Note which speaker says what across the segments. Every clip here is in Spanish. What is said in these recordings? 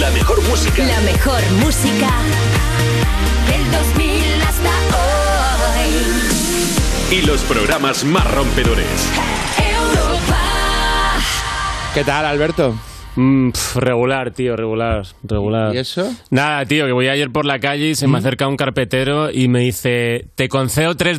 Speaker 1: La mejor música.
Speaker 2: La mejor música del 2000 hasta hoy.
Speaker 1: Y los programas más rompedores.
Speaker 3: ¿Qué tal, Alberto?
Speaker 4: Mm, pf, regular, tío, regular, regular.
Speaker 3: ¿Y eso? ¿Mm?
Speaker 4: Nada, tío, que voy ayer por la calle y se me acerca un carpetero y me dice, te concedo tres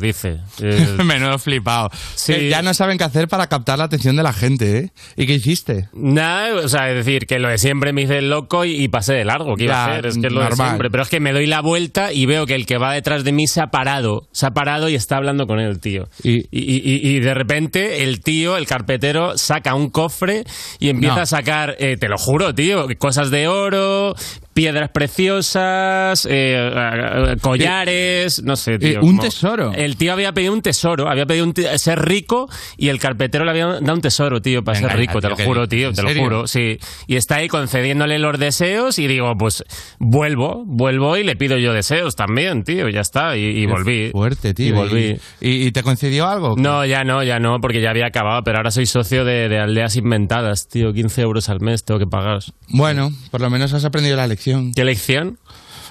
Speaker 4: dice. Eh,
Speaker 5: Menudo flipado.
Speaker 4: Sí.
Speaker 5: Que Ya no saben qué hacer para captar la atención de la gente, ¿eh? ¿Y qué hiciste?
Speaker 4: Nada, o sea, es decir, que lo de siempre me hice el loco y, y pasé de largo, que iba
Speaker 5: Ya,
Speaker 4: a hacer, es que es lo de
Speaker 5: normal.
Speaker 4: siempre. Pero es que me doy la vuelta y veo que el que va detrás de mí se ha parado, se ha parado y está hablando con él, tío.
Speaker 5: Y-
Speaker 4: y, y- y de repente el tío, el carpetero, saca un cofre y empieza
Speaker 5: No.
Speaker 4: a sacar, eh, te lo juro, tío, cosas de oro, piedras preciosas, eh, eh, eh, collares, no sé, tío.
Speaker 5: eh, un tesoro.
Speaker 4: El tío había pedido un tesoro, había pedido un te- ser rico y el carpetero le había dado un tesoro, tío, para
Speaker 5: Venga,
Speaker 4: ser rico, te
Speaker 5: ya, tío,
Speaker 4: lo
Speaker 5: que-
Speaker 4: juro, tío,
Speaker 5: ¿en
Speaker 4: te lo
Speaker 5: serio?
Speaker 4: juro, sí. Y está ahí concediéndole los deseos y digo, pues vuelvo, vuelvo y le pido yo deseos también, tío, ya está, y, y volví.
Speaker 5: Fuerte, tío.
Speaker 4: Y volví.
Speaker 5: ¿Y, y te concedió algo?
Speaker 4: No, ya no, ya no, porque ya había acabado, pero ahora soy socio de, de Aldeas Inventadas, tío, 15 euros al mes tengo que pagar.
Speaker 5: Bueno, por lo menos has aprendido la lección.
Speaker 4: ¿Qué lección?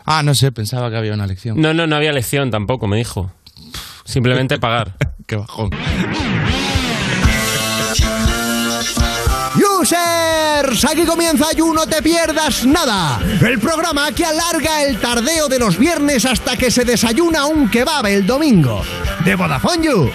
Speaker 5: Ah, no sé, pensaba que había una lección.
Speaker 4: No, no, no había lección tampoco, me dijo. Simplemente pagar.
Speaker 5: Qué bajón.
Speaker 6: Users, aquí comienza You No Te Pierdas Nada, el programa que alarga el tardeo de los viernes hasta que se desayuna un kebab el domingo. De Vodafone You,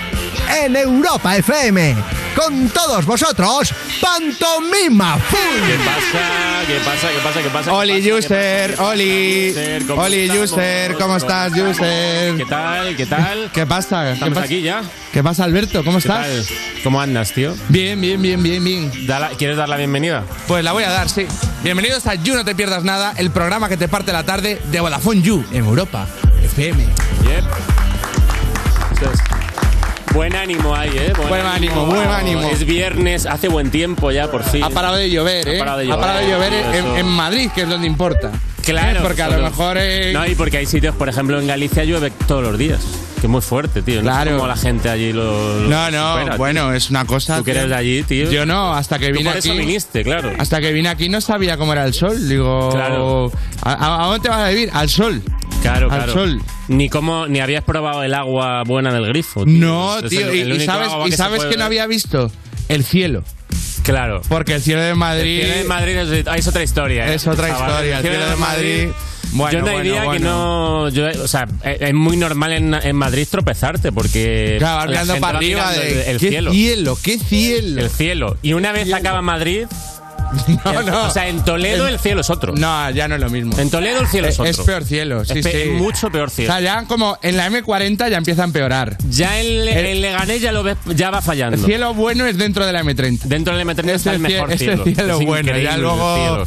Speaker 6: en Europa FM. Con todos vosotros, Pantomima Full.
Speaker 4: ¿Qué pasa? ¿Qué pasa? ¿Qué pasa? ¿Qué pasa? ¿Qué
Speaker 5: Oli,
Speaker 4: pasa? ¿Qué
Speaker 5: Juster,
Speaker 4: pasa?
Speaker 5: Oli.
Speaker 4: ¿Cómo
Speaker 5: Oli,
Speaker 4: estamos?
Speaker 5: Juster, ¿cómo estás, Juster?
Speaker 4: ¿Qué tal? ¿Qué tal?
Speaker 5: ¿Qué pasa? ¿Qué
Speaker 4: Estamos
Speaker 5: pasa?
Speaker 4: aquí ya.
Speaker 5: ¿Qué pasa, Alberto? ¿Cómo
Speaker 4: ¿Qué
Speaker 5: estás?
Speaker 4: tal? ¿Cómo andas, tío?
Speaker 5: Bien, bien, bien, bien, bien.
Speaker 4: Da la- ¿Quieres dar la bienvenida?
Speaker 5: Pues la voy a dar, sí. Bienvenidos a You No Te Pierdas Nada, el programa que te parte la tarde de Vodafone You en Europa FM.
Speaker 4: Yep. Eso es. Buen ánimo ahí, ¿eh?
Speaker 5: Buen ánimo, buen ánimo.
Speaker 4: Es viernes, hace buen tiempo ya, por fin.
Speaker 5: Ha parado de llover, ¿eh?
Speaker 4: Ha parado de llover,
Speaker 5: en-
Speaker 4: eso.
Speaker 5: en, Madrid, que es donde importa.
Speaker 4: Claro.
Speaker 5: ¿Sabes? Porque a lo
Speaker 4: solo-
Speaker 5: mejor. eh,
Speaker 4: No, y porque hay sitios, por ejemplo, en Galicia llueve todos los días. Que es muy fuerte, tío. No sé
Speaker 5: Claro.
Speaker 4: cómo la gente allí lo. lo
Speaker 5: no, no,
Speaker 4: supera, tío.
Speaker 5: bueno, es una cosa.
Speaker 4: Tú que eres
Speaker 5: tío.
Speaker 4: de allí, tío.
Speaker 5: Yo no, hasta que
Speaker 4: Tú
Speaker 5: vine
Speaker 4: por eso
Speaker 5: aquí.
Speaker 4: viniste, claro.
Speaker 5: Hasta que vine aquí no sabía cómo era el sol. Digo, "Ah,
Speaker 4: Claro.
Speaker 5: ¿a- ¿a, a dónde te vas a vivir? Al sol.
Speaker 4: Claro,
Speaker 5: al
Speaker 4: claro.
Speaker 5: sol.
Speaker 4: Ni cómo, ni habías probado el agua buena del grifo.
Speaker 5: No,
Speaker 4: Es
Speaker 5: tío.
Speaker 4: el-
Speaker 5: y-
Speaker 4: el
Speaker 5: y,
Speaker 4: único
Speaker 5: sabes,
Speaker 4: agua que
Speaker 5: y
Speaker 4: se
Speaker 5: sabes
Speaker 4: puede
Speaker 5: que no
Speaker 4: beber.
Speaker 5: había visto el cielo.
Speaker 4: Claro.
Speaker 5: Porque el cielo de Madrid. eh,
Speaker 4: El cielo de Madrid es, ah, es otra historia. ¿eh?
Speaker 5: Es otra
Speaker 4: Chaval,
Speaker 5: historia, el cielo de Madrid. Bueno,
Speaker 4: yo no
Speaker 5: bueno,
Speaker 4: diría que
Speaker 5: bueno.
Speaker 4: no. yo- o sea, es, es muy normal en, en Madrid tropezarte porque.
Speaker 5: Claro, vas
Speaker 4: eh, la
Speaker 5: mirando
Speaker 4: gente
Speaker 5: para
Speaker 4: va
Speaker 5: arriba
Speaker 4: mirando
Speaker 5: de.
Speaker 4: el, el
Speaker 5: ¿Qué
Speaker 4: cielo.
Speaker 5: cielo? ¿Qué cielo?
Speaker 4: El cielo. Y una vez acaba Madrid.
Speaker 5: No,
Speaker 4: el-
Speaker 5: no.
Speaker 4: O sea, en Toledo
Speaker 5: El-
Speaker 4: el, cielo es otro.
Speaker 5: No, ya no es lo mismo.
Speaker 4: En Toledo el cielo es
Speaker 5: es,
Speaker 4: otro.
Speaker 5: es peor cielo, sí,
Speaker 4: Es pe-
Speaker 5: sí.
Speaker 4: mucho peor cielo.
Speaker 5: O sea, ya como en la M40 ya empieza a empeorar.
Speaker 4: ya el,
Speaker 5: el-
Speaker 4: el Leganés ya, lo ves, ya va fallando.
Speaker 5: El cielo bueno es dentro de la M30.
Speaker 4: Dentro del M30 está
Speaker 5: Este
Speaker 4: el mejor
Speaker 5: cie-
Speaker 4: cielo.
Speaker 5: este cielo
Speaker 4: Es
Speaker 5: bueno.
Speaker 4: increíble
Speaker 5: Ya
Speaker 4: el
Speaker 5: luego,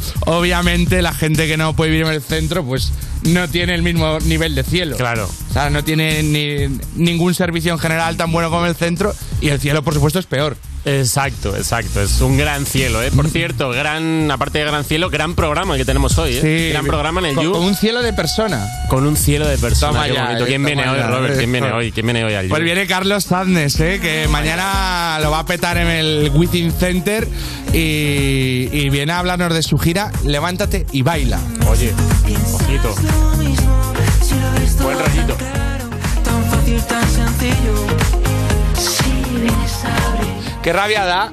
Speaker 4: cielo.
Speaker 5: obviamente, la gente que no puede vivir en el centro, pues no tiene el mismo nivel de cielo.
Speaker 4: Claro.
Speaker 5: O sea, no tiene ni, ningún servicio en general tan bueno como el centro. Y el cielo, por supuesto, es peor.
Speaker 4: Exacto, exacto. Es un gran cielo, ¿eh?
Speaker 5: Mm.
Speaker 4: Por cierto, gran, aparte de gran cielo, gran programa que tenemos hoy, ¿eh? gran programa en el
Speaker 5: con,
Speaker 4: You.
Speaker 5: con un cielo de persona.
Speaker 4: Con un cielo de personas.
Speaker 5: Toma
Speaker 4: qué
Speaker 5: ya,
Speaker 4: bonito.
Speaker 5: eh,
Speaker 4: ¿Quién
Speaker 5: toma
Speaker 4: viene hoy,
Speaker 5: ya.
Speaker 4: Robert? ¿Quién viene
Speaker 5: Esto.
Speaker 4: hoy? ¿Quién viene hoy al You?
Speaker 5: Pues viene Carlos Sadness, ¿eh? que mañana lo va a petar en el Within Center y, y viene a hablarnos de su gira Levántate y baila.
Speaker 4: Oye, ojito. Buen rollito.
Speaker 5: Qué rabia da.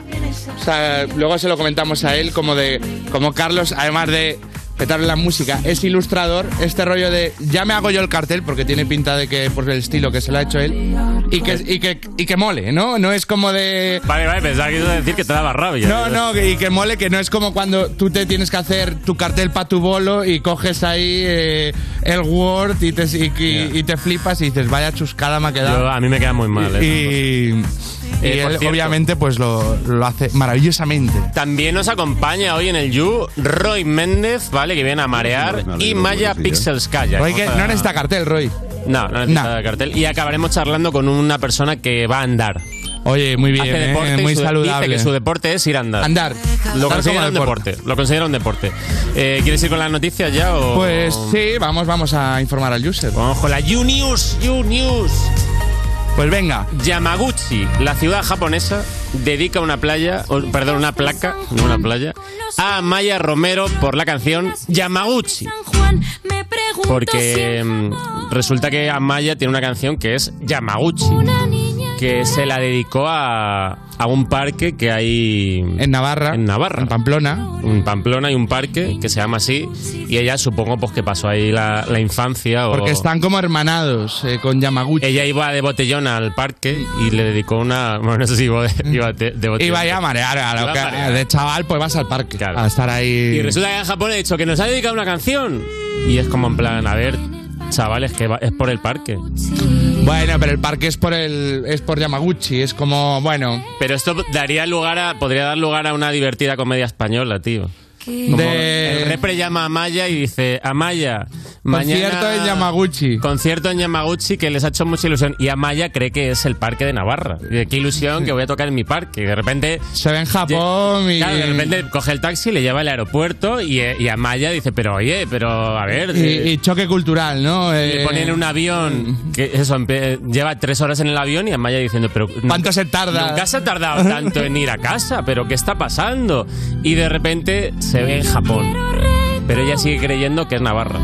Speaker 5: O sea, luego se lo comentamos a él, como de como Carlos, además de petarle la música, es ilustrador. Este rollo de ya me hago yo el cartel, porque tiene pinta de que por el estilo que se lo ha hecho él, y que, y que, y que mole, ¿no? No es como de.
Speaker 4: Vale, vale, pensaba que ibas a decir que te daba rabia. ¿eh?
Speaker 5: No, no, que- y que mole, que no es como cuando tú te tienes que hacer tu cartel para tu bolo y coges ahí eh, el Word y te, y, y- y te flipas y dices, vaya chuscada me ha
Speaker 4: Yo-
Speaker 5: quedado.
Speaker 4: a mí me queda muy mal, ¿eh?
Speaker 5: y y
Speaker 4: Eh, por
Speaker 5: él,
Speaker 4: cierto.
Speaker 5: obviamente, pues lo, lo hace maravillosamente.
Speaker 4: También nos acompaña hoy en el You Roy Méndez, ¿vale? Que viene a marear. Y Maya Pixelskaya.
Speaker 5: Roy, que
Speaker 4: Vamos a-
Speaker 5: no necesita cartel, Roy.
Speaker 4: No, no necesita
Speaker 5: No.
Speaker 4: cartel. Y acabaremos charlando con una persona que va a andar.
Speaker 5: Oye, muy bien,
Speaker 4: Hace
Speaker 5: eh,
Speaker 4: deporte y
Speaker 5: muy
Speaker 4: su-
Speaker 5: saludable.
Speaker 4: Dice que su deporte es ir a andar.
Speaker 5: Andar.
Speaker 4: Lo
Speaker 5: Andar
Speaker 4: considera
Speaker 5: como
Speaker 4: un deporte. Lo considera un deporte. Eh, ¿Quieres ir con las noticias ya o...?
Speaker 5: Pues sí, vamos, vamos a informar al user.
Speaker 4: Vamos con la You News, You News.
Speaker 5: Pues venga.
Speaker 4: Yamaguchi, la ciudad japonesa, dedica una playa, o, perdón, una placa, no una playa, a Maya Romero por la canción Yamaguchi. Porque mm, resulta que Amaya tiene una canción que es Yamaguchi, que se la dedicó a, a un parque que hay
Speaker 5: En Navarra.
Speaker 4: en Navarra.
Speaker 5: En Pamplona.
Speaker 4: En Pamplona hay un parque que se llama así y ella supongo pues que pasó ahí la, la infancia o...
Speaker 5: Porque están como hermanados eh, con Yamaguchi.
Speaker 4: Ella iba de botellón al parque y le dedicó una... Bueno, no sé si iba de, iba de- de botellón.
Speaker 5: Iba a llamar, a lo
Speaker 4: Iba a
Speaker 5: que-
Speaker 4: marear.
Speaker 5: de chaval, pues vas al parque.
Speaker 4: Claro.
Speaker 5: A estar ahí.
Speaker 4: Y resulta que en Japón ha dicho que nos ha dedicado una canción. Y es como en plan, a ver, chavales, que va- es por el parque.
Speaker 5: Bueno, pero el parque es por el es por Yamaguchi, es como, bueno,
Speaker 4: Pero esto daría lugar a... Podría dar lugar a una divertida comedia española, tío. Como
Speaker 5: De-
Speaker 4: El repre llama a Amaya y dice, Amaya, mañana...
Speaker 5: concierto en Yamaguchi.
Speaker 4: Concierto en Yamaguchi que les ha hecho mucha ilusión. Y Amaya cree que es el parque de Navarra. Y de qué ilusión que voy a tocar en mi parque. Y de repente.
Speaker 5: Se ve en Japón y
Speaker 4: Claro, de repente coge el taxi, le lleva al aeropuerto y, eh, y Amaya dice: Pero oye, pero a ver. eh,
Speaker 5: y, y choque cultural, ¿no?
Speaker 4: le
Speaker 5: Eh,
Speaker 4: ponen en un avión que eso empe- lleva tres horas en el avión y Amaya diciendo pero nunca-
Speaker 5: ¿Cuánto se tarda?
Speaker 4: nunca se ha tardado tanto en ir a casa pero qué está pasando y de repente se ve en Japón pero ella sigue creyendo que es Navarra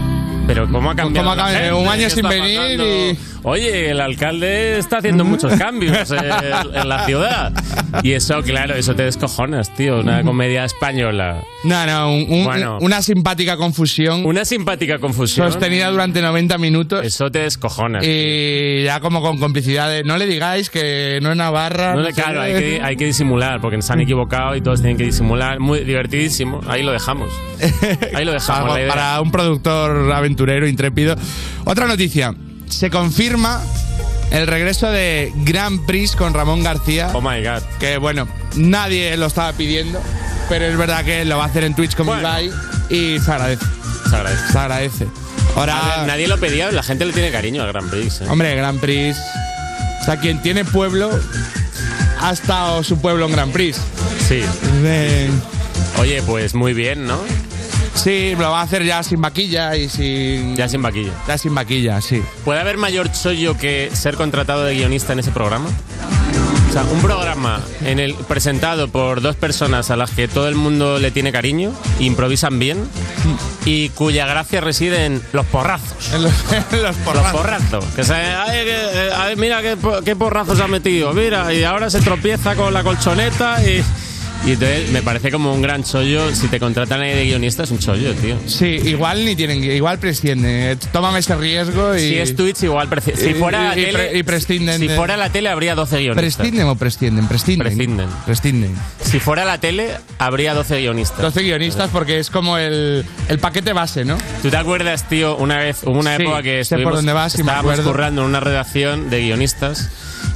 Speaker 4: pero cómo ha cambiado
Speaker 5: ¿Cómo ha
Speaker 4: la
Speaker 5: cambiado?
Speaker 4: gente?
Speaker 5: Eh, Un año
Speaker 4: ¿Qué
Speaker 5: sin
Speaker 4: está
Speaker 5: venir
Speaker 4: pasando?
Speaker 5: y-
Speaker 4: oye el alcalde está haciendo muchos cambios eh, en la ciudad y eso claro eso te descojonas tío una comedia española
Speaker 5: No, no, un- un-
Speaker 4: Bueno.
Speaker 5: una simpática confusión
Speaker 4: una simpática confusión
Speaker 5: sostenida durante 90 minutos
Speaker 4: eso te descojonas
Speaker 5: y ya como con complicidades. No le digáis que no es Navarra.
Speaker 4: No,
Speaker 5: no
Speaker 4: no,
Speaker 5: sé
Speaker 4: claro, hay
Speaker 5: qué.
Speaker 4: que, hay que disimular, porque nos han equivocado y todos tienen que disimular. Muy divertidísimo. Ahí lo dejamos. Ahí lo dejamos. la
Speaker 5: Para,
Speaker 4: idea.
Speaker 5: para un productor aventurero intrépido. Otra noticia. Se confirma el regreso de Grand Prix con Ramón García.
Speaker 4: Oh my god.
Speaker 5: Que bueno, nadie lo estaba pidiendo. Pero es verdad que lo va a hacer en Twitch con
Speaker 4: Bueno.
Speaker 5: Ibai. Y se agradece.
Speaker 4: Se agradece.
Speaker 5: Se agradece.
Speaker 4: A
Speaker 5: Ahora,
Speaker 4: ver, nadie lo pedía, la gente le tiene cariño al Grand Prix. ¿eh?
Speaker 5: hombre, Grand Prix. O sea, quien tiene pueblo ha estado su pueblo en Grand Prix.
Speaker 4: Sí.
Speaker 5: Eh,
Speaker 4: Oye, pues muy bien, ¿no?
Speaker 5: Sí, lo va a hacer ya sin vaquilla y sin.
Speaker 4: Ya sin vaquilla.
Speaker 5: ya sin vaquilla, sí.
Speaker 4: ¿Puede haber mayor chollo que ser contratado de guionista en ese programa? O sea, un programa en el presentado por dos personas a las que todo el mundo le tiene cariño, improvisan bien y cuya gracia reside en los porrazos.
Speaker 5: En los, en los
Speaker 4: Los
Speaker 5: porrazos.
Speaker 4: porrazos. Que se- ay, que- eh, ay, mira qué, po- qué porrazos ha metido. Mira, y ahora se tropieza con la colchoneta y. Y entonces me parece como un gran chollo. Si te contratan ahí de guionista, es un chollo, tío.
Speaker 5: Sí, igual ni tienen, que- igual prescinden. eh, Tómame ese riesgo y.
Speaker 4: Si es Twitch, igual. preci- Si
Speaker 5: y-
Speaker 4: fuera la
Speaker 5: y- y
Speaker 4: tele.
Speaker 5: pre- y prescinden
Speaker 4: si
Speaker 5: de-
Speaker 4: fuera la tele, habría 12 guionistas.
Speaker 5: ¿Prescinden o prescienden? Prescinden.
Speaker 4: Prescinden.
Speaker 5: Prescinden.
Speaker 4: Si fuera la tele, habría 12 guionistas.
Speaker 5: 12 guionistas porque es como el, el paquete base, ¿no?
Speaker 4: ¿Tú te acuerdas, tío? Una vez, hubo una
Speaker 5: Sí,
Speaker 4: época que
Speaker 5: sé por
Speaker 4: estuvimos,
Speaker 5: dónde vas y me
Speaker 4: estábamos
Speaker 5: acuerdo.
Speaker 4: currando en una redacción de guionistas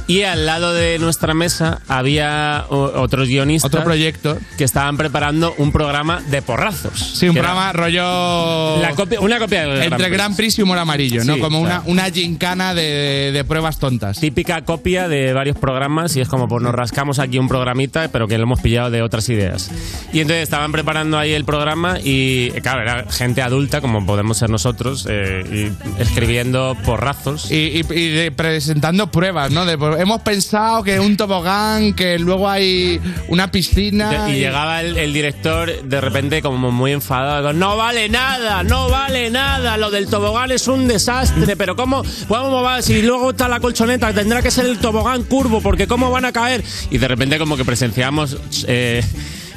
Speaker 4: y al lado de nuestra mesa había o- otros guionistas
Speaker 5: Otro proyecto.
Speaker 4: que estaban preparando un programa de porrazos.
Speaker 5: Sí, un
Speaker 4: Que era
Speaker 5: programa rollo.
Speaker 4: la copia- una copia del Grand
Speaker 5: entre
Speaker 4: Prix.
Speaker 5: Gran Prix y humor amarillo, ¿no?
Speaker 4: Sí,
Speaker 5: Como
Speaker 4: claro.
Speaker 5: una, una gincana de, de pruebas tontas.
Speaker 4: Típica copia de varios programas y es como, pues nos rascamos aquí un programita, pero que lo hemos pillado de otras ideas. Y entonces estaban preparando ahí el programa y, eh, claro, era gente adulta, como podemos ser nosotros, eh, y escribiendo porrazos.
Speaker 5: Y, y- y de- presentando pruebas, ¿no? De- pues, hemos pensado que un tobogán, que luego hay una piscina.
Speaker 4: Y llegaba el, el director de repente como muy enfadado, con, no vale nada, no vale nada, lo del tobogán es un desastre, pero ¿cómo, cómo va? Si luego está la colchoneta, tendrá que ser el tobogán curvo, porque ¿cómo van a caer? Y de repente como que presenciamos... eh,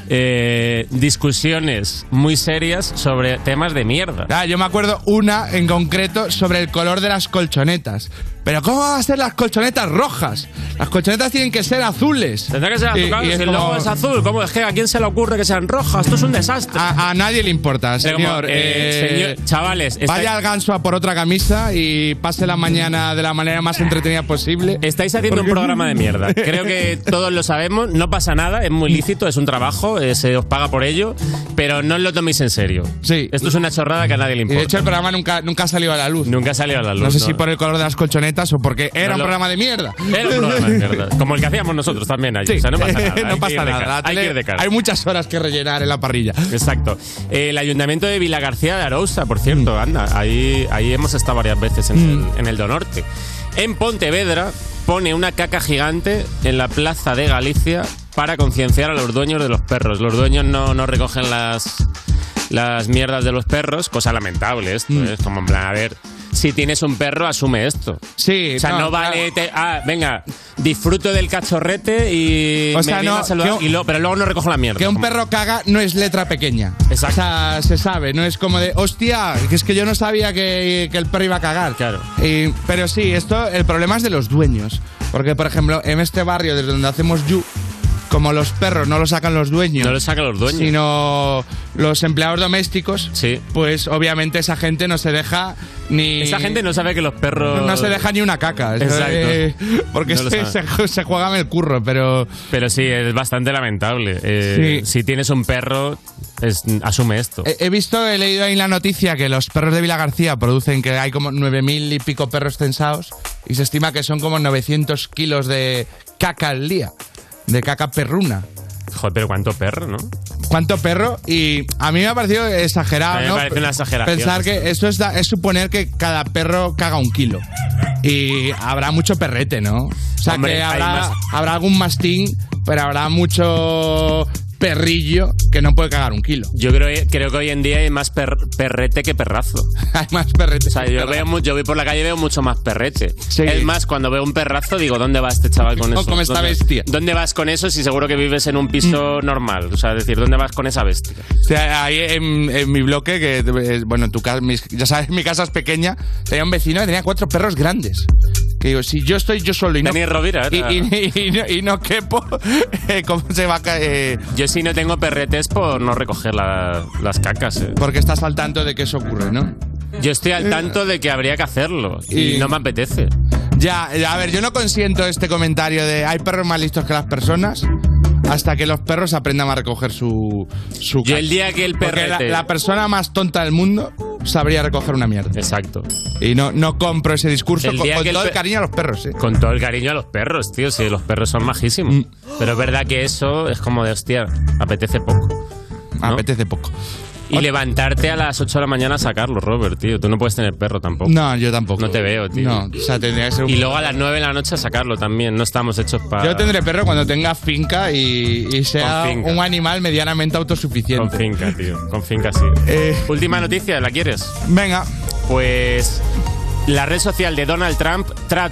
Speaker 4: eh, discusiones muy serias sobre temas de mierda.
Speaker 5: Ah, yo me acuerdo una en concreto sobre el color de las colchonetas. Pero ¿cómo van a ser las colchonetas rojas? Las colchonetas tienen que ser azules.
Speaker 4: Tendrá que ser
Speaker 5: Y-
Speaker 4: azul,
Speaker 5: y es
Speaker 4: si el logo
Speaker 5: como-
Speaker 4: es azul, ¿cómo es que a quién se le ocurre que sean rojas? Esto es un desastre.
Speaker 5: A, a nadie le importa,
Speaker 4: Era como,
Speaker 5: señor.
Speaker 4: eh,
Speaker 5: Eh,
Speaker 4: señor- Chavales, estáis-
Speaker 5: Vaya al ganso a por otra camisa y pase la mañana de la manera más entretenida posible.
Speaker 4: Estáis haciendo un
Speaker 5: Porque-
Speaker 4: programa de mierda. Creo que todos lo sabemos. No pasa nada, es muy lícito, es un trabajo, eh, se os paga por ello, pero no os lo toméis en serio.
Speaker 5: Sí.
Speaker 4: Esto es una chorrada que a nadie le
Speaker 5: Y de hecho
Speaker 4: importa.
Speaker 5: el programa nunca, nunca salió a la luz.
Speaker 4: Nunca salió a la luz.
Speaker 5: no sé si
Speaker 4: no.
Speaker 5: por el color de las colchonetas o porque era
Speaker 4: No
Speaker 5: un
Speaker 4: lo-
Speaker 5: programa de mierda.
Speaker 4: Era un programa de mierda. Como el que hacíamos nosotros también allí.
Speaker 5: Sí.
Speaker 4: O sea, no pasa nada.
Speaker 5: No
Speaker 4: hay que
Speaker 5: pasa
Speaker 4: ir de
Speaker 5: nada.
Speaker 4: cara.
Speaker 5: La
Speaker 4: Hay que
Speaker 5: tele-
Speaker 4: ir de cara.
Speaker 5: hay muchas horas que rellenar en la parrilla.
Speaker 4: Exacto. El ayuntamiento de Vila García de Arousa, por
Speaker 5: Mm.
Speaker 4: cierto, anda, ahí, ahí hemos estado varias veces en, el, en el Donorte. En Pontevedra pone una caca gigante en la plaza de Galicia para concienciar a los dueños de los perros. Los dueños no, no recogen las, las mierdas de los perros, cosa lamentable esto,
Speaker 5: Mm.
Speaker 4: es como en plan, a ver, si tienes un perro, asume esto.
Speaker 5: Sí,
Speaker 4: O sea, no,
Speaker 5: no,
Speaker 4: vale, te- ah, venga, disfruto del cachorrete y
Speaker 5: O sea,
Speaker 4: me viene
Speaker 5: no,
Speaker 4: a saludar
Speaker 5: que un-
Speaker 4: y luego- pero luego no recojo la mierda.
Speaker 5: Que un
Speaker 4: Como-
Speaker 5: perro caga no es letra pequeña.
Speaker 4: Exacto.
Speaker 5: O sea, se sabe, no es como de, hostia, que es que yo no sabía que, que el perro iba a cagar.
Speaker 4: Claro.
Speaker 5: Y- pero sí, esto, el problema es de los dueños. Porque, por ejemplo, en este barrio desde donde hacemos You, como los perros no los sacan los dueños,
Speaker 4: No lo sacan los dueños.
Speaker 5: sino los empleados domésticos,
Speaker 4: Sí.
Speaker 5: pues obviamente esa gente no se deja ni.
Speaker 4: Esa gente no sabe que los perros.
Speaker 5: no se deja ni una caca. Eso,
Speaker 4: Exacto.
Speaker 5: eh, porque
Speaker 4: No lo
Speaker 5: se,
Speaker 4: saben.
Speaker 5: se, se juega en el curro, pero.
Speaker 4: Pero sí, es bastante lamentable. Eh,
Speaker 5: Sí. Eh.
Speaker 4: Si tienes un perro, es- asume esto.
Speaker 5: He he visto, he leído ahí en la noticia que los perros de Vila García producen que hay como 9.000 y pico perros censados y se estima que son como 900 kilos de caca al día, de caca perruna.
Speaker 4: Joder, pero cuánto perro, ¿no?
Speaker 5: ¿Cuánto perro? Y a mí me ha parecido exagerado,
Speaker 4: A mí me
Speaker 5: ¿no?
Speaker 4: parece una exageración.
Speaker 5: Pensar que esto es, da- es suponer que cada perro caga un kilo. Y habrá mucho perrete, ¿no? O sea,
Speaker 4: Hombre,
Speaker 5: que
Speaker 4: hay
Speaker 5: habrá,
Speaker 4: más.
Speaker 5: habrá algún mastín, pero habrá mucho perrillo que no puede cagar un kilo.
Speaker 4: Yo creo, eh, creo que hoy en día hay más per- perrete que perrazo.
Speaker 5: Hay más perrete.
Speaker 4: O sea, yo, veo, mu- yo voy por la calle y veo mucho más perrete.
Speaker 5: Sí.
Speaker 4: Es más, cuando veo un perrazo digo, ¿dónde va este chaval con
Speaker 5: No,
Speaker 4: eso?
Speaker 5: como esta
Speaker 4: ¿Dónde-
Speaker 5: bestia. Mm.
Speaker 4: ¿Dónde vas con eso si seguro que vives en un piso normal? O sea, decir, ¿dónde vas con esa bestia?
Speaker 5: O sea, ahí en, en mi bloque, que eh, bueno, en tu casa, mis- ya sabes, mi casa es pequeña, tenía un vecino que tenía cuatro perros grandes. Que digo, si yo estoy yo solo y no,
Speaker 4: Denis Rovira,
Speaker 5: y,
Speaker 4: era.
Speaker 5: y- y- y no, y no quepo, eh, ¿cómo se va a ca- eh,
Speaker 4: Yo sí no tengo perretes por no recoger la- las cacas. eh.
Speaker 5: Porque estás al tanto de que eso ocurre, ¿no?
Speaker 4: Yo estoy al tanto de que habría que hacerlo y
Speaker 5: Y-
Speaker 4: no me apetece.
Speaker 5: Ya, ya, a ver, yo no consiento este comentario de hay perros más listos que las personas hasta que los perros aprendan a recoger su, su
Speaker 4: Yo el
Speaker 5: caca.
Speaker 4: día que el
Speaker 5: Porque la,
Speaker 4: perrete...
Speaker 5: la persona más tonta del mundo sabría recoger una mierda.
Speaker 4: Exacto.
Speaker 5: Y no, no compro ese discurso
Speaker 4: El
Speaker 5: con,
Speaker 4: día
Speaker 5: con
Speaker 4: que el
Speaker 5: todo el
Speaker 4: pe-
Speaker 5: cariño a los perros, ¿eh?
Speaker 4: Con todo el cariño a los perros, tío. Sí, los perros son majísimos.
Speaker 5: Mm.
Speaker 4: Pero es verdad que eso es como de hostia, apetece poco.
Speaker 5: Me
Speaker 4: ¿no?
Speaker 5: Apetece poco.
Speaker 4: Y levantarte a las 8 de la mañana a sacarlo, Robert, tío. Tú no puedes tener perro tampoco.
Speaker 5: No, yo tampoco.
Speaker 4: No te veo, tío.
Speaker 5: No, o sea, tendría que ser un...
Speaker 4: Y luego a las 9 de la noche a sacarlo también. No estamos hechos para.
Speaker 5: Yo tendré perro cuando tenga finca y, y sea
Speaker 4: Ah. Con finca.
Speaker 5: un animal medianamente
Speaker 4: Con
Speaker 5: autosuficiente.
Speaker 4: finca, tío. Con finca, sí.
Speaker 5: Eh.
Speaker 4: Última noticia, ¿la quieres?
Speaker 5: Venga.
Speaker 4: Pues la red social de Donald Trump, Traz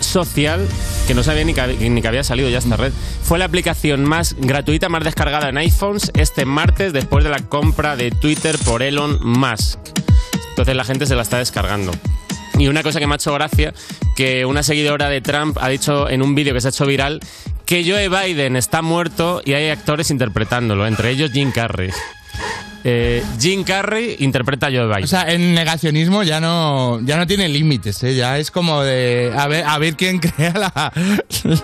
Speaker 4: Social, que no sabía ni que, hab- ni que había salido ya esta red, fue la aplicación más gratuita, más descargada en iPhones este martes después de la compra de Twitter por Elon Musk. Entonces la gente se la está descargando. Y una cosa que me ha hecho gracia, que una seguidora de Trump ha dicho en un vídeo que se ha hecho viral que Joe Biden está muerto y hay actores interpretándolo, entre ellos Jim Carrey. Eh, Jim Carrey interpreta a Joe Biden.
Speaker 5: O sea, el negacionismo ya no, ya no tiene límites, ¿eh? Ya es como de... A ver, a ver quién crea la,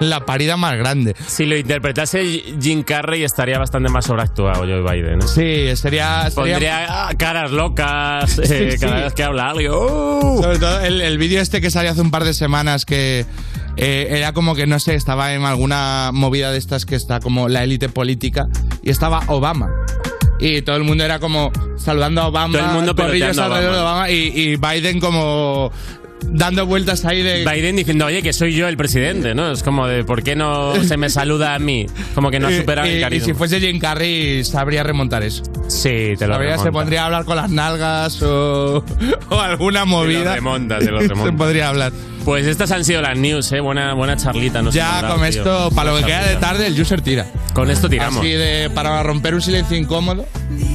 Speaker 5: la parida más grande.
Speaker 4: Si lo interpretase Jim Carrey estaría bastante más sobreactuado Joe Biden. ¿eh?
Speaker 5: Sí, sería... sería-
Speaker 4: Pondría ah, caras locas eh,
Speaker 5: Sí, sí.
Speaker 4: cada vez que habla alguien. ¡Oh!
Speaker 5: Sobre todo el, el vídeo este que salió hace un par de semanas que eh, era como que, no sé, estaba en alguna movida de estas que está como la élite política y estaba Obama. Y todo el mundo era como saludando a Obama,
Speaker 4: Todo el mundo
Speaker 5: corrillos
Speaker 4: peloteando a
Speaker 5: alrededor de Obama y, y Biden como dando vueltas ahí de...
Speaker 4: Biden diciendo, oye, que soy yo el presidente, ¿no? Es como de, ¿por qué no se me saluda a mí? Como que no ha
Speaker 5: Y-
Speaker 4: superado
Speaker 5: y,
Speaker 4: el
Speaker 5: y
Speaker 4: carisma.
Speaker 5: si fuese Jim Carrey sabría remontar eso.
Speaker 4: sí, te lo
Speaker 5: Sabría- se
Speaker 4: remonta.
Speaker 5: pondría a hablar con las nalgas o, o alguna movida.
Speaker 4: remonta, te lo
Speaker 5: Se
Speaker 4: remonta.
Speaker 5: podría hablar.
Speaker 4: Pues estas han sido las news, ¿eh? Buena, buena charlita. nos
Speaker 5: Ya
Speaker 4: hemos dado,
Speaker 5: con
Speaker 4: tío.
Speaker 5: esto, para lo que
Speaker 4: Buena
Speaker 5: queda de
Speaker 4: charlita.
Speaker 5: tarde, el user tira.
Speaker 4: Con esto tiramos.
Speaker 5: Así de, para romper un silencio incómodo.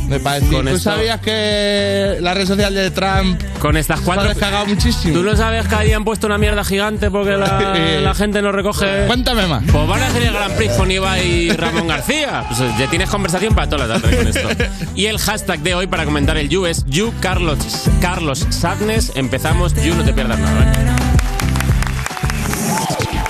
Speaker 5: Me parece.
Speaker 4: Con
Speaker 5: ¿Tú
Speaker 4: esto-
Speaker 5: sabías que la red social de Trump
Speaker 4: Con estas
Speaker 5: se ha
Speaker 4: cuatro...
Speaker 5: descargado muchísimo?
Speaker 4: ¿Tú no sabes que habían puesto una mierda gigante porque la, la gente no recoge...
Speaker 5: Cuéntame más.
Speaker 4: Pues van a hacer el Gran Prix con Iba y Ramón García. Pues eh, ya tienes conversación para toda la tarde con esto. Y el hashtag de hoy para comentar el You es You Carlos, Carlos Sadness. Empezamos, You no te pierdas nada.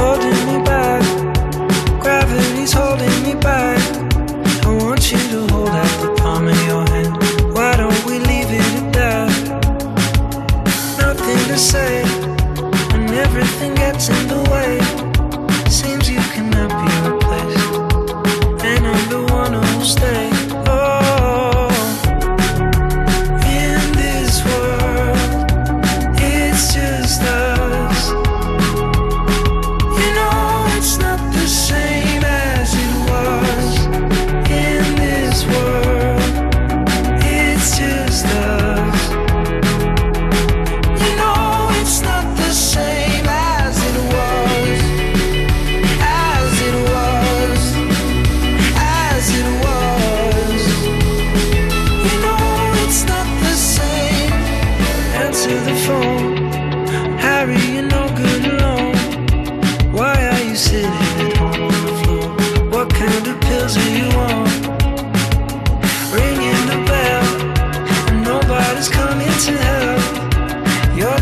Speaker 7: holding me back. Gravity's holding me back. I want you to hold out the palm of your hand. Why don't we leave it at that? Not Oh, Oh,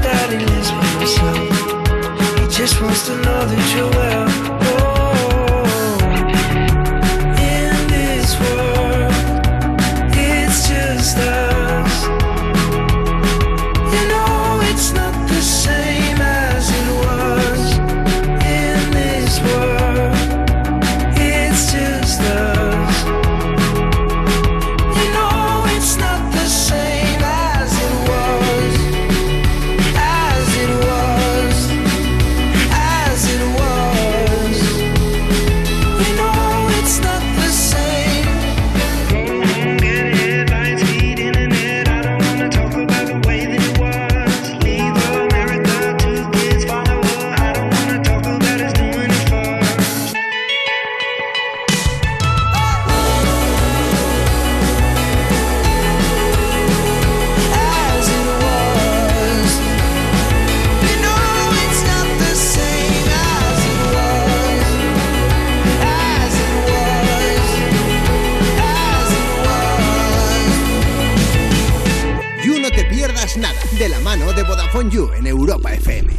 Speaker 8: Vodafone You en Europa FM.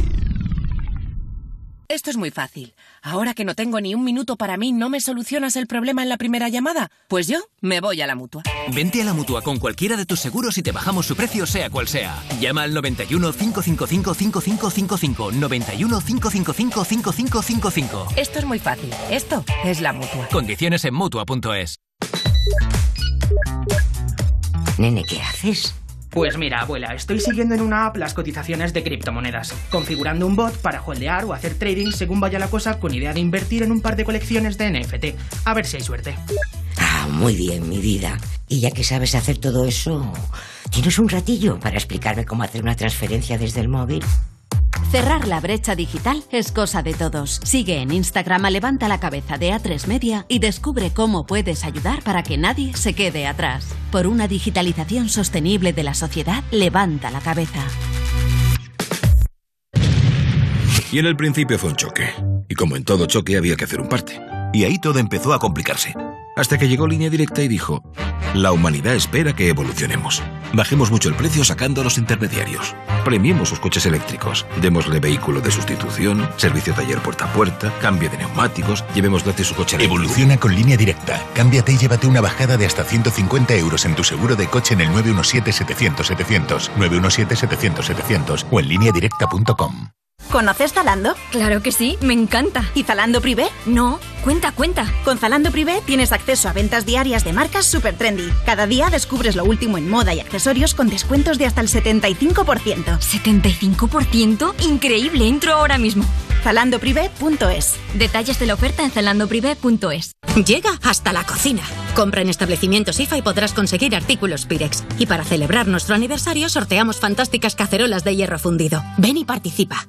Speaker 9: Esto es muy fácil. Ahora que no tengo ni un minuto para mí, ¿no me solucionas el problema en la primera llamada? Pues yo me voy a la mutua.
Speaker 10: Vente a la mutua con cualquiera de tus seguros y te bajamos su precio, sea cual sea. Llama al 91 555 5555. 91 555 5555.
Speaker 9: Esto es muy fácil. Esto es la mutua.
Speaker 10: Condiciones en mutua.es.
Speaker 11: Nene, ¿qué haces?
Speaker 12: Pues mira, abuela, estoy siguiendo en una app las cotizaciones de criptomonedas, configurando un bot para holdear o hacer trading según vaya la cosa con idea de invertir en un par de colecciones de NFT. A ver si hay suerte.
Speaker 11: Ah, muy bien, mi vida. Y ya que sabes hacer todo eso, ¿tienes un ratillo para explicarme cómo hacer una transferencia desde el móvil?
Speaker 13: Cerrar la brecha digital es cosa de todos. Sigue en Instagram a Levanta la Cabeza de A3 Media y descubre cómo puedes ayudar para que nadie se quede atrás. Por una digitalización sostenible de la sociedad, levanta la cabeza.
Speaker 14: Y en el principio fue un choque. Y como en todo choque había que hacer un parte. Y ahí todo empezó a complicarse. Hasta que llegó Línea Directa y dijo, la humanidad espera que evolucionemos. Bajemos mucho el precio sacando a los intermediarios. Premiemos sus coches eléctricos. Démosle vehículo de sustitución, servicio taller puerta a puerta, cambio de neumáticos, llevemos gratis su coche eléctrico.
Speaker 15: Evoluciona con línea directa. Cámbiate y llévate una bajada de hasta 150 euros en tu seguro de coche en el 917-700-700, 917-700-700 o en lineadirecta.com.
Speaker 16: ¿Conoces Zalando? Claro que sí, me encanta. ¿Y Zalando Privé? No, cuenta, cuenta. Con Zalando Privé tienes acceso a ventas diarias de marcas super trendy. Cada día descubres lo último en moda y accesorios con descuentos de hasta el 75%.
Speaker 17: ¿75%? Increíble, entro ahora mismo.
Speaker 16: ZalandoPrivé.es
Speaker 17: Detalles de la oferta en zalandoprivé.es.
Speaker 18: Llega hasta la cocina. Compra en establecimientos IFA y podrás conseguir artículos Pirex. Y para celebrar nuestro aniversario sorteamos fantásticas cacerolas de hierro fundido. Ven y participa.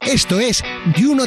Speaker 8: Esto es You No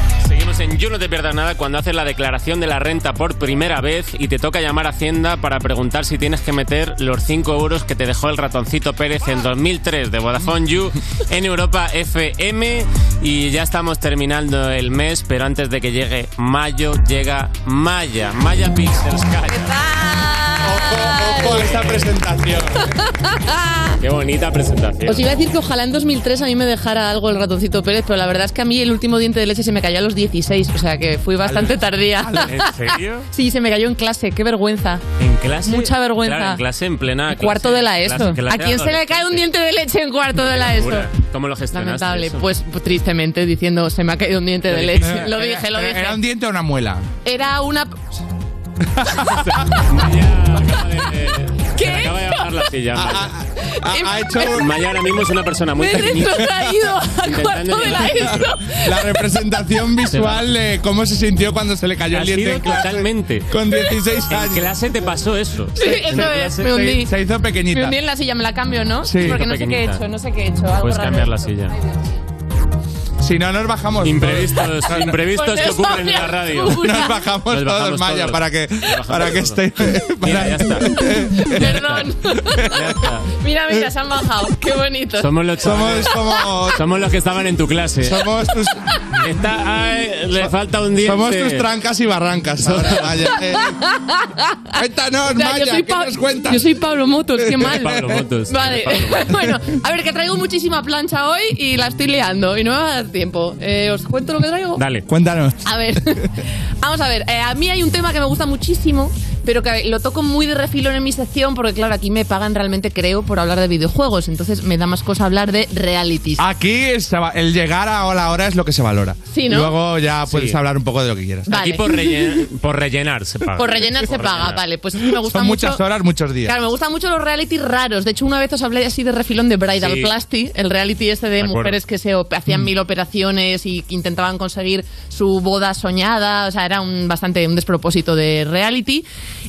Speaker 4: Seguimos en You No Te Pierdas Nada cuando haces la declaración de la renta por primera vez y te toca llamar a Hacienda para preguntar si tienes que meter los 5 euros que te dejó el ratoncito Pérez en 2003 de Vodafone You en Europa FM. Y ya estamos terminando el mes, pero antes de que llegue mayo, llega Maya, Maya Pixel Sky.
Speaker 5: Ojo, ojo a esta presentación.
Speaker 4: Qué bonita presentación.
Speaker 19: Os iba a decir que ojalá en 2003 a mí me dejara algo el ratoncito Pérez, pero la verdad es que a mí el último diente de leche se me cayó a los 16, o sea que fui bastante tardía.
Speaker 4: ¿En serio?
Speaker 19: Sí, se me cayó en clase, qué vergüenza.
Speaker 4: En clase.
Speaker 19: Mucha vergüenza.
Speaker 4: Claro, en clase en plena. clase-
Speaker 19: Cuarto de la ESO.
Speaker 4: clase- clase
Speaker 19: ¿A quién se le cae un diente de leche en cuarto de la ESO?
Speaker 4: Locura. ¿Cómo lo gestionaste?
Speaker 19: Lamentable,
Speaker 4: eso?
Speaker 19: pues tristemente diciendo se me ha caído un diente de leche. Lo dije, lo dije.
Speaker 5: ¿Era un diente o una muela?
Speaker 19: Era una...
Speaker 4: Se le acaba de bajar la silla.
Speaker 19: Ah,
Speaker 4: Maya.
Speaker 5: Ha, ha hecho
Speaker 4: Maya ahora mismo es una persona muy
Speaker 19: Me he
Speaker 4: pequeñita.
Speaker 19: retrotraído a cuarto de la ESO.
Speaker 5: la representación visual de cómo se sintió cuando se le cayó
Speaker 4: Ha
Speaker 5: el diente
Speaker 4: sido
Speaker 5: en clase.
Speaker 4: totalmente.
Speaker 5: Con 16
Speaker 4: En
Speaker 5: años.
Speaker 4: clase te pasó eso.
Speaker 19: Sí, eso es, me hundí.
Speaker 5: Se, se hizo
Speaker 19: Me
Speaker 5: pequeñita.
Speaker 19: hundí en la silla, me la cambio, ¿no?
Speaker 5: Sí.
Speaker 19: Porque no sé qué he
Speaker 4: Pequeñita.
Speaker 19: hecho, no sé qué he hecho. Algo
Speaker 4: Puedes
Speaker 19: raro
Speaker 4: cambiar
Speaker 19: he
Speaker 4: la
Speaker 19: hecho.
Speaker 4: silla.
Speaker 5: Sí, Si no, nos bajamos.
Speaker 4: Imprevistos,
Speaker 5: todos.
Speaker 4: imprevistos que ocurren en la radio.
Speaker 5: Nos bajamos
Speaker 4: Nos
Speaker 5: todos,
Speaker 4: bajamos
Speaker 5: Maya,
Speaker 4: todos.
Speaker 5: para que,
Speaker 4: bajamos
Speaker 5: para que
Speaker 4: todos.
Speaker 5: esté.
Speaker 4: Mira, ya está.
Speaker 19: Perdón. mira, mira, se han bajado. Qué bonito.
Speaker 4: Somos los
Speaker 5: Eh. Somos como-
Speaker 4: Somos los que estaban en tu clase.
Speaker 5: Somos tus.
Speaker 4: Está, ay, le falta un diente.
Speaker 5: Somos tus trancas y barrancas ahora, Maya. Eh, Cuéntanos, Maya,
Speaker 19: yo soy
Speaker 5: ¿qué
Speaker 19: Pa-
Speaker 5: nos cuentas?
Speaker 19: Yo soy Pablo Motos, qué mal.
Speaker 4: Pablo Motos.
Speaker 19: Vale, bueno, a ver, que traigo muchísima plancha hoy y la estoy liando y no me va a dar tiempo. Eh, ¿Os cuento lo que traigo?
Speaker 4: Dale.
Speaker 5: Cuéntanos.
Speaker 19: A ver, vamos a ver. eh, a mí hay un tema que me gusta muchísimo, pero que lo toco muy de refilón en mi sección porque, claro, aquí me pagan realmente, creo, por hablar de videojuegos. Entonces me da más cosa hablar de realities.
Speaker 5: Aquí se va- el llegar a la hora es lo que se valora.
Speaker 19: Sí, ¿no?
Speaker 5: Luego ya puedes
Speaker 4: Sí.
Speaker 5: hablar un poco de lo que quieras.
Speaker 19: Vale.
Speaker 4: Aquí por, relle- por rellenar se paga.
Speaker 19: Por rellenar se
Speaker 4: Por
Speaker 19: paga,
Speaker 4: rellenar.
Speaker 19: vale. Pues me gusta
Speaker 5: Son
Speaker 19: mucho.
Speaker 5: muchas horas, muchos días.
Speaker 19: Claro, me gustan mucho los reality raros. De hecho, una vez os hablé así de refilón de Bridal
Speaker 5: Sí.
Speaker 19: Plasty, el reality este de,
Speaker 5: De acuerdo.
Speaker 19: mujeres que se op- hacían mil operaciones y que intentaban conseguir su boda soñada. O sea, era un bastante un despropósito de reality.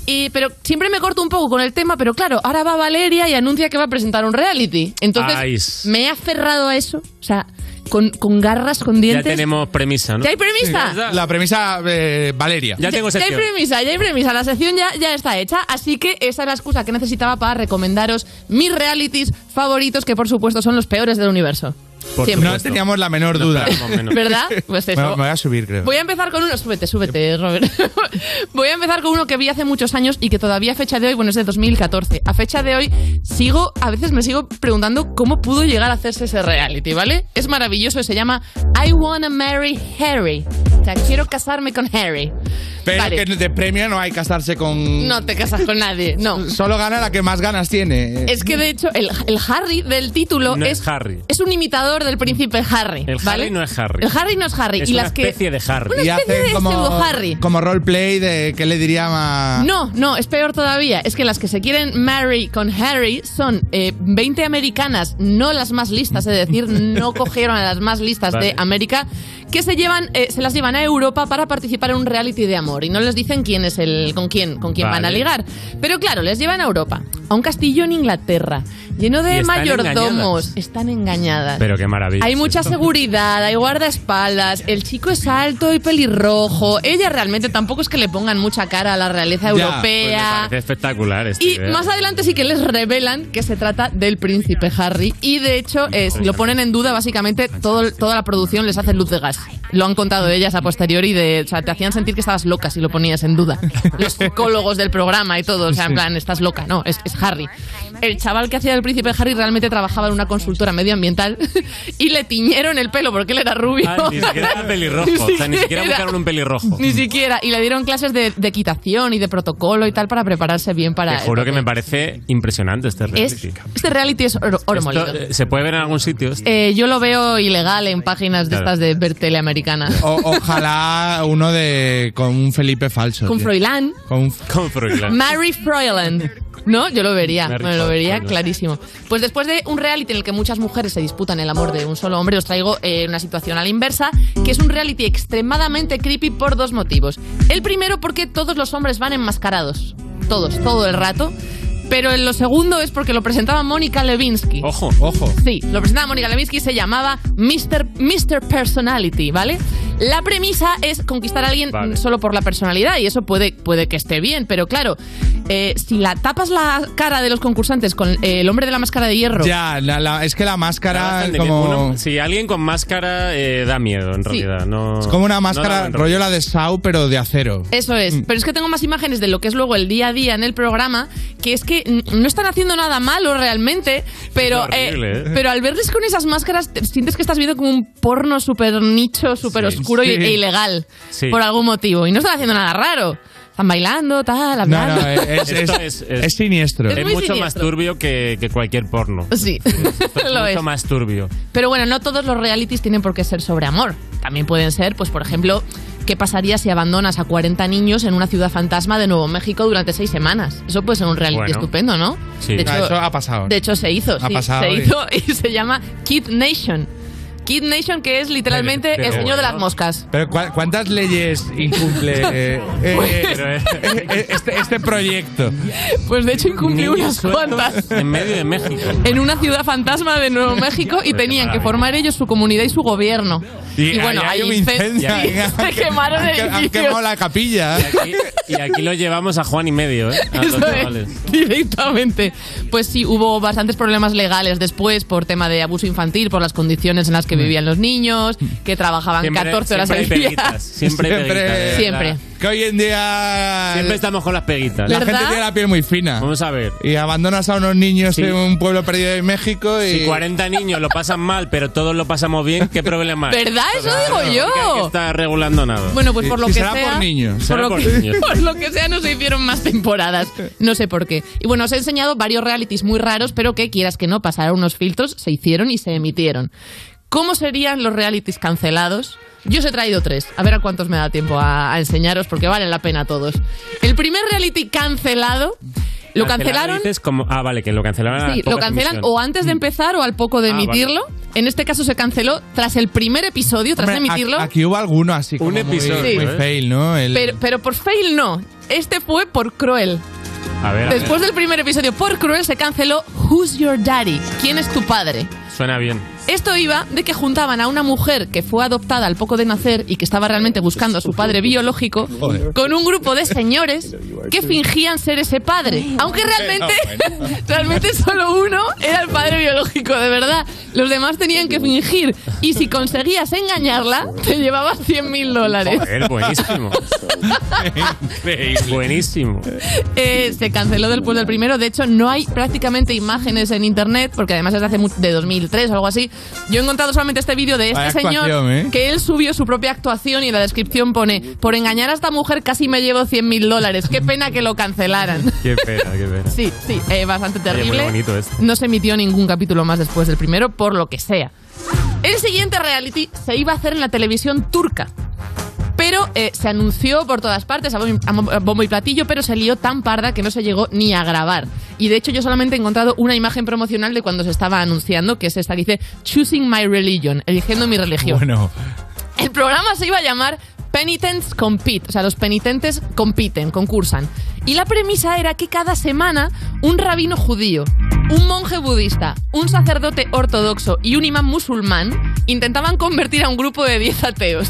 Speaker 19: Y, pero siempre me corto un poco con el tema, pero claro, ahora va Valeria y anuncia que va a presentar un reality. Entonces,
Speaker 4: Ay.
Speaker 19: me he aferrado a eso, o sea, con, con garras, con
Speaker 4: Ya
Speaker 19: dientes.
Speaker 4: tenemos premisa, ¿no?
Speaker 19: ¿Ya hay premisa?
Speaker 5: La premisa, eh, Valeria.
Speaker 4: Ya tengo
Speaker 19: Ya hay
Speaker 4: sección.
Speaker 19: premisa, ya hay premisa. La sección ya, ya está hecha. Así que esa es la excusa que necesitaba para recomendaros mis realities favoritos, que por supuesto son los peores del universo. Siempre.
Speaker 5: no teníamos la menor duda.
Speaker 19: ¿Verdad? Pues
Speaker 5: Me-
Speaker 19: eso.
Speaker 5: Me voy a subir, creo.
Speaker 19: Voy a empezar con uno. Súbete, súbete, Robert. Voy a empezar con uno que vi hace muchos años y que todavía a fecha de hoy, bueno, es de 2014. A fecha de hoy sigo, a veces me sigo preguntando cómo pudo llegar a hacerse ese reality, ¿vale? Es maravilloso, se llama I Wanna Marry Harry. O sea, quiero casarme con Harry.
Speaker 5: Pero
Speaker 19: Vale.
Speaker 5: que de premio no hay casarse con.
Speaker 19: No te casas con nadie, no.
Speaker 5: Solo gana la que más ganas tiene.
Speaker 19: Es que de hecho el, el Harry del título
Speaker 4: No
Speaker 19: es,
Speaker 4: es, Harry.
Speaker 19: es un imitador del príncipe Harry.
Speaker 4: El
Speaker 19: ¿vale?
Speaker 4: Harry no es Harry.
Speaker 19: El Harry no es Harry.
Speaker 4: Es
Speaker 19: y
Speaker 4: una
Speaker 19: las que...
Speaker 4: especie de Harry.
Speaker 19: Una
Speaker 5: y
Speaker 19: especie
Speaker 5: hacen
Speaker 19: de
Speaker 5: como,
Speaker 19: pseudo-Harry.
Speaker 5: como roleplay de qué le diría más.
Speaker 19: Ah. No, no, es peor todavía. Es que las que se quieren marry con Harry son eh, 20 americanas, no las más listas, es decir, no cogieron a las más listas
Speaker 1: Vale.
Speaker 19: de América, que se llevan, eh, se las llevan a Europa para participar en un reality de amor y no les dicen quién es el, con quién, con quién van a
Speaker 1: Vale.
Speaker 19: ligar. Pero claro, les llevan a Europa, a un castillo en Inglaterra, lleno
Speaker 4: Y
Speaker 19: de
Speaker 4: están
Speaker 19: mayordomos,
Speaker 4: engañadas.
Speaker 19: están engañadas.
Speaker 4: Pero qué maravilla.
Speaker 19: Hay mucha seguridad, hay guardaespaldas, el chico es alto y pelirrojo. Ella realmente tampoco es que le pongan mucha cara a la realeza
Speaker 4: Ya,
Speaker 19: europea.
Speaker 4: pues me parece espectacular este
Speaker 19: y más adelante sí que les revelan que se trata del príncipe Harry. Y de hecho, eh, lo ponen en duda básicamente todo, toda la producción les hace luz de gas. Lo han contado ellas a posteriori de. O sea, te hacían sentir que estabas loca si lo ponías en duda. Los psicólogos del programa y todo. O sea, en plan, estás loca. No, es, es Harry. El chaval que hacía el príncipe Harry realmente trabajaba en una consultora medioambiental y le tiñeron el pelo porque él era rubio.
Speaker 4: Ah, ni siquiera era pelirrojo. o sea, ni siquiera buscaron un pelirrojo.
Speaker 5: Oh.
Speaker 19: Ni siquiera. Y le dieron clases de, de equitación y de protocolo y tal para prepararse bien para.
Speaker 4: Te juro que me parece impresionante este
Speaker 19: es,
Speaker 4: reality.
Speaker 19: este reality es oro, oro
Speaker 4: Esto,
Speaker 19: molido.
Speaker 4: eh, ¿Se puede ver en algún sitio? esto?
Speaker 19: Eh, yo lo veo ilegal en páginas de
Speaker 5: Claro.
Speaker 19: estas de ver teleamericana.
Speaker 5: O- ojalá uno de con un Felipe falso.
Speaker 19: Con
Speaker 5: tío.
Speaker 19: Froilán.
Speaker 5: Con,
Speaker 19: Mary Froiland. ¿No? Yo lo vería.
Speaker 5: Mary
Speaker 19: Bueno, lo vería
Speaker 5: Froiland.
Speaker 19: clarísimo. Pues después de un reality en el que muchas mujeres se disputan el amor de un solo hombre, os traigo eh, una situación a la inversa, que es un reality extremadamente creepy por dos motivos. El primero, porque todos los hombres van enmascarados. Todos, todo el rato. Pero lo segundo es porque lo presentaba Mónica Levinsky.
Speaker 4: Ojo, ojo.
Speaker 19: Sí, lo presentaba Mónica Levinsky, se llamaba Mr. Mr. Personality, ¿vale? La premisa es conquistar a alguien
Speaker 4: Vale.
Speaker 19: mm, solo por la personalidad y eso puede, puede que esté bien, pero claro, eh, si la tapas la cara de los concursantes con eh, el hombre de la máscara de hierro...
Speaker 5: Ya, la- la- es que la máscara
Speaker 4: Bastante
Speaker 5: como
Speaker 4: bien. Uno- sí, alguien con máscara eh, da miedo, en realidad. No,
Speaker 5: es como
Speaker 4: no
Speaker 5: una
Speaker 4: da
Speaker 5: máscara
Speaker 4: buen rollo.
Speaker 5: rollo la de Sau pero de acero.
Speaker 19: Eso
Speaker 4: Mm.
Speaker 19: es, pero es que tengo más imágenes de lo que es luego el día a día en el programa, que es que mm, no están haciendo nada malo realmente, pero,
Speaker 4: Es horrible, ¿eh?
Speaker 19: pero al verles con esas máscaras te- sientes que estás viendo como un porno súper nicho, súper
Speaker 4: Sí.
Speaker 19: oscuro y-
Speaker 4: Sí.
Speaker 19: e ilegal,
Speaker 4: Sí.
Speaker 19: por algún motivo. Y no están haciendo nada raro. Están bailando, tal,
Speaker 5: No,
Speaker 19: hablando.
Speaker 5: no, es, es,
Speaker 4: Esto
Speaker 5: es-
Speaker 4: es-
Speaker 5: es siniestro.
Speaker 4: Es,
Speaker 19: Es muy
Speaker 4: mucho más
Speaker 19: siniestro.
Speaker 4: turbio que, que cualquier porno.
Speaker 19: Sí, lo
Speaker 4: mucho
Speaker 19: es.
Speaker 4: más turbio.
Speaker 19: Pero bueno, no todos los realities tienen por qué ser sobre amor. También pueden ser, pues por ejemplo, ¿qué pasaría si abandonas a 40 niños en una ciudad fantasma de Nuevo México durante seis semanas? Eso puede ser un reality
Speaker 5: Bueno.
Speaker 19: estupendo, ¿no?
Speaker 5: Sí. Ah, eso ha pasado.
Speaker 19: De hecho, se hizo.
Speaker 5: Ha
Speaker 19: sí,
Speaker 5: pasado
Speaker 19: se
Speaker 5: y-
Speaker 19: hizo y se llama Kid Nation. Kid Nation, que es literalmente
Speaker 5: Pero-
Speaker 19: el
Speaker 5: pero
Speaker 19: señor de
Speaker 5: bueno.
Speaker 19: las moscas.
Speaker 5: Pero ¿cuá- ¿cuántas leyes incumple eh, eh, eh, eh, este, este proyecto?
Speaker 19: Pues de hecho incumplí
Speaker 5: Niños
Speaker 19: unas
Speaker 5: sueltos
Speaker 19: cuantas.
Speaker 5: en medio de México.
Speaker 19: En una ciudad fantasma de Nuevo México y
Speaker 5: Pero qué
Speaker 19: tenían que
Speaker 5: maravilla.
Speaker 19: formar ellos su comunidad y su gobierno.
Speaker 4: Y ahí hay un
Speaker 19: se-
Speaker 4: incendio.
Speaker 19: sí, se quemaron
Speaker 4: Han que- han
Speaker 19: edificios.
Speaker 4: quemado la
Speaker 5: capilla.
Speaker 4: Y aquí lo llevamos a Juan y medio, ¿eh? A los
Speaker 19: Eso es,
Speaker 4: chavales.
Speaker 19: directamente. Pues sí, hubo bastantes problemas legales después por tema de abuso infantil, por las condiciones en las que vivían los niños, que trabajaban
Speaker 4: Siempre-
Speaker 19: 14 horas al
Speaker 4: siempre hay
Speaker 19: día.
Speaker 4: peguitas, siempre hay peguitas, de
Speaker 19: Siempre.
Speaker 4: verdad.
Speaker 5: Que hoy en día.
Speaker 4: Siempre estamos con las peguitas.
Speaker 5: La gente tiene la piel muy fina.
Speaker 4: Vamos a ver.
Speaker 5: Y abandonas a unos niños
Speaker 4: Sí.
Speaker 5: en un pueblo perdido de México y.
Speaker 4: Si 40 niños lo pasan mal, pero todos lo pasamos bien, ¿qué problema hay?
Speaker 19: ¿Verdad? Eso digo yo.
Speaker 4: Nunca hay que estar regulando nada.
Speaker 19: Bueno, pues por lo que sea. Por
Speaker 4: Será
Speaker 19: lo,
Speaker 4: por
Speaker 19: que,
Speaker 4: niños.
Speaker 19: por lo que sea, no se hicieron más temporadas. No sé por qué. Y bueno, os he enseñado varios realities muy raros, pero que quieras que no, pasaron unos filtros, se hicieron y se emitieron. ¿Cómo serían los realities cancelados? Yo os he traído tres. A ver a cuántos me da tiempo a, a enseñaros, porque valen la pena todos. El primer reality cancelado. Lo cancelaron
Speaker 4: dices como- ah, vale, que lo cancelaron. a las
Speaker 19: Sí, lo
Speaker 4: pocas
Speaker 19: cancelan
Speaker 4: emisiones.
Speaker 19: o antes de empezar o al poco de
Speaker 4: Ah, vale.
Speaker 19: emitirlo. En este caso se canceló tras el primer episodio, tras
Speaker 5: Hombre, a-
Speaker 19: emitirlo.
Speaker 5: Aquí hubo alguno así. Como
Speaker 19: Un episodio,
Speaker 5: Muy, muy
Speaker 19: ¿eh?
Speaker 5: fail, ¿no? El-
Speaker 19: Pero, pero por fail no. Este fue por cruel.
Speaker 4: A ver, a ver.
Speaker 19: Después del primer episodio por cruel se canceló Who's Your Daddy? ¿Quién es tu padre?
Speaker 4: Suena bien.
Speaker 19: Esto iba de que juntaban a una mujer que fue adoptada al poco de nacer y que estaba realmente buscando a su padre biológico
Speaker 4: Joder.
Speaker 19: con un grupo de señores que fingían ser ese padre, aunque realmente realmente solo uno era el padre biológico, de verdad. Los demás tenían que fingir y si conseguías engañarla te llevabas 100 mil dólares.
Speaker 4: Joder, buenísimo. buenísimo.
Speaker 19: Eh, se canceló después del primero. De hecho, no hay prácticamente imágenes en internet, porque además es de hace mu- de 2003 o algo así. Yo he encontrado solamente este vídeo de este
Speaker 5: Vaya
Speaker 19: señor
Speaker 5: actuación, ¿eh?
Speaker 19: que él subió su propia actuación y en la descripción pone: Por engañar a esta mujer casi me llevo 100 mil dólares. Qué pena que lo cancelaran.
Speaker 4: Qué pena, qué pena.
Speaker 19: Sí, sí, eh, bastante
Speaker 4: Oye, muy
Speaker 19: terrible.
Speaker 4: bonito esto.
Speaker 19: No se emitió ningún capítulo más después del primero, por lo que sea. El siguiente reality se iba a hacer en la televisión turca. Pero eh, se anunció por todas partes a bom- a mo- a bombo y platillo, pero se lió tan parda que no se llegó ni a grabar. Y de hecho yo solamente he encontrado una imagen promocional de cuando se estaba anunciando, que es esta que dice Choosing My Religion, eligiendo mi religión.
Speaker 5: Bueno.
Speaker 19: El programa se iba a llamar Penitents Compete, o sea, los penitentes compiten, concursan. Y la premisa era que cada semana un rabino judío, un monje budista, un sacerdote ortodoxo y un imán musulmán intentaban convertir a un grupo de 10 ateos.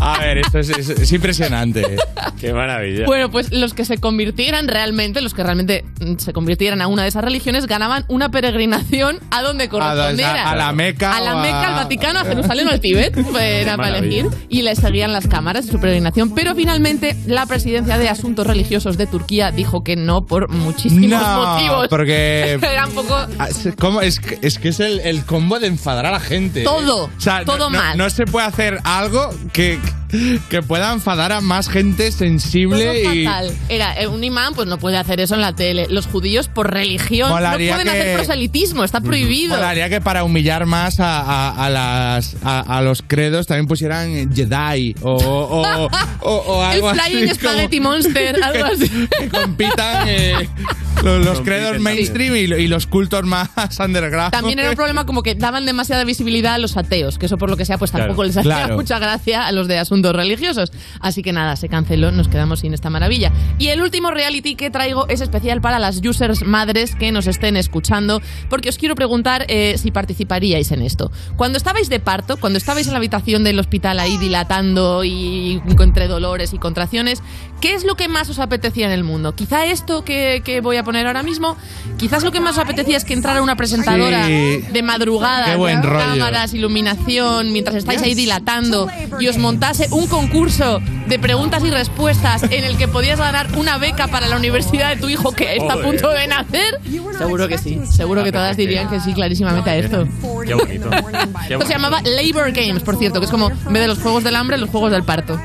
Speaker 5: A ver, esto es, es- es impresionante.
Speaker 4: Qué maravilla.
Speaker 19: Bueno, pues los que se convirtieran realmente, los que realmente mm, se convirtieran a una de esas religiones, ganaban una peregrinación a donde correspondiera.
Speaker 5: a la Meca
Speaker 19: A la
Speaker 5: o a-
Speaker 19: Meca, al Vaticano, a Jerusalén o al Tíbet. Era para
Speaker 5: maravilla.
Speaker 19: elegir. Y les seguían las cámaras de su peregrinación. Pero finalmente la presidencia de Asuntos Religiosos de Turquía dijo que no por muchísimos
Speaker 5: No,
Speaker 19: motivos.
Speaker 5: porque-
Speaker 19: Era un poco...
Speaker 5: Ah, es- ¿Cómo? Es, que- es que es el, el combo de enfadar a la gente. ¿eh?
Speaker 19: Todo,
Speaker 5: O sea, no-
Speaker 19: todo
Speaker 5: no,
Speaker 19: mal.
Speaker 5: No se puede hacer algo que, que pueda enfadar a más gente sensible
Speaker 19: todo
Speaker 5: y.
Speaker 19: fatal. Era eh, un imán, pues no puede hacer eso en la tele. Los judíos por religión
Speaker 5: Molaría
Speaker 19: no pueden
Speaker 5: que- Mm,
Speaker 19: hacer proselitismo, está prohibido.
Speaker 5: Molaría que para humillar más a, a- a las, a, a los credos también pusieran Jedi o, o, o- o algo
Speaker 19: el
Speaker 5: así.
Speaker 19: Flying
Speaker 5: como-
Speaker 19: Spaghetti Monster, algo así.
Speaker 5: que compitan eh, los, los credos mainstream y, lo- y los cultos más underground.
Speaker 19: También era un problema como que daban demasiada visibilidad a los ateos, que eso por lo que sea pues
Speaker 5: Claro,
Speaker 19: tampoco les hacía
Speaker 5: claro.
Speaker 19: mucha gracia a los de asuntos religiosos. Así que nada, se canceló, nos quedamos sin esta maravilla. Y el último reality que traigo es especial para las users madres que nos estén escuchando, porque os quiero preguntar eh, si participaríais en esto. Cuando estabais de parto, cuando estabais en la habitación del hospital ahí dilatando y entre dolores y contracciones, ¿qué es lo que más os apetecía en el mundo? Quizá esto que, que voy a poner ahora mismo, quizás lo que más os apetecía es que entrara una presentadora
Speaker 5: Sí.
Speaker 19: de madrugada,
Speaker 5: Qué buen rollo.
Speaker 19: cámaras, iluminación, mientras estáis ahí dilatando y os montase un concurso de preguntas y respuestas en el que podías ganar una beca para la universidad de tu hijo que está a
Speaker 4: Joder.
Speaker 19: punto de nacer. Seguro que sí. Seguro que todas dirían que sí clarísimamente a esto.
Speaker 4: Qué bonito. Qué
Speaker 19: Esto se llamaba Labor Games, por cierto, que es como en vez de los juegos del hambre, los juegos del parto.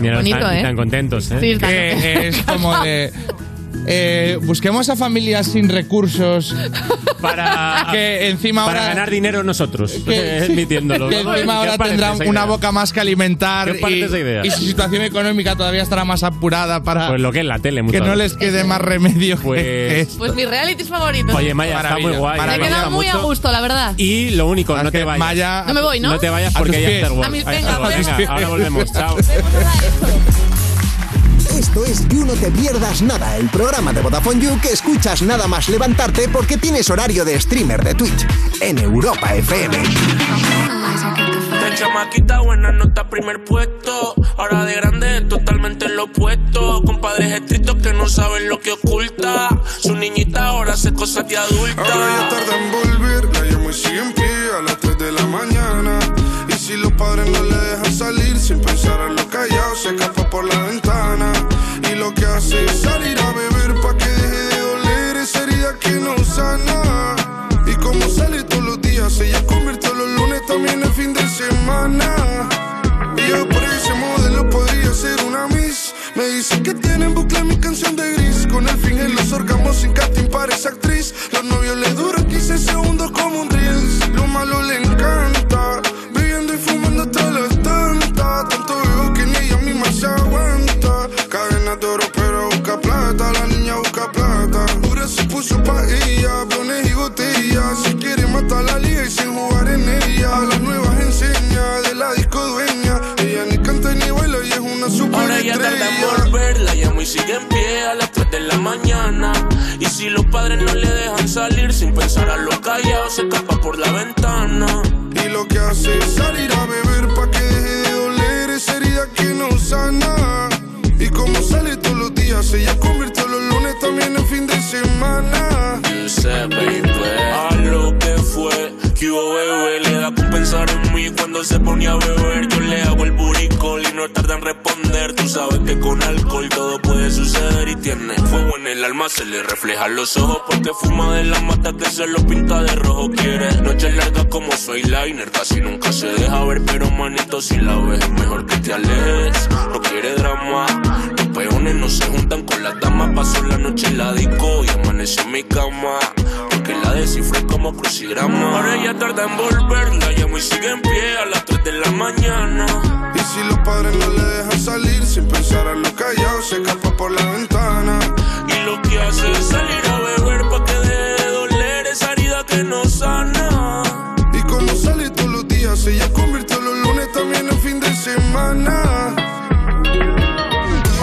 Speaker 4: Mira,
Speaker 19: bonito,
Speaker 4: están,
Speaker 19: ¿eh?
Speaker 4: Tan contentos, ¿eh?
Speaker 19: Sí, están-
Speaker 5: Que es como de.
Speaker 1: eh, busquemos a familias sin recursos
Speaker 4: para
Speaker 1: que encima
Speaker 4: para
Speaker 1: ahora
Speaker 4: ganar dinero nosotros,
Speaker 1: que-
Speaker 4: admitiéndolo.
Speaker 1: que
Speaker 4: Vamos a ver,
Speaker 1: encima
Speaker 4: ¿qué
Speaker 1: ahora
Speaker 4: os parece
Speaker 1: tendrán
Speaker 4: esa
Speaker 1: una
Speaker 4: idea?
Speaker 1: boca más que alimentar
Speaker 4: ¿Qué os parece
Speaker 1: y,
Speaker 4: esa idea?
Speaker 1: y su situación económica todavía estará más apurada para
Speaker 4: Pues lo que es la tele, muchas
Speaker 1: que no
Speaker 4: veces.
Speaker 1: les quede más remedio. Pues
Speaker 19: Pues mis realities favoritos.
Speaker 4: Oye, Maya, está
Speaker 1: Maravilla,
Speaker 4: muy guay.
Speaker 1: maravilla.
Speaker 4: me
Speaker 1: Me he
Speaker 19: Está
Speaker 4: gusta
Speaker 19: muy a
Speaker 4: mucho.
Speaker 19: gusto, la verdad.
Speaker 4: Y lo único, no te vayas.
Speaker 19: No me voy, ¿no?
Speaker 4: No te vayas
Speaker 19: A
Speaker 4: porque hay
Speaker 19: tus pies.
Speaker 4: Afterwork.
Speaker 19: A mis-
Speaker 4: Hay
Speaker 19: venga, pues
Speaker 4: Afterwork.
Speaker 19: venga.
Speaker 4: Venga, ahora volvemos. Chao.
Speaker 6: Esto es You No Te Pierdas Nada, el programa de Vodafone You que escuchas nada más levantarte porque tienes horario de streamer de Twitch en Europa FM.
Speaker 20: De chamaquita, buena nota, primer puesto. Ahora de grande, totalmente lo opuesto. Con padres estrictos que no saben lo que oculta. Su niñita ahora hace cosas de adulta.
Speaker 21: Ahora ya tarda en volver, la llamo y sigue en pie a las 3 de la mañana. Y si los padres no le dejan salir, sin pensar en lo callado, se escapa por la ventana. Y lo que hace es salir a beber pa' que deje de doler esa herida que no sana. Y como sale todos los días, ella convirtió los lunes también el fin de semana. Ella por ese modelo podría ser una miss. Me dicen que tiene en bucle mi canción de gris. Con el fin en los órganos sin casting para esa actriz. Los novios le duran 15 segundos como un reels. Lo malo le encanta. Viviendo y fumando hasta las tantas. Tanto veo que ni ella misma se aguanta. Cadena de oro, pero busca plata. La niña busca plata. Ahora se puso pa' ella. Blones y botellas. Si quiere matar la liga y sin jugar en ella. A las nuevas enseña de la disco dueña. Ella ni canta ni baila y es una
Speaker 20: Ahora ya tarda en
Speaker 21: superestrella.
Speaker 20: volver, la llamo y sigue en pie a las 3 de la mañana. Y si los padres no le dejan salir, sin pensar a lo callado, se escapa por la ventana.
Speaker 21: Y lo que hace es salir a beber pa' que deje de doler esa herida que no sana. Y como sale todos los días, ella convirtió los lunes también en fin de semana.
Speaker 20: Dice, baby, a lo que fue. Que hubo bebé, le da con pensar en mí cuando se pone a beber. Yo le hago el buricol y no tarda en responder. Tú sabes que con alcohol todo puede suceder y tiene fuego en el alma, se le reflejan los ojos. Porque fuma de la mata que se lo pinta de rojo. Quiere noches largas como soy liner, casi nunca se deja ver. Pero manito, si la ves, mejor que te alejes. No quiere drama, los peones no se juntan con las damas. Pasó la noche en la disco y amaneció en mi cama. Porque la descifré como crucigrama. Ahora ella tarda en volver, la llamo y sigue en pie a las 3 de la mañana.
Speaker 21: Y si los padres no le dejan salir, sin pensar en lo callado, se escapa por la ventana.
Speaker 20: Y lo que hace es salir a beber pa' que deje de doler esa herida que no sana.
Speaker 21: Y como sale todos los días, ella convirtió los lunes también en fin de semana.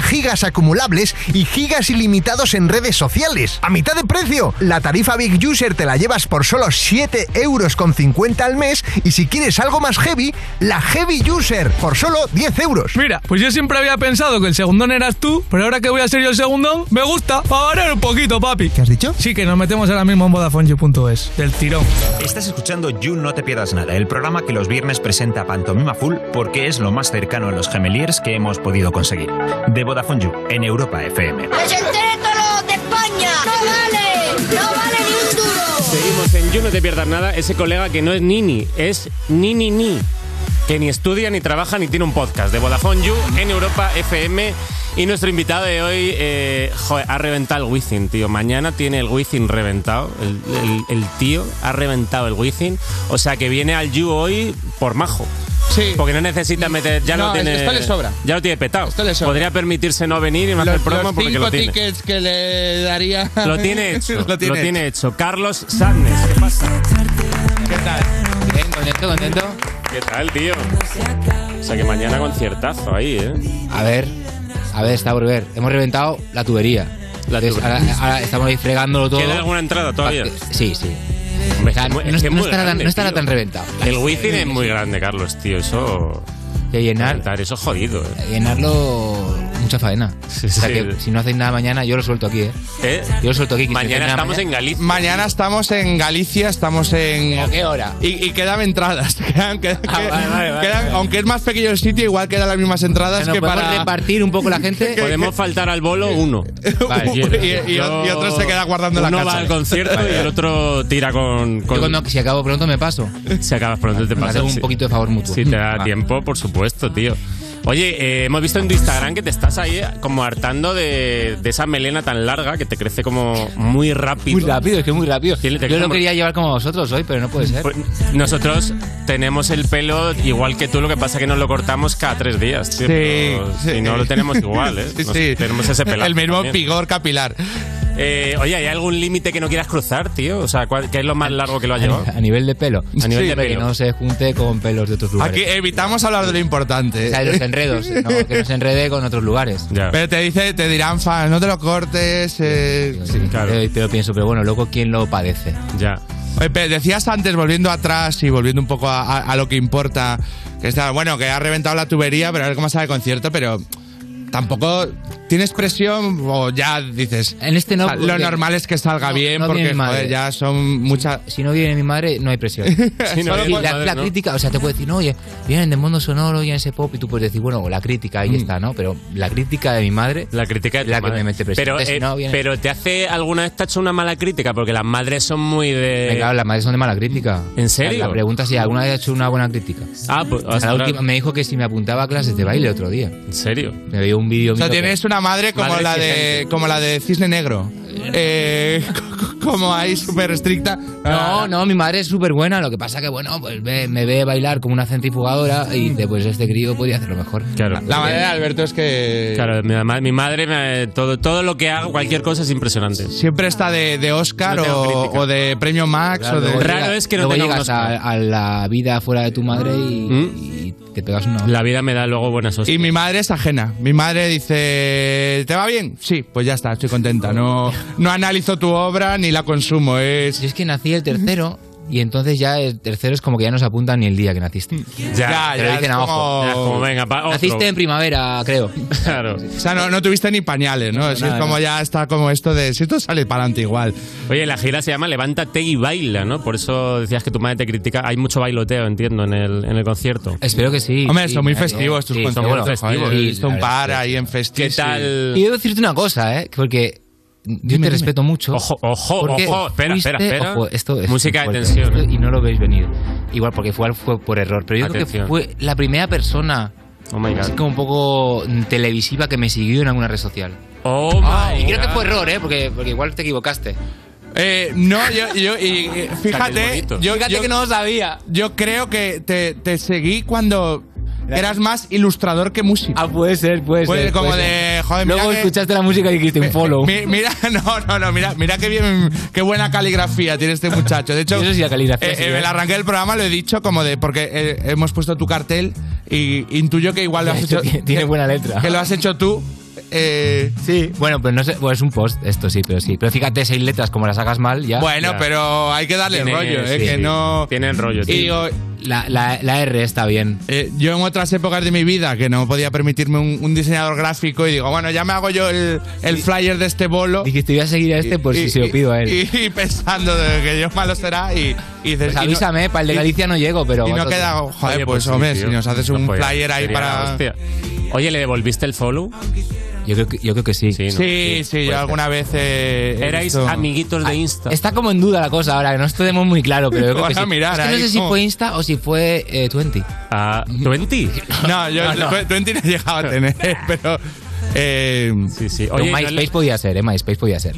Speaker 6: gigas acumulables y gigas ilimitados en redes sociales. A mitad de precio, la tarifa Big User te la llevas por solo 7,50 euros al mes y si quieres algo más heavy, la Heavy User por solo 10 euros.
Speaker 5: Mira, pues yo siempre había pensado que el segundón eras tú, pero ahora que voy a ser yo el segundón, me gusta, para variar un poquito, papi. ¿Qué
Speaker 6: has dicho?
Speaker 5: Sí, que nos metemos ahora mismo en VodafoneYou.es, del tirón.
Speaker 22: Estás escuchando You No Te Pierdas Nada, el programa que los viernes presenta Pantomima Full porque es lo más cercano a los gemeliers que hemos podido conseguir. De Vodafone You, en Europa FM.
Speaker 8: ¡Que se entere todo lo de España! ¡No vale! ¡No vale ni un duro!
Speaker 4: Seguimos en You, no te pierdas nada. Ese colega que no es Nini, es Nini Ni. Que ni estudia, ni trabaja, ni tiene un podcast. De Vodafone You en Europa FM. Y nuestro invitado de hoy eh, joder, ha reventado el Wizzing, tío. Mañana tiene el Wizzing reventado. El, el- el tío ha reventado el Wizzing. O sea que viene al You hoy por majo.
Speaker 1: Sí. Mm,
Speaker 4: Porque no necesita meter. Ya lo
Speaker 1: No,
Speaker 4: tiene.
Speaker 1: esto le sobra.
Speaker 4: Ya lo tiene petado. Podría permitirse no venir y no hacer
Speaker 1: Los,
Speaker 4: promo
Speaker 1: los
Speaker 4: porque
Speaker 1: cinco
Speaker 4: lo tiene.
Speaker 1: tickets que le daría.
Speaker 4: Lo tiene hecho.
Speaker 1: lo tiene,
Speaker 4: hecho. Carlos Sadness. ¿Qué pasa?
Speaker 1: ¿Qué tal? Bien, contento, contento.
Speaker 4: ¿Qué tal, tío? O sea que mañana conciertazo ahí, ¿eh?
Speaker 23: A ver, a ver, está por ver. Hemos reventado la tubería. Entonces,
Speaker 4: tubería.
Speaker 23: Ahora, ahora estamos ahí fregándolo todo. Ah,
Speaker 4: ¿Queda alguna entrada todavía?
Speaker 23: Sí, sí.
Speaker 4: Hombre, es que
Speaker 23: Está-
Speaker 4: mu- es
Speaker 23: no-
Speaker 4: que es
Speaker 23: no
Speaker 4: muy
Speaker 23: estará tan-
Speaker 4: grande,
Speaker 23: no estará
Speaker 4: tío.
Speaker 23: tan reventado.
Speaker 4: El wifi es muy grande, Carlos, tío. Eso.
Speaker 23: Que llenar.
Speaker 4: Eso es jodido, ¿eh?
Speaker 23: Llenarlo un mucha faena. o sea
Speaker 5: sí.
Speaker 23: que si no hacéis nada mañana, yo lo suelto aquí, ¿eh? Yo lo suelto aquí. que si no hacéis nada
Speaker 5: Galicia. Mañana estamos en Galicia, estamos en. ¿A qué hora? Y, y quedan entradas. Quedan, quedan- quedan- Aunque es más pequeño el sitio, igual quedan las mismas entradas
Speaker 23: nos
Speaker 5: que
Speaker 23: podemos
Speaker 5: para.
Speaker 23: repartir un poco la gente.
Speaker 4: Podemos faltar al bolo uno.
Speaker 23: Vale.
Speaker 5: Y- y- y otro se queda guardando la
Speaker 4: uno
Speaker 5: cacha.
Speaker 4: va al concierto y el otro tira con. con...
Speaker 23: si acabo pronto me paso.
Speaker 4: Si acabas pronto te
Speaker 23: Me
Speaker 4: pasas.
Speaker 23: hacemos un poquito de favor mutuo.
Speaker 4: Si te da
Speaker 23: Ah.
Speaker 4: tiempo, por supuesto, tío. Oye, eh, hemos visto en tu Instagram que te estás ahí eh, como hartando de, de esa melena tan larga que te crece como muy rápido.
Speaker 23: Muy rápido, es que muy rápido. Yo lo
Speaker 4: como-
Speaker 23: quería llevar como vosotros hoy, pero no puede ser.
Speaker 4: Pues Nosotros tenemos el pelo igual que tú, lo que pasa es que nos lo cortamos cada tres días. tío,
Speaker 5: Sí,
Speaker 4: pero
Speaker 5: sí.
Speaker 4: Si no lo tenemos igual, ¿eh?
Speaker 5: Sí,
Speaker 4: Nos-
Speaker 5: sí.
Speaker 4: Tenemos ese pelo.
Speaker 5: El mismo pigor capilar.
Speaker 4: oye, ¿hay algún límite que no quieras cruzar, tío? O sea, ¿cuál- ¿qué es lo más largo que lo has llevado?
Speaker 23: A nivel de pelo.
Speaker 4: A nivel de
Speaker 23: para
Speaker 4: pelo.
Speaker 23: Que no se junte con pelos de otros lugares.
Speaker 5: Aquí evitamos hablar de lo importante.
Speaker 23: O sea, los enredos. no, que no se enrede con otros lugares.
Speaker 5: Pero te dice, te dirán fans, no te lo cortes. eh,
Speaker 23: Te, te lo pienso, pero bueno, luego quién lo padece.
Speaker 4: Ya.
Speaker 5: Oye, pero decías antes, volviendo atrás y volviendo un poco a, a- a lo que importa, que está, bueno, que ha reventado la tubería, pero a ver cómo sale el concierto, pero tampoco tienes presión o ya dices.
Speaker 23: En este no,
Speaker 5: Lo
Speaker 23: porque-
Speaker 5: normal es que salga bien,
Speaker 23: no
Speaker 5: porque
Speaker 23: viene mi
Speaker 5: joder,
Speaker 23: madre.
Speaker 5: ya son muchas.
Speaker 23: Si no viene mi madre, no hay presión.
Speaker 5: Si no
Speaker 23: Solo
Speaker 5: viene
Speaker 23: por- la,
Speaker 5: mi madre,
Speaker 23: la
Speaker 5: ¿no?
Speaker 23: crítica, o sea, te puede decir, no, oye, vienen de mundo sonoro, y en ese pop, y tú puedes decir, bueno, la crítica,
Speaker 5: Mm.
Speaker 23: ahí está, ¿no? Pero la crítica de mi madre.
Speaker 4: La crítica de
Speaker 23: la que me mete presión.
Speaker 4: Pero,
Speaker 23: Entonces,
Speaker 4: eh,
Speaker 23: si no, viene-
Speaker 4: pero te hace alguna vez te ha hecho una mala crítica porque las madres son muy
Speaker 5: Eh,
Speaker 4: de.
Speaker 23: Venga, las madres son de mala crítica.
Speaker 4: ¿En serio?
Speaker 23: La pregunta es si alguna vez he hecho una buena crítica.
Speaker 4: Ah, pues,
Speaker 23: La
Speaker 4: ostras.
Speaker 23: última- me dijo que si me apuntaba a clases de baile otro día. ¿En
Speaker 4: serio?
Speaker 23: Me vio un vídeo
Speaker 5: O sea,
Speaker 23: mío que-
Speaker 5: tienes una madre como
Speaker 23: Madre
Speaker 5: la de
Speaker 23: exigente.
Speaker 5: como la de Cisne Negro. Eh, como ahí súper estricta. Ah.
Speaker 23: No, no, mi madre es súper buena. Lo que pasa que, bueno, pues ve- me ve bailar como una centrifugadora y dice, pues este crío podría hacerlo mejor.
Speaker 4: Claro.
Speaker 23: La
Speaker 5: madre de Alberto es que.
Speaker 4: Claro, mi, ma- mi madre, me- todo, todo lo que hago, cualquier cosa es impresionante.
Speaker 5: Siempre está de, de Oscar
Speaker 4: No tengo
Speaker 5: o,
Speaker 4: crítica.
Speaker 5: o de premio Max o de.
Speaker 23: Luego llega- luego llegas a, a la vida fuera de tu madre y,
Speaker 5: ¿Mm?
Speaker 23: y te pegas una.
Speaker 4: La vida me da luego buenas hostias.
Speaker 5: Y mi madre es ajena. Mi madre dice, ¿te va bien? Sí, pues ya está, estoy contenta. No, no analizo tu obra ni la consumo. Es...
Speaker 23: Yo es que nací el tercero y entonces ya el tercero es como que ya no se apunta ni el día que naciste.
Speaker 4: Ya,
Speaker 23: te lo
Speaker 4: ya,
Speaker 23: dicen
Speaker 4: es
Speaker 23: a
Speaker 4: como-
Speaker 23: ojo.
Speaker 4: Ya, es como, venga, pa- otro.
Speaker 23: Naciste en primavera, creo.
Speaker 4: Claro.
Speaker 5: O sea, no, no tuviste ni pañales, ¿no? Si es
Speaker 4: nada,
Speaker 5: como
Speaker 4: nada.
Speaker 5: ya está como esto de, si esto sale para adelante igual.
Speaker 4: Oye, la gira se llama Levántate y baila, ¿no? Por eso decías que tu madre te critica. Hay mucho bailoteo, entiendo, en el, en el concierto.
Speaker 23: Espero que sí.
Speaker 5: Hombre,
Speaker 23: sí,
Speaker 5: son muy
Speaker 23: claro.
Speaker 5: festivos tus
Speaker 23: Sí, son
Speaker 5: conciertos.
Speaker 23: muy
Speaker 5: joder.
Speaker 23: festivos.
Speaker 5: He visto
Speaker 23: Sí,
Speaker 5: un
Speaker 23: la verdad,
Speaker 5: par ahí en
Speaker 4: ¿Qué
Speaker 5: festivos.
Speaker 4: tal?
Speaker 23: Y debo decirte una cosa, ¿eh? Porque yo te respeto mucho.
Speaker 4: Ojo, ojo,
Speaker 23: Porque
Speaker 4: ojo, espera, espera,
Speaker 23: fuiste-
Speaker 4: espera.
Speaker 23: ojo, esto es
Speaker 4: Música
Speaker 23: muy
Speaker 4: de
Speaker 23: fuerte,
Speaker 4: tensión.
Speaker 23: esto- Y no lo veis venir. Igual, porque fue, fue por error. Pero yo
Speaker 4: Atención.
Speaker 23: creo que fue la primera persona,
Speaker 4: Oh my
Speaker 23: así
Speaker 4: god.
Speaker 23: como un poco mm, televisiva, que me siguió en alguna red social.
Speaker 4: Oh
Speaker 23: Ah,
Speaker 4: my
Speaker 23: y creo que
Speaker 4: God.
Speaker 23: fue error, ¿eh? Porque, porque igual te equivocaste.
Speaker 5: Eh, no, yo, yo y, eh,
Speaker 23: que es
Speaker 5: fíjate,
Speaker 23: bonito.
Speaker 5: yo,
Speaker 23: Fíjate
Speaker 5: yo-
Speaker 23: que no lo sabía.
Speaker 5: Yo creo que te, te seguí cuando eras más ilustrador que músico. Ah,
Speaker 23: puede ser, puede ser,
Speaker 5: Como
Speaker 23: puede
Speaker 5: de,
Speaker 23: ser.
Speaker 5: joder,
Speaker 23: Luego
Speaker 5: mira que-
Speaker 23: escuchaste la música y dijiste un follow.
Speaker 5: Mi- mira, no, no, no, mira, mira qué bien, qué buena caligrafía tiene este muchacho. De hecho,
Speaker 23: Eso sí, la caligrafía,
Speaker 5: eh,
Speaker 23: sí,
Speaker 5: eh,
Speaker 23: ¿eh?
Speaker 5: el arranque del programa lo he dicho como de, porque eh, hemos puesto tu cartel y intuyo que igual lo has hecho,
Speaker 23: Tiene buena letra.
Speaker 5: que lo has hecho tú. eh,
Speaker 23: Sí, bueno, pues no sé, bueno, es un post, esto sí, pero sí. Pero fíjate, seis letras, como las hagas mal, ya.
Speaker 5: bueno,
Speaker 23: Ya.
Speaker 5: pero hay que darle el
Speaker 23: Tiene-
Speaker 5: rollo, eh,
Speaker 23: sí,
Speaker 5: que
Speaker 23: sí.
Speaker 5: no.
Speaker 4: Tiene el rollo, tío.
Speaker 5: Y, o-
Speaker 23: La, la- la R está bien.
Speaker 5: Eh, yo en otras épocas de mi vida que no podía permitirme un, un diseñador gráfico y digo, bueno, ya me hago yo el, el flyer de este bolo.
Speaker 23: Dijiste, voy a seguir a este por si
Speaker 5: Y-
Speaker 23: se lo pido a él.
Speaker 5: Y, y pensando de que Dios malo será y, y dices,
Speaker 23: Pues
Speaker 5: y no-
Speaker 23: avísame, para el de Galicia no llego, pero.
Speaker 5: y no
Speaker 23: vosotros-
Speaker 5: queda, joder,
Speaker 4: Oye,
Speaker 5: pues,
Speaker 4: sí,
Speaker 5: hombre,
Speaker 4: tío.
Speaker 5: si nos haces
Speaker 4: No
Speaker 5: un
Speaker 4: podía,
Speaker 5: flyer ahí
Speaker 4: sería la
Speaker 5: para...
Speaker 4: hostia. Oye, ¿le devolviste el follow?
Speaker 23: Yo creo que, yo creo que sí.
Speaker 4: ¿no?
Speaker 5: Sí, sí, yo alguna vez... eh, he
Speaker 4: Erais
Speaker 5: visto-
Speaker 4: amiguitos de Insta.
Speaker 23: Ah, Está como en duda la cosa ahora, que no estemos muy claro, pero yo creo que
Speaker 5: Vas a
Speaker 23: sí.
Speaker 5: mirar
Speaker 23: Es que no
Speaker 5: ahí,
Speaker 23: sé si
Speaker 5: ¿cómo?
Speaker 23: fue Insta o si fue eh, 20.
Speaker 4: Ah, ¿20?
Speaker 5: No, yo
Speaker 23: No, Ah, no.
Speaker 5: tú- tú en ti no he llegado a tener, pero... eh,
Speaker 4: Sí, sí.
Speaker 23: Pero
Speaker 4: Oye,
Speaker 23: MySpace podía ser, ¿eh? MySpace podía ser.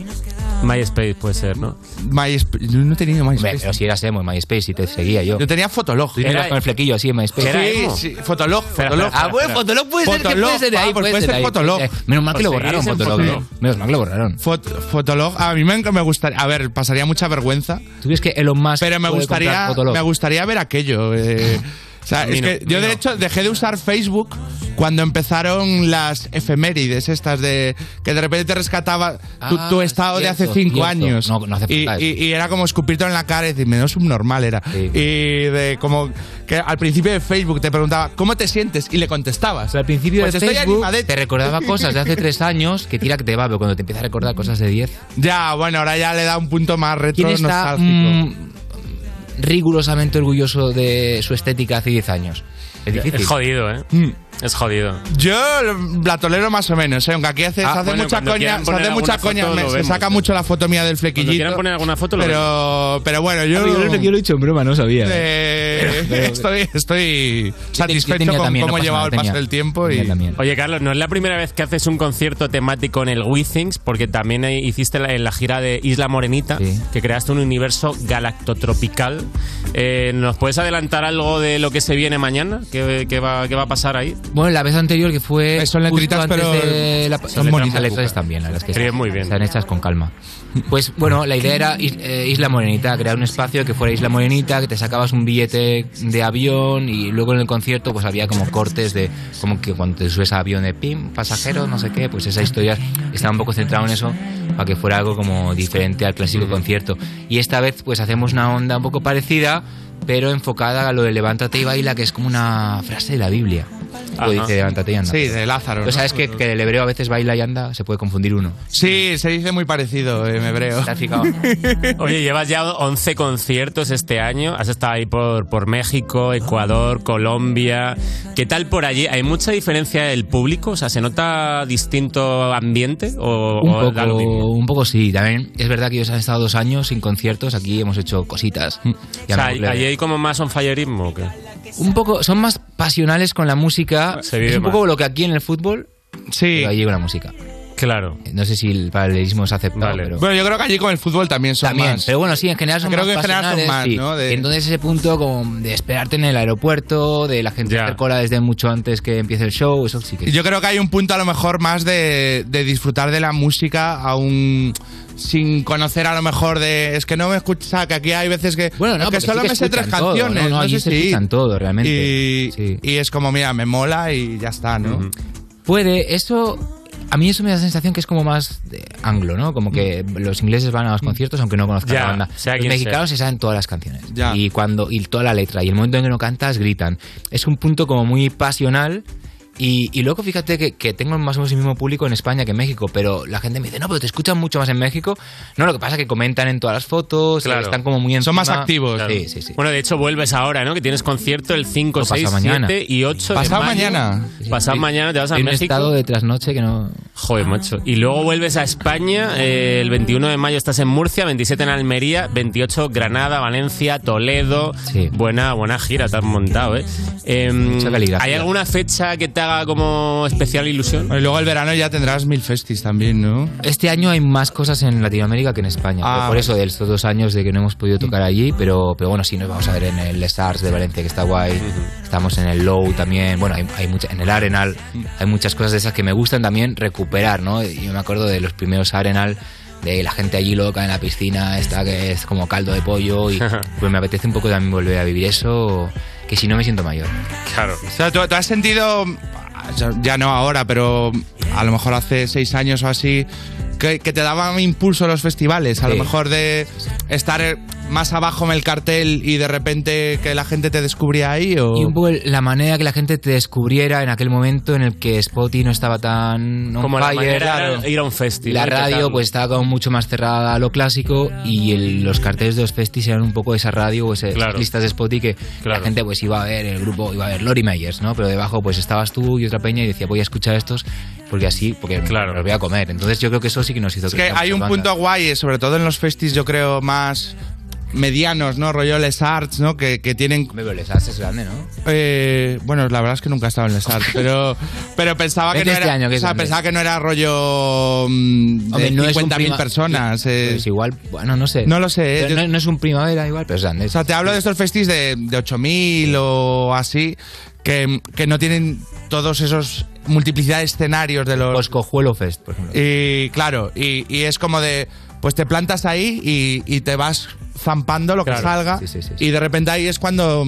Speaker 4: MySpace puede ser, ¿no?
Speaker 5: MySp- yo no he tenido
Speaker 23: Hombre,
Speaker 5: MySpace.
Speaker 23: pero si eras emo en MySpace y te seguía yo.
Speaker 5: Yo tenía Fotolog.
Speaker 23: Tú tenías con el flequillo así en MySpace. Pues
Speaker 5: Era Sí, emo. sí, Fotolog, Fotolog.
Speaker 23: Ah, bueno, Fotolog puede ser que
Speaker 5: Fotolog,
Speaker 23: puede ser de ahí.
Speaker 5: vamos, puede
Speaker 23: de
Speaker 5: ser
Speaker 23: ahí,
Speaker 5: Fotolog. Pues
Speaker 23: puede ser. Menos mal que lo
Speaker 5: Os
Speaker 23: borraron,
Speaker 5: seguís en
Speaker 23: Fotolog.
Speaker 5: Fotolog.
Speaker 23: ¿eh? Menos mal que lo borraron.
Speaker 5: Fot- Fotolog, a mí me, me gustaría. A ver, pasaría mucha vergüenza.
Speaker 23: ¿Tú crees que Elon Musk
Speaker 5: Pero me
Speaker 23: puede comprar
Speaker 5: gustaría,
Speaker 23: Fotolog?
Speaker 5: me gustaría ver aquello. eh, O sea, es que yo de hecho dejé de usar Facebook cuando empezaron las efemérides estas de que de repente te rescataba tu,
Speaker 23: Ah,
Speaker 5: tu estado de hace
Speaker 23: cierto,
Speaker 5: cinco
Speaker 23: cierto.
Speaker 5: años.
Speaker 23: No, no hace
Speaker 5: y,
Speaker 23: falta
Speaker 5: y- y era como escupirte en la cara y decirme, no subnormal era. Y de como que al principio de Facebook te preguntaba, ¿cómo te sientes? Y le contestabas. Pues Al principio
Speaker 23: de Facebook te recordaba cosas de hace tres años que tira que te va, pero cuando te empieza a recordar cosas de 10.
Speaker 5: Ya, bueno, ahora ya le da un punto más retro
Speaker 23: ¿Quién está
Speaker 5: nostálgico.
Speaker 23: mm, rigurosamente orgulloso de su estética hace 10 años? Es difícil.
Speaker 5: Es
Speaker 4: jodido, ¿eh?
Speaker 5: Mm.
Speaker 4: Es jodido.
Speaker 5: Yo la tolero más o menos, ¿eh? aunque aquí hace,
Speaker 4: Ah,
Speaker 5: se hace
Speaker 4: bueno,
Speaker 5: mucha
Speaker 4: cuando
Speaker 5: coña,
Speaker 4: quieran
Speaker 5: se
Speaker 4: poner
Speaker 5: hace mucha
Speaker 4: alguna
Speaker 5: coña,
Speaker 4: foto,
Speaker 5: me-
Speaker 4: lo
Speaker 5: se
Speaker 4: vemos.
Speaker 5: saca mucho la foto mía del flequillito.
Speaker 4: quieran poner alguna foto, lo
Speaker 5: pero, pero bueno, yo,
Speaker 23: he dicho en broma, no sabía.
Speaker 5: eh, estoy, estoy satisfecho con cómo he llevado el paso del tiempo. y
Speaker 4: Oye, Carlos, no es la primera vez que haces un concierto temático en el We Things, porque también eh, hiciste la- en la gira de Isla Morenita, que creaste un universo galactotropical. Eh, ¿Nos puedes adelantar algo de lo que se viene mañana? ¿Qué, qué va, qué va a pasar ahí?
Speaker 23: Bueno, la vez anterior que fue. Son
Speaker 4: Eh, letritas, pero son
Speaker 23: son bonitas.
Speaker 4: bonitas.
Speaker 23: Las letras están bien, la verdad es que
Speaker 4: Escriben muy bien.
Speaker 23: Están hechas con calma. Pues bueno, la idea era is- eh, Isla Morenita, crear un espacio que fuera Isla Morenita, que te sacabas un billete de avión y luego en el concierto pues había como cortes de como que cuando te subes a avión de pim, pasajero, no sé qué, pues esa historia estaba un poco centrado en eso para que fuera algo como diferente al clásico concierto. Y esta vez pues hacemos una onda un poco parecida, pero enfocada a lo de levántate y baila, que es como una frase de la Biblia.
Speaker 5: Ajá.
Speaker 23: Lo dice levántate y anda.
Speaker 5: Sí, de Lázaro,
Speaker 23: Tú
Speaker 5: ¿no?
Speaker 23: sabes que, que el hebreo a veces baila y anda, se puede confundir uno.
Speaker 5: Sí, se dice muy parecido en hebreo.
Speaker 4: Oye, llevas ya 11 conciertos este año. Has estado ahí por, por México, Ecuador, Colombia. ¿Qué tal por allí? ¿Hay mucha diferencia del público? O sea, ¿se nota distinto ambiente? O,
Speaker 23: un,
Speaker 4: o da lo mismo?
Speaker 23: poco, un poco sí, también es verdad que ellos han estado dos años sin conciertos, aquí hemos hecho cositas.
Speaker 4: O sea, ¿allí hay como más on fireismo o qué?
Speaker 23: un poco, son más pasionales con la música,
Speaker 4: vive
Speaker 23: es un poco lo que aquí en el fútbol,
Speaker 5: sí.
Speaker 23: pero allí con la música.
Speaker 4: Claro.
Speaker 23: No sé si el paralelismo es aceptable pero...
Speaker 5: Bueno, yo creo que allí con el fútbol también son
Speaker 23: También,
Speaker 5: más.
Speaker 23: pero bueno, sí, en general son
Speaker 5: Creo
Speaker 23: más
Speaker 5: que en general son
Speaker 23: pasionales,
Speaker 5: más,
Speaker 23: sí.
Speaker 5: ¿no? De-
Speaker 23: Entonces ese punto como de esperarte en el aeropuerto, de la gente hacer cola desde mucho antes que empiece el show, eso sí que...
Speaker 5: Yo creo que hay un punto a lo mejor más de, de disfrutar de la música aún sin conocer a lo mejor de... Es que no me escucha, que aquí hay veces que... Bueno,
Speaker 23: no,
Speaker 5: que
Speaker 23: porque
Speaker 5: solo
Speaker 23: sí que
Speaker 5: me sé tres
Speaker 23: escuchan todo,
Speaker 5: canciones.
Speaker 23: no, no, allí
Speaker 5: sé
Speaker 23: se
Speaker 5: si-
Speaker 23: escuchan todo, realmente.
Speaker 5: Y, y es como, mira, me mola y ya está, ¿no?
Speaker 23: Puede, eso. A mí eso me da la sensación que es como más de anglo, ¿no? Como que los ingleses van a los conciertos aunque no conozcan
Speaker 4: Mm. Ya,
Speaker 23: la banda.
Speaker 4: sea
Speaker 23: los
Speaker 4: quien
Speaker 23: mexicanos
Speaker 4: sea.
Speaker 23: se saben todas las canciones. Y cuando y toda la letra. Y el momento en que no cantas, gritan. Es un punto como muy pasional. Y, y luego fíjate que, que tengo más o menos el mismo público en España que en México, pero la gente me dice, no, pero te escuchan mucho más en México. No, lo que pasa es que comentan en todas las fotos,
Speaker 4: Claro.
Speaker 23: están como muy encima.
Speaker 4: Claro.
Speaker 23: Sí, sí, sí.
Speaker 4: Bueno, de hecho vuelves ahora, ¿no? Que tienes concierto el 5,
Speaker 23: No,
Speaker 4: 6,
Speaker 23: pasado mañana.
Speaker 4: 7 y 8
Speaker 23: Pasado
Speaker 4: de mayo.
Speaker 23: mañana.
Speaker 4: Pasado mañana te vas a
Speaker 23: Hay un
Speaker 4: México.
Speaker 23: estado de trasnoche que no...
Speaker 4: Joder, macho. Y luego vuelves a España, eh, el 21 de mayo estás en Murcia, 27 en Almería, 28 Granada, Valencia, Toledo. Buena, buena gira, te has montado, ¿eh? Em,
Speaker 5: caligrafía.
Speaker 4: ¿Hay alguna fecha que te haga como especial ilusión?
Speaker 5: Y luego el verano ya tendrás mil festis también, ¿no?
Speaker 23: Este año hay más cosas en Latinoamérica que en España.
Speaker 5: Ah,
Speaker 23: por eso de estos dos años de que no hemos podido tocar allí, pero, pero bueno, sí nos vamos a ver en el Stars de Valencia, que está guay. Estamos en el Low también. Bueno, hay, hay mucha- en el Arenal hay muchas cosas de esas que me gustan también recuperar, ¿no? Yo me acuerdo de los primeros Arenal de la gente allí loca en la piscina, esta que es como caldo de pollo y pues me apetece un poco también volver a vivir eso, que si no me siento mayor.
Speaker 4: Claro.
Speaker 5: O sea, ¿tú, tú has sentido, ya no ahora, pero a lo mejor hace seis años o así, que, que te daban impulso los festivales? A lo
Speaker 23: Sí.
Speaker 5: mejor de estar eh, más abajo en el cartel y de repente que la gente te descubría ahí o...
Speaker 23: Y un poco el- la manera que la gente te descubriera en aquel momento en el que Spotify no estaba tan. on
Speaker 4: Como la
Speaker 23: fire.
Speaker 4: manera de ir a un
Speaker 23: La
Speaker 4: festival.
Speaker 23: radio pues estaba como mucho más cerrada a lo clásico y el- los carteles de los festis eran un poco esa radio o ese- esas listas de Spotify que la gente pues iba a ver el grupo, iba a ver Lori Meyers, ¿no? Pero debajo pues estabas tú y otra peña y decía voy a escuchar estos porque así, porque me los voy a comer. Entonces yo creo que eso sí que nos hizo
Speaker 5: Es que hay un punto guay, eh, sobre todo en los festis, yo creo, más medianos, ¿no? Rollo Les Arts, ¿no? Que, que tienen...
Speaker 23: Les Arts es grande, ¿no?
Speaker 5: Eh, bueno, la verdad es que nunca he estado en Les Arts, pero, pero pensaba que
Speaker 23: Vete
Speaker 5: no
Speaker 23: este
Speaker 5: era...
Speaker 23: año, que
Speaker 5: o
Speaker 23: es
Speaker 5: sea,
Speaker 23: grande.
Speaker 5: pensaba que no era rollo mm, de
Speaker 23: Hombre, no es un
Speaker 5: 50.000
Speaker 23: prima-
Speaker 5: personas. eh.
Speaker 23: Pues igual, bueno, no sé.
Speaker 5: No lo sé, eh,
Speaker 23: Pero
Speaker 5: yo-
Speaker 23: no, no es un primavera igual, pero es grande.
Speaker 5: O sea, te hablo de estos festis de, de 8.000 o así, que, que no tienen todos esos multiplicidad de escenarios de los...
Speaker 23: Cojuelo Fest, por ejemplo.
Speaker 5: Y claro, y, y es como de, pues te plantas ahí y, y te vas zampando lo que
Speaker 23: Claro.
Speaker 5: salga
Speaker 23: Sí, sí, sí,
Speaker 5: y de repente ahí es cuando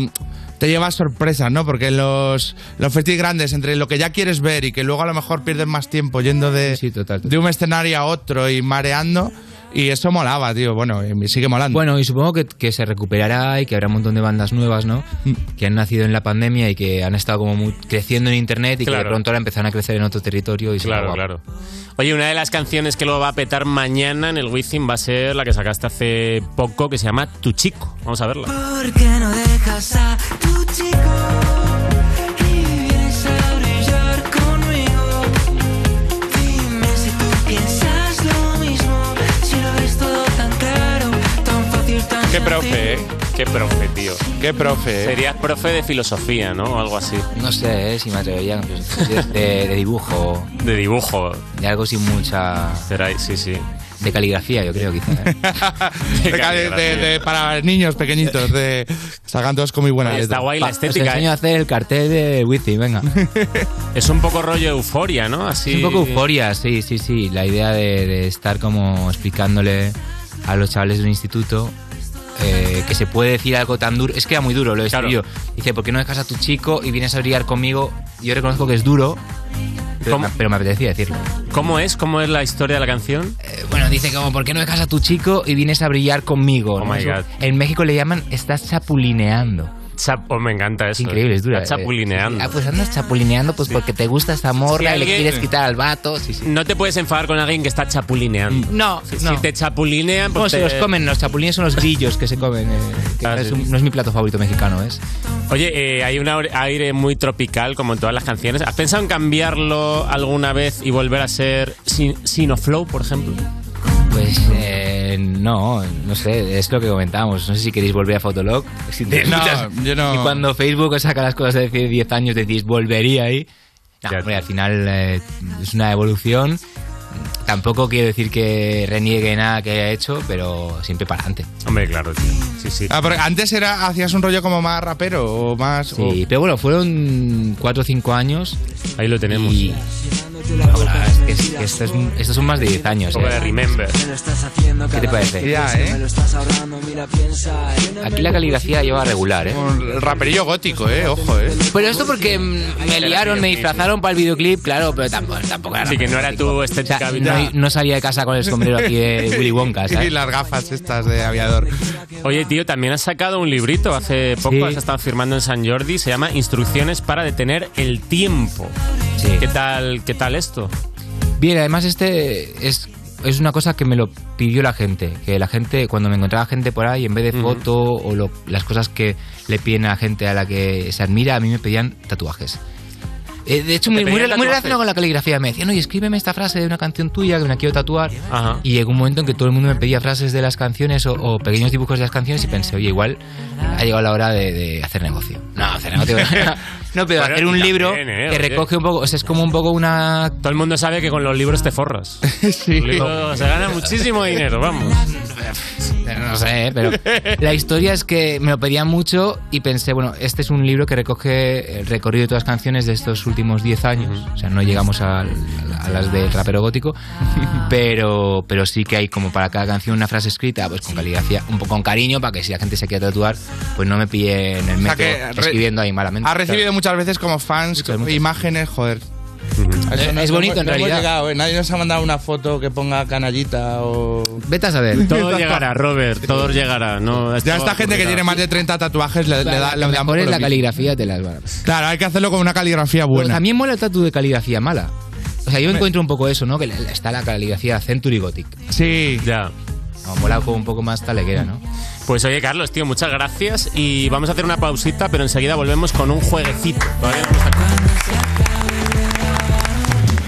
Speaker 5: te lleva sorpresas, ¿no? Porque los, los festivales grandes, entre lo que ya quieres ver y que luego a lo mejor pierdes más tiempo yendo de, de un escenario a otro y mareando. Y eso molaba, tío. Bueno, y Eh, me sigue molando.
Speaker 23: Bueno, y supongo que, que se recuperará y que habrá un montón de bandas nuevas, ¿no?
Speaker 5: Mm.
Speaker 23: Que han nacido en la pandemia y que han estado como muy creciendo en internet y que
Speaker 4: Claro.
Speaker 23: de pronto ahora empezarán a crecer en otro territorio. Y será
Speaker 4: Claro,
Speaker 23: guapo.
Speaker 4: claro. Oye, una de las canciones que lo va a petar mañana en el Wizzing va a ser la que sacaste hace poco que se llama Tu Chico. Vamos a verla.
Speaker 3: ¿Por qué no dejas a tu chico? Y vienes a brillar conmigo. Dime si tú piensas lo mismo. Si lo ves todo tan claro, tan fácil, tan
Speaker 4: Qué profe, ¿eh? Qué profe, tío.
Speaker 5: Qué profe, ¿eh?
Speaker 4: Serías profe de filosofía, ¿no? O algo así.
Speaker 23: No sé eh, si me atrevería. pero De, de- de dibujo.
Speaker 4: De dibujo.
Speaker 23: De algo sin mucha.
Speaker 4: sí, sí.
Speaker 23: De caligrafía, yo creo, quizá. ¿eh?
Speaker 5: De- de- de- de- para niños pequeñitos, de sacan dos con muy buena letra.
Speaker 23: Pa- Os
Speaker 4: ¿eh?
Speaker 23: enseño a hacer el cartel de Wizzy, venga.
Speaker 4: Es un poco rollo euforia, ¿no? Así.
Speaker 23: Es un poco euforia, sí, sí, sí. La idea de, de estar como explicándole a los chavales de un instituto eh, que se puede decir algo tan duro. Es que era muy duro, lo escribió. Dice, ¿por qué no dejas a tu chico y vienes a brillar conmigo? Yo reconozco que es duro, pero, me, pero me apetecía decirlo. Eh,
Speaker 4: ¿Cómo es? ¿Cómo es la historia de la canción?
Speaker 23: Bueno, dice como, ¿por qué no dejas a tu chico y vienes a brillar conmigo?
Speaker 4: Oh
Speaker 23: ¿no?
Speaker 4: my
Speaker 23: Eso-
Speaker 4: God.
Speaker 23: En México le llaman, estás chapulineando.
Speaker 4: Chap- oh, me encanta eso.
Speaker 23: Increíble, es dura.
Speaker 4: Está chapulineando.
Speaker 23: Ah, pues andas chapulineando pues porque te gusta esta morra
Speaker 4: Mm. Si
Speaker 23: y le
Speaker 4: alguien-
Speaker 23: quieres quitar al vato. Sí, sí.
Speaker 4: No te puedes enfadar con alguien que está chapulineando.
Speaker 23: No,
Speaker 4: Si,
Speaker 23: no.
Speaker 4: si te chapulinean,
Speaker 23: No,
Speaker 4: pues
Speaker 23: se
Speaker 4: te- Ah,
Speaker 23: los comen, los chapulines son los grillos que se comen. eh, que no, es un- no es mi plato favorito mexicano, ¿ves?
Speaker 4: Oye, eh, hay un aire- aire muy tropical como en todas las canciones. ¿Has pensado en cambiarlo alguna vez y volver a ser sin, Sinoflow, por ejemplo?
Speaker 23: Pues eh, no, no sé, es lo que comentábamos. No sé si queréis volver a Fotolog. Si tenéis
Speaker 5: No,
Speaker 23: muchas-
Speaker 5: yo no.
Speaker 23: Y cuando Facebook os saca las cosas de hace 10 años decís, volvería ahí. No, hombre, al final eh, es una evolución. Tampoco quiero decir que reniegue nada que haya hecho, pero siempre para adelante.
Speaker 4: Hombre, claro, Sí, sí.
Speaker 5: Ah, porque antes era, hacías un rollo como más rapero o más.
Speaker 23: Sí, pero bueno, fueron 4 Mm, o 5 años.
Speaker 4: Ahí lo tenemos.
Speaker 23: Y, no, la verdad es que, es- que esto es- estos son más de 10 años.
Speaker 4: Como
Speaker 23: eh.
Speaker 4: de Remember.
Speaker 23: ¿Qué te parece? Aquí la caligrafía lleva regular, ¿eh?
Speaker 5: El raperillo gótico, ¿eh? Ojo, ¿eh.
Speaker 23: Pero esto porque mm, me liaron, me disfrazaron para el videoclip, claro, pero tampoco, tampoco era.
Speaker 4: Así que no era tu este estética
Speaker 23: O sea, no,
Speaker 4: habitual.
Speaker 23: no salía de casa con el sombrero aquí de Willy Wonka, ¿sabes?
Speaker 5: Y las gafas estas de aviador.
Speaker 4: Oye, tío, también has sacado un librito hace poco, has estado firmando en San Jordi, se llama Instrucciones para detener el tiempo. ¿Qué tal, qué tal esto?
Speaker 23: Bien, además este es, es una cosa que me lo pidió la gente, que la gente, cuando me encontraba gente por ahí, en vez de foto o lo- las cosas que le piden a la gente a la que se admira, a mí me pedían tatuajes. Eh, de hecho, muy, muy,
Speaker 4: pedían
Speaker 23: rela- muy
Speaker 4: tatuajes?
Speaker 23: relacionado con la caligrafía. Me decían, oye, escríbeme esta frase de una canción tuya que me la quiero tatuar. Y llegó un momento en que todo el mundo me pedía frases de las canciones o, o pequeños dibujos de las canciones y pensé, oye, igual ha llegado la hora de, de hacer negocio. No, hacer negocio. no, pero
Speaker 4: Bueno,
Speaker 23: hacer un
Speaker 4: y
Speaker 23: libro
Speaker 4: también, ¿eh?
Speaker 23: que
Speaker 4: Oye.
Speaker 23: recoge un poco, o sea, es como un poco una
Speaker 4: Todo el mundo sabe que con los libros te forras. Los libros- se gana muchísimo dinero, vamos.
Speaker 23: No sé, ¿eh? pero la historia es que me lo pedían mucho y pensé, bueno, este es un libro que recoge el recorrido de todas las canciones de estos últimos 10 años. O sea, no llegamos a, a las del rapero gótico, pero, pero sí que hay como para cada canción una frase escrita, pues con caligrafía, un poco con cariño, para que si la gente se quiere tatuar, pues no me pille en
Speaker 5: sea,
Speaker 23: el metro
Speaker 5: que re-
Speaker 23: escribiendo ahí malamente.
Speaker 5: Has recibido muchas veces como fans imágenes, joder. Eso no-
Speaker 23: es
Speaker 5: no
Speaker 23: bonito
Speaker 5: hemos-
Speaker 23: en
Speaker 5: no hemos
Speaker 23: realidad.
Speaker 5: llegado, ¿eh? Nadie nos ha mandado una foto que ponga canallita o.
Speaker 23: Vete a saber.
Speaker 4: Todo llegará, Robert, todo llegará. No, esto
Speaker 5: Ya esta gente que
Speaker 4: ocurrirá.
Speaker 5: tiene más de 30 tatuajes le, le da.
Speaker 23: Lo
Speaker 5: le dan por
Speaker 23: mejor es
Speaker 5: lo
Speaker 23: la
Speaker 5: mismo.
Speaker 23: caligrafía de las barbas.
Speaker 5: Claro, hay que hacerlo con una caligrafía
Speaker 23: Pero
Speaker 5: buena.
Speaker 23: también mola el tatu de caligrafía mala. O sea, yo me encuentro un poco eso, ¿no? Que la- la- está la caligrafía Century Gothic.
Speaker 5: Sí.
Speaker 4: Ya.
Speaker 23: No, mola como un poco más taleguera, ¿no?
Speaker 4: Pues oye, Carlos, tío, muchas gracias. Y vamos a hacer una pausita, pero enseguida volvemos con un jueguecito. Todavía no hemos acabado.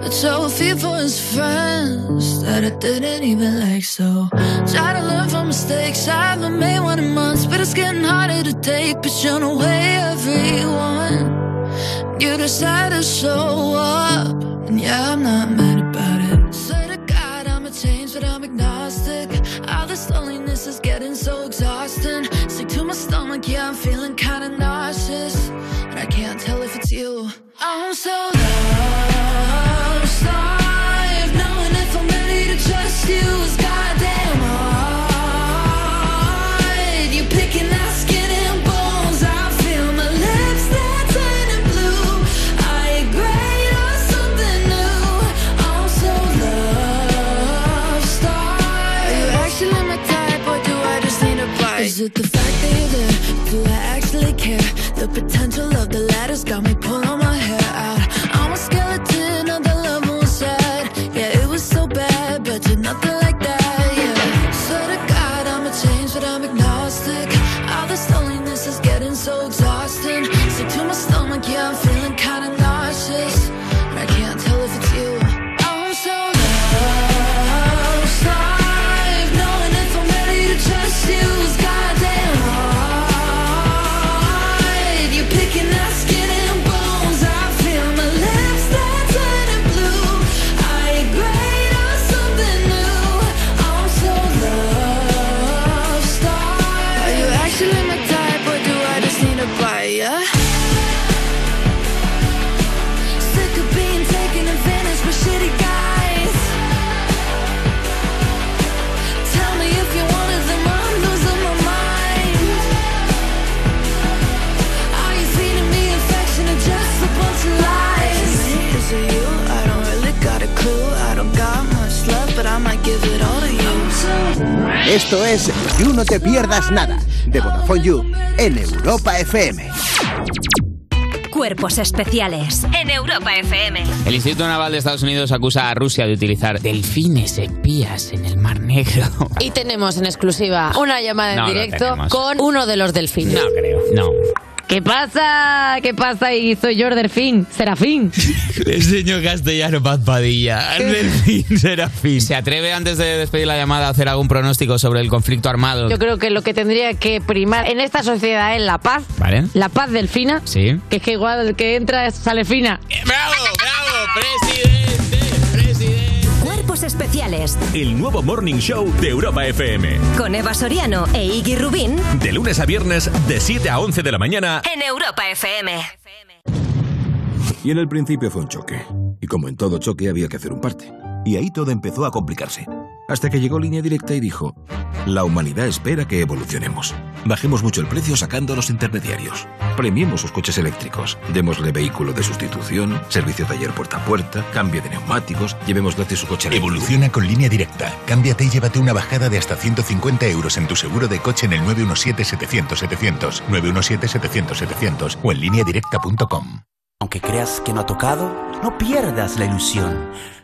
Speaker 24: A trophy for his friends that I didn't even like, so. Try to learn from mistakes, I haven't made one in months, but it's getting harder to take. But you know, way everyone. You decide to show up, and yeah, I'm not mad about it. Swear to God, I'ma take. that I'm agnostic. All this loneliness is getting so exhausting. Sick to my stomach, yeah, I'm feeling kinda nauseous. And I can't tell if it's you. I'm so lost. I've known if I'm ready to trust you is goddamn hard. You're picking out skin and bones. I feel my lips, they're turning blue. I agree on something new. I'm so lost. Are you actually my type, or do I just need a bite? Is it the fact that you're there? Do I actually care? The potential of the ladder's got me pulling my hair out. I'm a skeleton of the love inside. Yeah, it was so bad, but you're nothing like that. Yeah, swear to God I'ma change, but I'm agnostic. All this loneliness is getting so exhausting. Sick to my stomach, yeah, I'm feeling kinda nauseous, and I can't tell if it's you. I'm so lost. I've known if I'm ready to trust you is goddamn hard. You're picking out skin and bones. I feel my lips they're turning blue. I agree on something new. I'm so lost. Are you actually my type, or do I just need a bite? Yeah. Sick of being taken advantage by shitty guys. Tell me if you're one of them. I'm losing my mind. Are you feeding me affection or just a bunch of lies? Is it me? Is it you? I don't really got a clue. I don't got much left, but I might give it all to you.
Speaker 6: Esto es You No Te Pierdas Nada de Vodafone You en Europa FM.
Speaker 25: Cuerpos especiales en Europa FM.
Speaker 23: El Instituto Naval de Estados Unidos acusa a Rusia de utilizar delfines espías en el Mar Negro.
Speaker 19: Y tenemos en exclusiva una llamada en
Speaker 23: No, no
Speaker 19: directo
Speaker 23: tenemos.
Speaker 19: con uno de los delfines.
Speaker 23: No creo. No.
Speaker 19: ¿Qué pasa? ¿Qué pasa? Y soy yo el delfín, Serafín.
Speaker 23: Le enseño castellano Paz Padilla. ¿Se atreve antes de despedir la llamada a hacer algún pronóstico sobre el conflicto armado?
Speaker 19: Yo creo que lo que tendría que primar en esta sociedad es la paz.
Speaker 23: ¿Vale?
Speaker 19: La paz delfina.
Speaker 23: Sí.
Speaker 19: Que es que igual el que entra sale fina.
Speaker 25: Cuerpos especiales
Speaker 26: El nuevo Morning Show de Europa FM.
Speaker 25: con Eva Soriano e Iggy Rubín
Speaker 26: De lunes a viernes, de 7 a 11 de la mañana.
Speaker 25: en Europa FM.
Speaker 14: Y en el principio fue un choque. Y como en todo choque había que hacer un parte. Y ahí todo empezó a complicarse. Hasta que llegó Línea Directa y dijo, la humanidad espera que evolucionemos. Bajemos mucho el precio sacando a los intermediarios. Premiemos sus coches eléctricos. Démosle vehículo de sustitución, servicio taller puerta a puerta, cambio de neumáticos, llevemos gratis su coche eléctrico.
Speaker 15: Evoluciona con línea directa. Cámbiate y llévate una bajada de hasta 150 euros en tu seguro de coche en el 917-700-700, 917-700-700 o en línea directa.com.
Speaker 27: Aunque creas que no ha tocado, no pierdas la ilusión.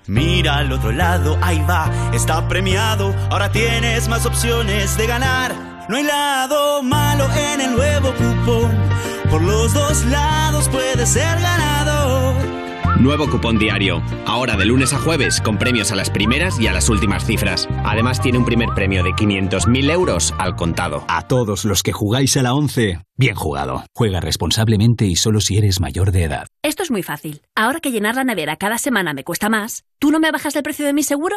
Speaker 27: Mira al otro lado, ahí va, está premiado, ahora tienes más opciones de ganar. No hay lado malo en el nuevo cupón, por los dos lados puedes ser ganador.
Speaker 22: Nuevo cupón diario. Ahora de lunes a jueves con premios a las primeras y a las últimas cifras. Además tiene un primer premio de 500.000 euros al contado.
Speaker 28: A todos los que jugáis a la 11, bien jugado. Juega responsablemente y solo si eres mayor de edad.
Speaker 9: Esto es muy fácil. Ahora que llenar la nevera cada semana me cuesta más, ¿tú no me bajas el precio de mi seguro?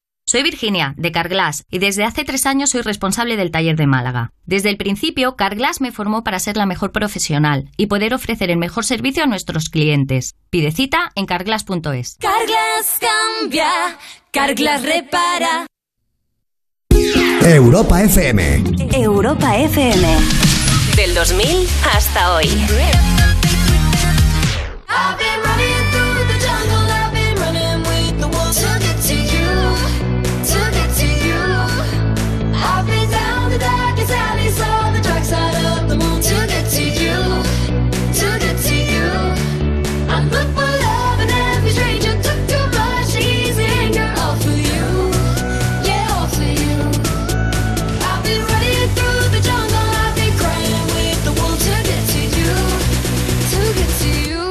Speaker 29: Soy Virginia, de Carglass, y desde hace tres años soy responsable del taller de Málaga. Desde el principio, Carglass me formó para ser la mejor profesional y poder ofrecer el mejor servicio a nuestros clientes. Pide cita en carglass.es.
Speaker 25: Carglass cambia, Carglass repara.
Speaker 27: Europa FM.
Speaker 25: Europa FM.
Speaker 30: Del 2000 hasta hoy.
Speaker 8: I've been running through the jungle, I've been running with the wolves. Took it to you, took it to you. I've been down the darkest alley, saw the dark side of the moon. Took it to you, took it to you. I look for love in every stranger, took too much to ease the anger. All for you, yeah, all for you. I've been running through the jungle, I've been crying with the wolves. Took it to you, took it to you.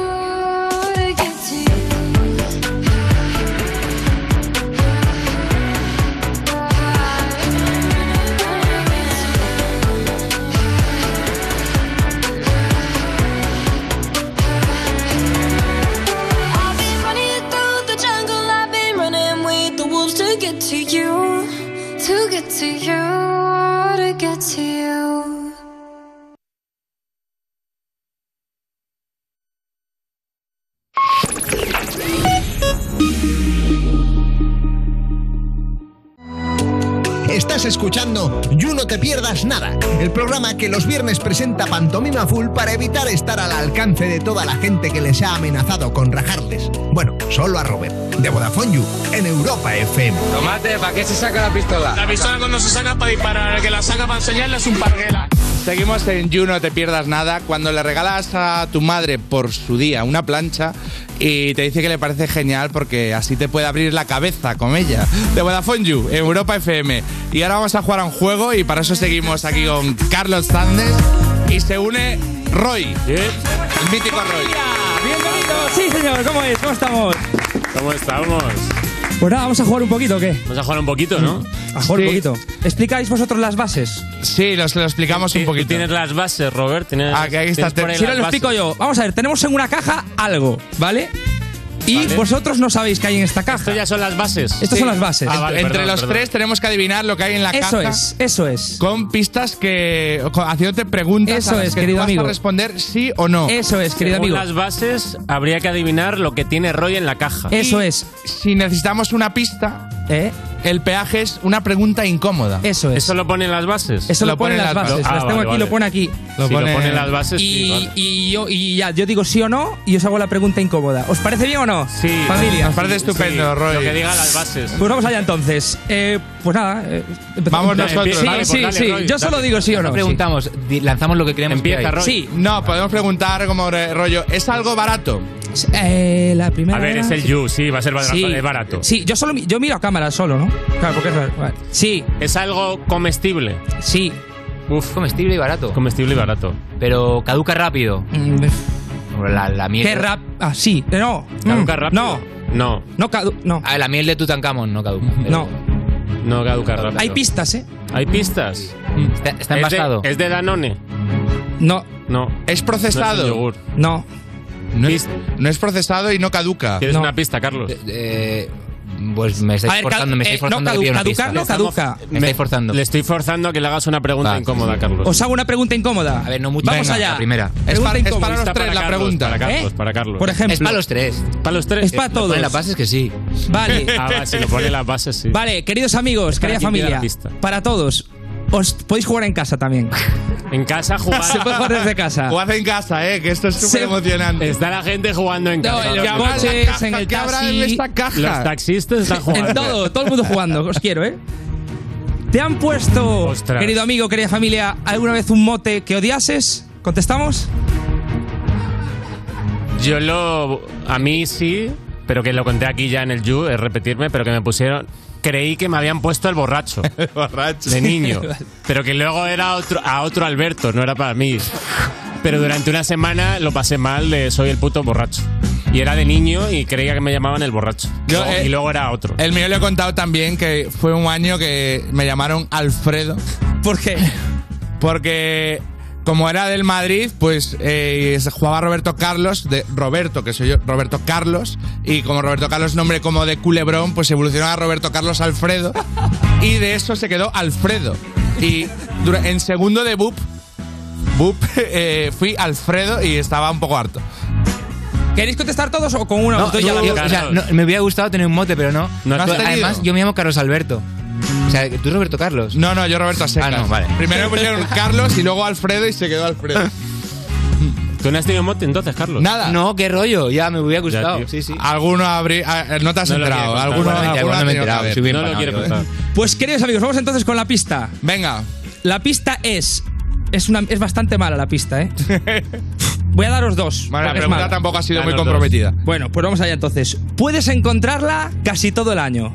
Speaker 6: escuchando You No Te Pierdas Nada, el programa que los viernes presenta Pantomima Full para evitar estar al alcance de toda la gente que les ha amenazado con rajarles. Bueno, solo a Robert, de Vodafone You, en Europa FM.
Speaker 5: Tomate, ¿para qué se saca la pistola?
Speaker 4: La pistola cuando se saca para disparar, el que la saca para enseñarle es un parguela.
Speaker 5: Seguimos en You, no te pierdas nada. Cuando le regalas a tu madre por su día una plancha y te dice que le parece genial porque así te puede abrir la cabeza con ella. De Vodafone You, en Europa FM. Y ahora vamos a jugar a un juego y para eso seguimos aquí con Carlos Sández y se une Roy. El mítico Roy.
Speaker 1: Sí, señor, ¿cómo es? ¿Cómo estamos?
Speaker 4: ¿Cómo estamos?
Speaker 1: Pues nada, vamos a jugar un poquito, ¿o qué?
Speaker 4: Vamos a jugar un poquito, ¿no?
Speaker 1: A jugar un poquito. ¿Explicáis vosotros las bases?
Speaker 5: Sí, lo, explicamos
Speaker 4: un poquito. Tienes las bases, Robert. Tienes, ah, que ahí
Speaker 1: Si no, lo explico yo. Vamos a ver, tenemos en una caja algo, ¿vale? Y vosotros no sabéis qué hay en esta caja. Estas
Speaker 4: ya son las bases.
Speaker 1: Estas son las bases.
Speaker 4: Ah,
Speaker 23: Ah,
Speaker 5: Entre los tres tenemos que adivinar lo que hay en la
Speaker 1: Eso
Speaker 5: caja.
Speaker 1: es, eso es.
Speaker 5: Con pistas que. con- haciéndote preguntas.
Speaker 1: Eso
Speaker 5: a las
Speaker 1: es,
Speaker 5: que
Speaker 1: querido
Speaker 5: tú vas
Speaker 1: amigo.
Speaker 5: a responder sí o no.
Speaker 4: Según las bases, habría que adivinar lo que tiene Roy en la caja.
Speaker 5: Y Si necesitamos una pista, el peaje es una pregunta incómoda.
Speaker 1: ¿Eh? Eso
Speaker 4: ¿Eso lo ponen las bases?
Speaker 1: Eso lo, ponen las bases.
Speaker 4: Ah,
Speaker 1: las tengo
Speaker 4: vale,
Speaker 1: aquí,
Speaker 4: vale.
Speaker 1: lo pone aquí.
Speaker 4: Lo Si lo pone- ponen las bases,
Speaker 1: Y,
Speaker 4: sí, vale.
Speaker 1: y yo, y ya, yo digo sí o no y os hago la pregunta incómoda. ¿Os parece bien o no? Sí. Familia.
Speaker 5: Nos parece estupendo, Roy.
Speaker 4: Lo que diga las bases.
Speaker 1: Pues vamos allá entonces. Eh, pues nada. eh, empezamos.
Speaker 5: Vamos nosotros.
Speaker 1: Sí,
Speaker 4: pues
Speaker 1: sí, sí. yo solo digo sí o no. sí.
Speaker 5: preguntamos, lanzamos lo que queremos.
Speaker 1: que hay.
Speaker 5: Sí.
Speaker 1: Sí.
Speaker 5: No, podemos preguntar como re- rollo, ¿es algo barato?
Speaker 1: Eh, la primera.
Speaker 4: A ver, es el You, sí, va a ser barato.
Speaker 1: Sí.
Speaker 4: Es barato.
Speaker 1: Sí, yo solo mi- yo miro a cámara solo, ¿no? Claro, porque es raro. Vale. Sí.
Speaker 4: ¿Es algo comestible?
Speaker 1: Sí.
Speaker 4: Uf, comestible y barato. Comestible y barato.
Speaker 23: Pero caduca rápido.
Speaker 1: Mm,
Speaker 23: La, la miel.
Speaker 1: ¿Qué rap? Ah, sí. Eh, No.
Speaker 23: ¿Caduca
Speaker 1: Mm,
Speaker 23: rápido? Ah,
Speaker 1: No.
Speaker 4: No.
Speaker 1: No cadu no.
Speaker 23: la miel de Tutankamón no caduca.
Speaker 1: No.
Speaker 4: No caduca rápido.
Speaker 1: Hay pistas, ¿eh?
Speaker 4: ¿Hay pistas?
Speaker 1: Está,
Speaker 4: ¿Es de- ¿Es de Danone?
Speaker 1: No.
Speaker 4: No.
Speaker 5: ¿Es procesado?
Speaker 4: No es un yogur.
Speaker 1: No.
Speaker 5: No es, no es procesado y no caduca.
Speaker 4: ¿Tienes una pista, Carlos?
Speaker 23: Pues me estáis forzando,
Speaker 1: eh,
Speaker 23: me estáis forzando. a que pida una pista. Me estáis forzando.
Speaker 4: Le estoy forzando a que le hagas una pregunta incómoda, Carlos.
Speaker 1: Os hago una pregunta incómoda. A ver, no mucho. Vamos
Speaker 4: Venga,
Speaker 1: allá.
Speaker 4: la primera. Es
Speaker 1: Pregunta
Speaker 4: para- es
Speaker 1: incómoda.
Speaker 4: para los Está tres para la Carlos, pregunta. para Carlos,
Speaker 1: ¿Eh?
Speaker 4: para Carlos.
Speaker 1: Por ejemplo.
Speaker 4: Es para los
Speaker 23: tres. Eh,
Speaker 4: Para los tres.
Speaker 1: Es para todos.
Speaker 4: en las bases
Speaker 23: que sí.
Speaker 1: Vale.
Speaker 4: Ah, va, si lo pone en las bases, sí.
Speaker 1: Vale, queridos amigos,
Speaker 4: Es para
Speaker 1: querida
Speaker 4: quien pida la
Speaker 1: familia,
Speaker 4: pista.
Speaker 1: para todos, os podéis jugar en casa también.
Speaker 4: En casa jugar.
Speaker 1: Se puede jugar desde casa.
Speaker 5: Jugad en casa, eh, que esto es súper emocionante.
Speaker 4: Está la gente jugando en
Speaker 1: No,
Speaker 4: casa.
Speaker 1: en los
Speaker 4: Que abra la
Speaker 1: coches,
Speaker 4: caja,
Speaker 1: en el
Speaker 4: que abra
Speaker 1: taxi.
Speaker 4: Los taxistas están jugando.
Speaker 1: En todo, todo el mundo jugando, os quiero, ¿eh? ¿Te han puesto,
Speaker 4: Ostras.
Speaker 1: querido amigo, querida familia, alguna vez un mote que odiases? ¿Contestamos?
Speaker 4: Yo lo. A mí sí, pero que lo conté aquí ya en el You, es repetirme, pero que me pusieron. Creí que me habían puesto el borracho.
Speaker 5: borracho.
Speaker 4: De niño. Pero que luego era otro, a otro Alberto, no era para mí. Pero durante una semana lo pasé mal de soy el puto borracho. Y era de niño y creía que me llamaban el borracho.
Speaker 5: Yo,
Speaker 4: Luego-
Speaker 5: eh,
Speaker 4: y luego era otro.
Speaker 5: El mío le he contado también que fue un año que me llamaron Alfredo.
Speaker 1: ¿Por qué?
Speaker 5: Porque como era del Madrid, pues eh, jugaba Roberto Carlos, de Roberto, que soy yo, Roberto Carlos, y como Roberto Carlos nombre como de culebrón, pues evolucionó a Roberto Carlos Alfredo, y de eso se quedó Alfredo. Y dura- en segundo de BUP, BUP eh, fui Alfredo y estaba un poco harto.
Speaker 1: ¿Queréis contestar todos o con una?
Speaker 23: No,
Speaker 1: Vosotros ya la-
Speaker 23: yo- o sea, no, me hubiera gustado tener un mote, pero no.
Speaker 5: ¿No has tenido?
Speaker 23: Además, yo me llamo Carlos Alberto. O sea, ¿tú Roberto Carlos?
Speaker 5: No, no, yo Roberto Seca.
Speaker 23: Ah, no, vale.
Speaker 5: Primero me pusieron Carlos y luego Alfredo y se quedó Alfredo.
Speaker 4: ¿Tú no has tenido mote entonces, Carlos?
Speaker 5: Nada.
Speaker 23: No, qué rollo, ya me hubiera
Speaker 4: gustado.
Speaker 23: gustado. Sí, sí.
Speaker 5: Alguno habrí- ah, no te has
Speaker 23: No lo
Speaker 5: enterado.
Speaker 23: quiere contar.
Speaker 5: Alguno,
Speaker 23: Bueno, ya,
Speaker 5: alguno
Speaker 23: bueno,
Speaker 5: ha
Speaker 23: me he
Speaker 5: tenido que
Speaker 23: enterado,
Speaker 5: haber.
Speaker 23: soy bien No lo panado, quiere eh. contar.
Speaker 1: Pues queridos amigos, vamos entonces con la pista.
Speaker 5: Venga.
Speaker 1: La pista es. Es, una, es bastante mala la pista, ¿eh? Voy a daros dos.
Speaker 5: Bueno, la
Speaker 1: porque es
Speaker 5: pregunta
Speaker 1: mala.
Speaker 5: tampoco ha sido
Speaker 4: Ah,
Speaker 5: Danos muy comprometida. dos.
Speaker 1: Bueno, pues vamos allá entonces. Puedes encontrarla casi todo el año.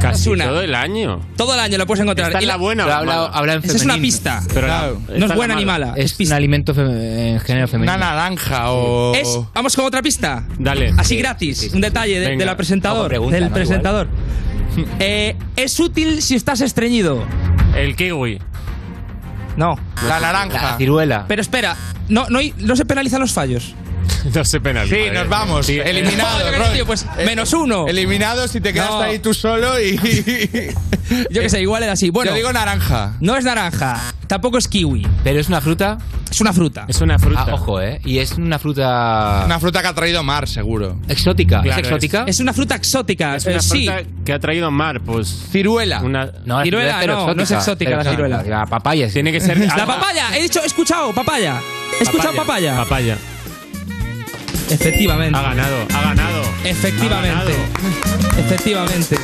Speaker 4: Casi
Speaker 1: Osuna.
Speaker 4: todo el año.
Speaker 1: Todo el año la puedes encontrar.
Speaker 4: Esta es
Speaker 1: Y
Speaker 4: la buena o
Speaker 1: pero
Speaker 4: la
Speaker 1: habla-
Speaker 4: mala?
Speaker 1: habla en Esa es una
Speaker 23: femenino.
Speaker 1: pista.
Speaker 4: Pero la- esta
Speaker 1: no
Speaker 4: es la
Speaker 1: es buena ni
Speaker 4: mala.
Speaker 1: mala.
Speaker 23: Es, un alimento feme- eh, en género femenino.
Speaker 5: Una naranja o.
Speaker 1: Es- vamos con otra pista.
Speaker 4: Dale.
Speaker 1: Así gratis. Un detalle de,
Speaker 23: Venga.
Speaker 1: de la presentador.
Speaker 23: Ojo, pregunta,
Speaker 1: del
Speaker 23: ¿no?
Speaker 1: presentador. Eh, es útil si estás estreñido.
Speaker 4: El kiwi.
Speaker 1: No.
Speaker 5: La naranja.
Speaker 23: La ciruela.
Speaker 1: Pero espera, no, no, hay- no se penalizan los fallos.
Speaker 4: No se penaliza.
Speaker 5: Sí, nos vamos. Eliminado,
Speaker 1: Joder,
Speaker 5: Roy.
Speaker 1: tío, pues
Speaker 5: Eh,
Speaker 1: menos uno.
Speaker 5: Eliminado si te quedas
Speaker 1: No.
Speaker 5: ahí tú solo y.
Speaker 1: Yo que sé, igual era así. Bueno,
Speaker 5: Yo digo naranja.
Speaker 1: no es naranja, tampoco es kiwi.
Speaker 23: ¿Pero es una fruta?
Speaker 1: Es una fruta.
Speaker 4: Es una fruta.
Speaker 23: ojo, ¿eh? Y es una fruta.
Speaker 5: Una fruta que ha traído Mar, seguro.
Speaker 23: ¿Exótica?
Speaker 5: Claro,
Speaker 23: ¿Es exótica?
Speaker 1: Es una fruta exótica.
Speaker 4: Es una
Speaker 1: eh, sí.
Speaker 4: fruta que ha traído Mar, pues.
Speaker 5: Ciruela.
Speaker 4: No,
Speaker 1: es Ciruela, ciruela, no, pero no es exótica. exótica la ciruela.
Speaker 23: La papaya.
Speaker 4: Tiene que ser.
Speaker 1: La papaya, he dicho, he escuchado, papaya. He escuchado papaya.
Speaker 4: Papaya.
Speaker 1: Efectivamente.
Speaker 4: Ha ganado, ha ganado.
Speaker 1: Efectivamente. Efectivamente.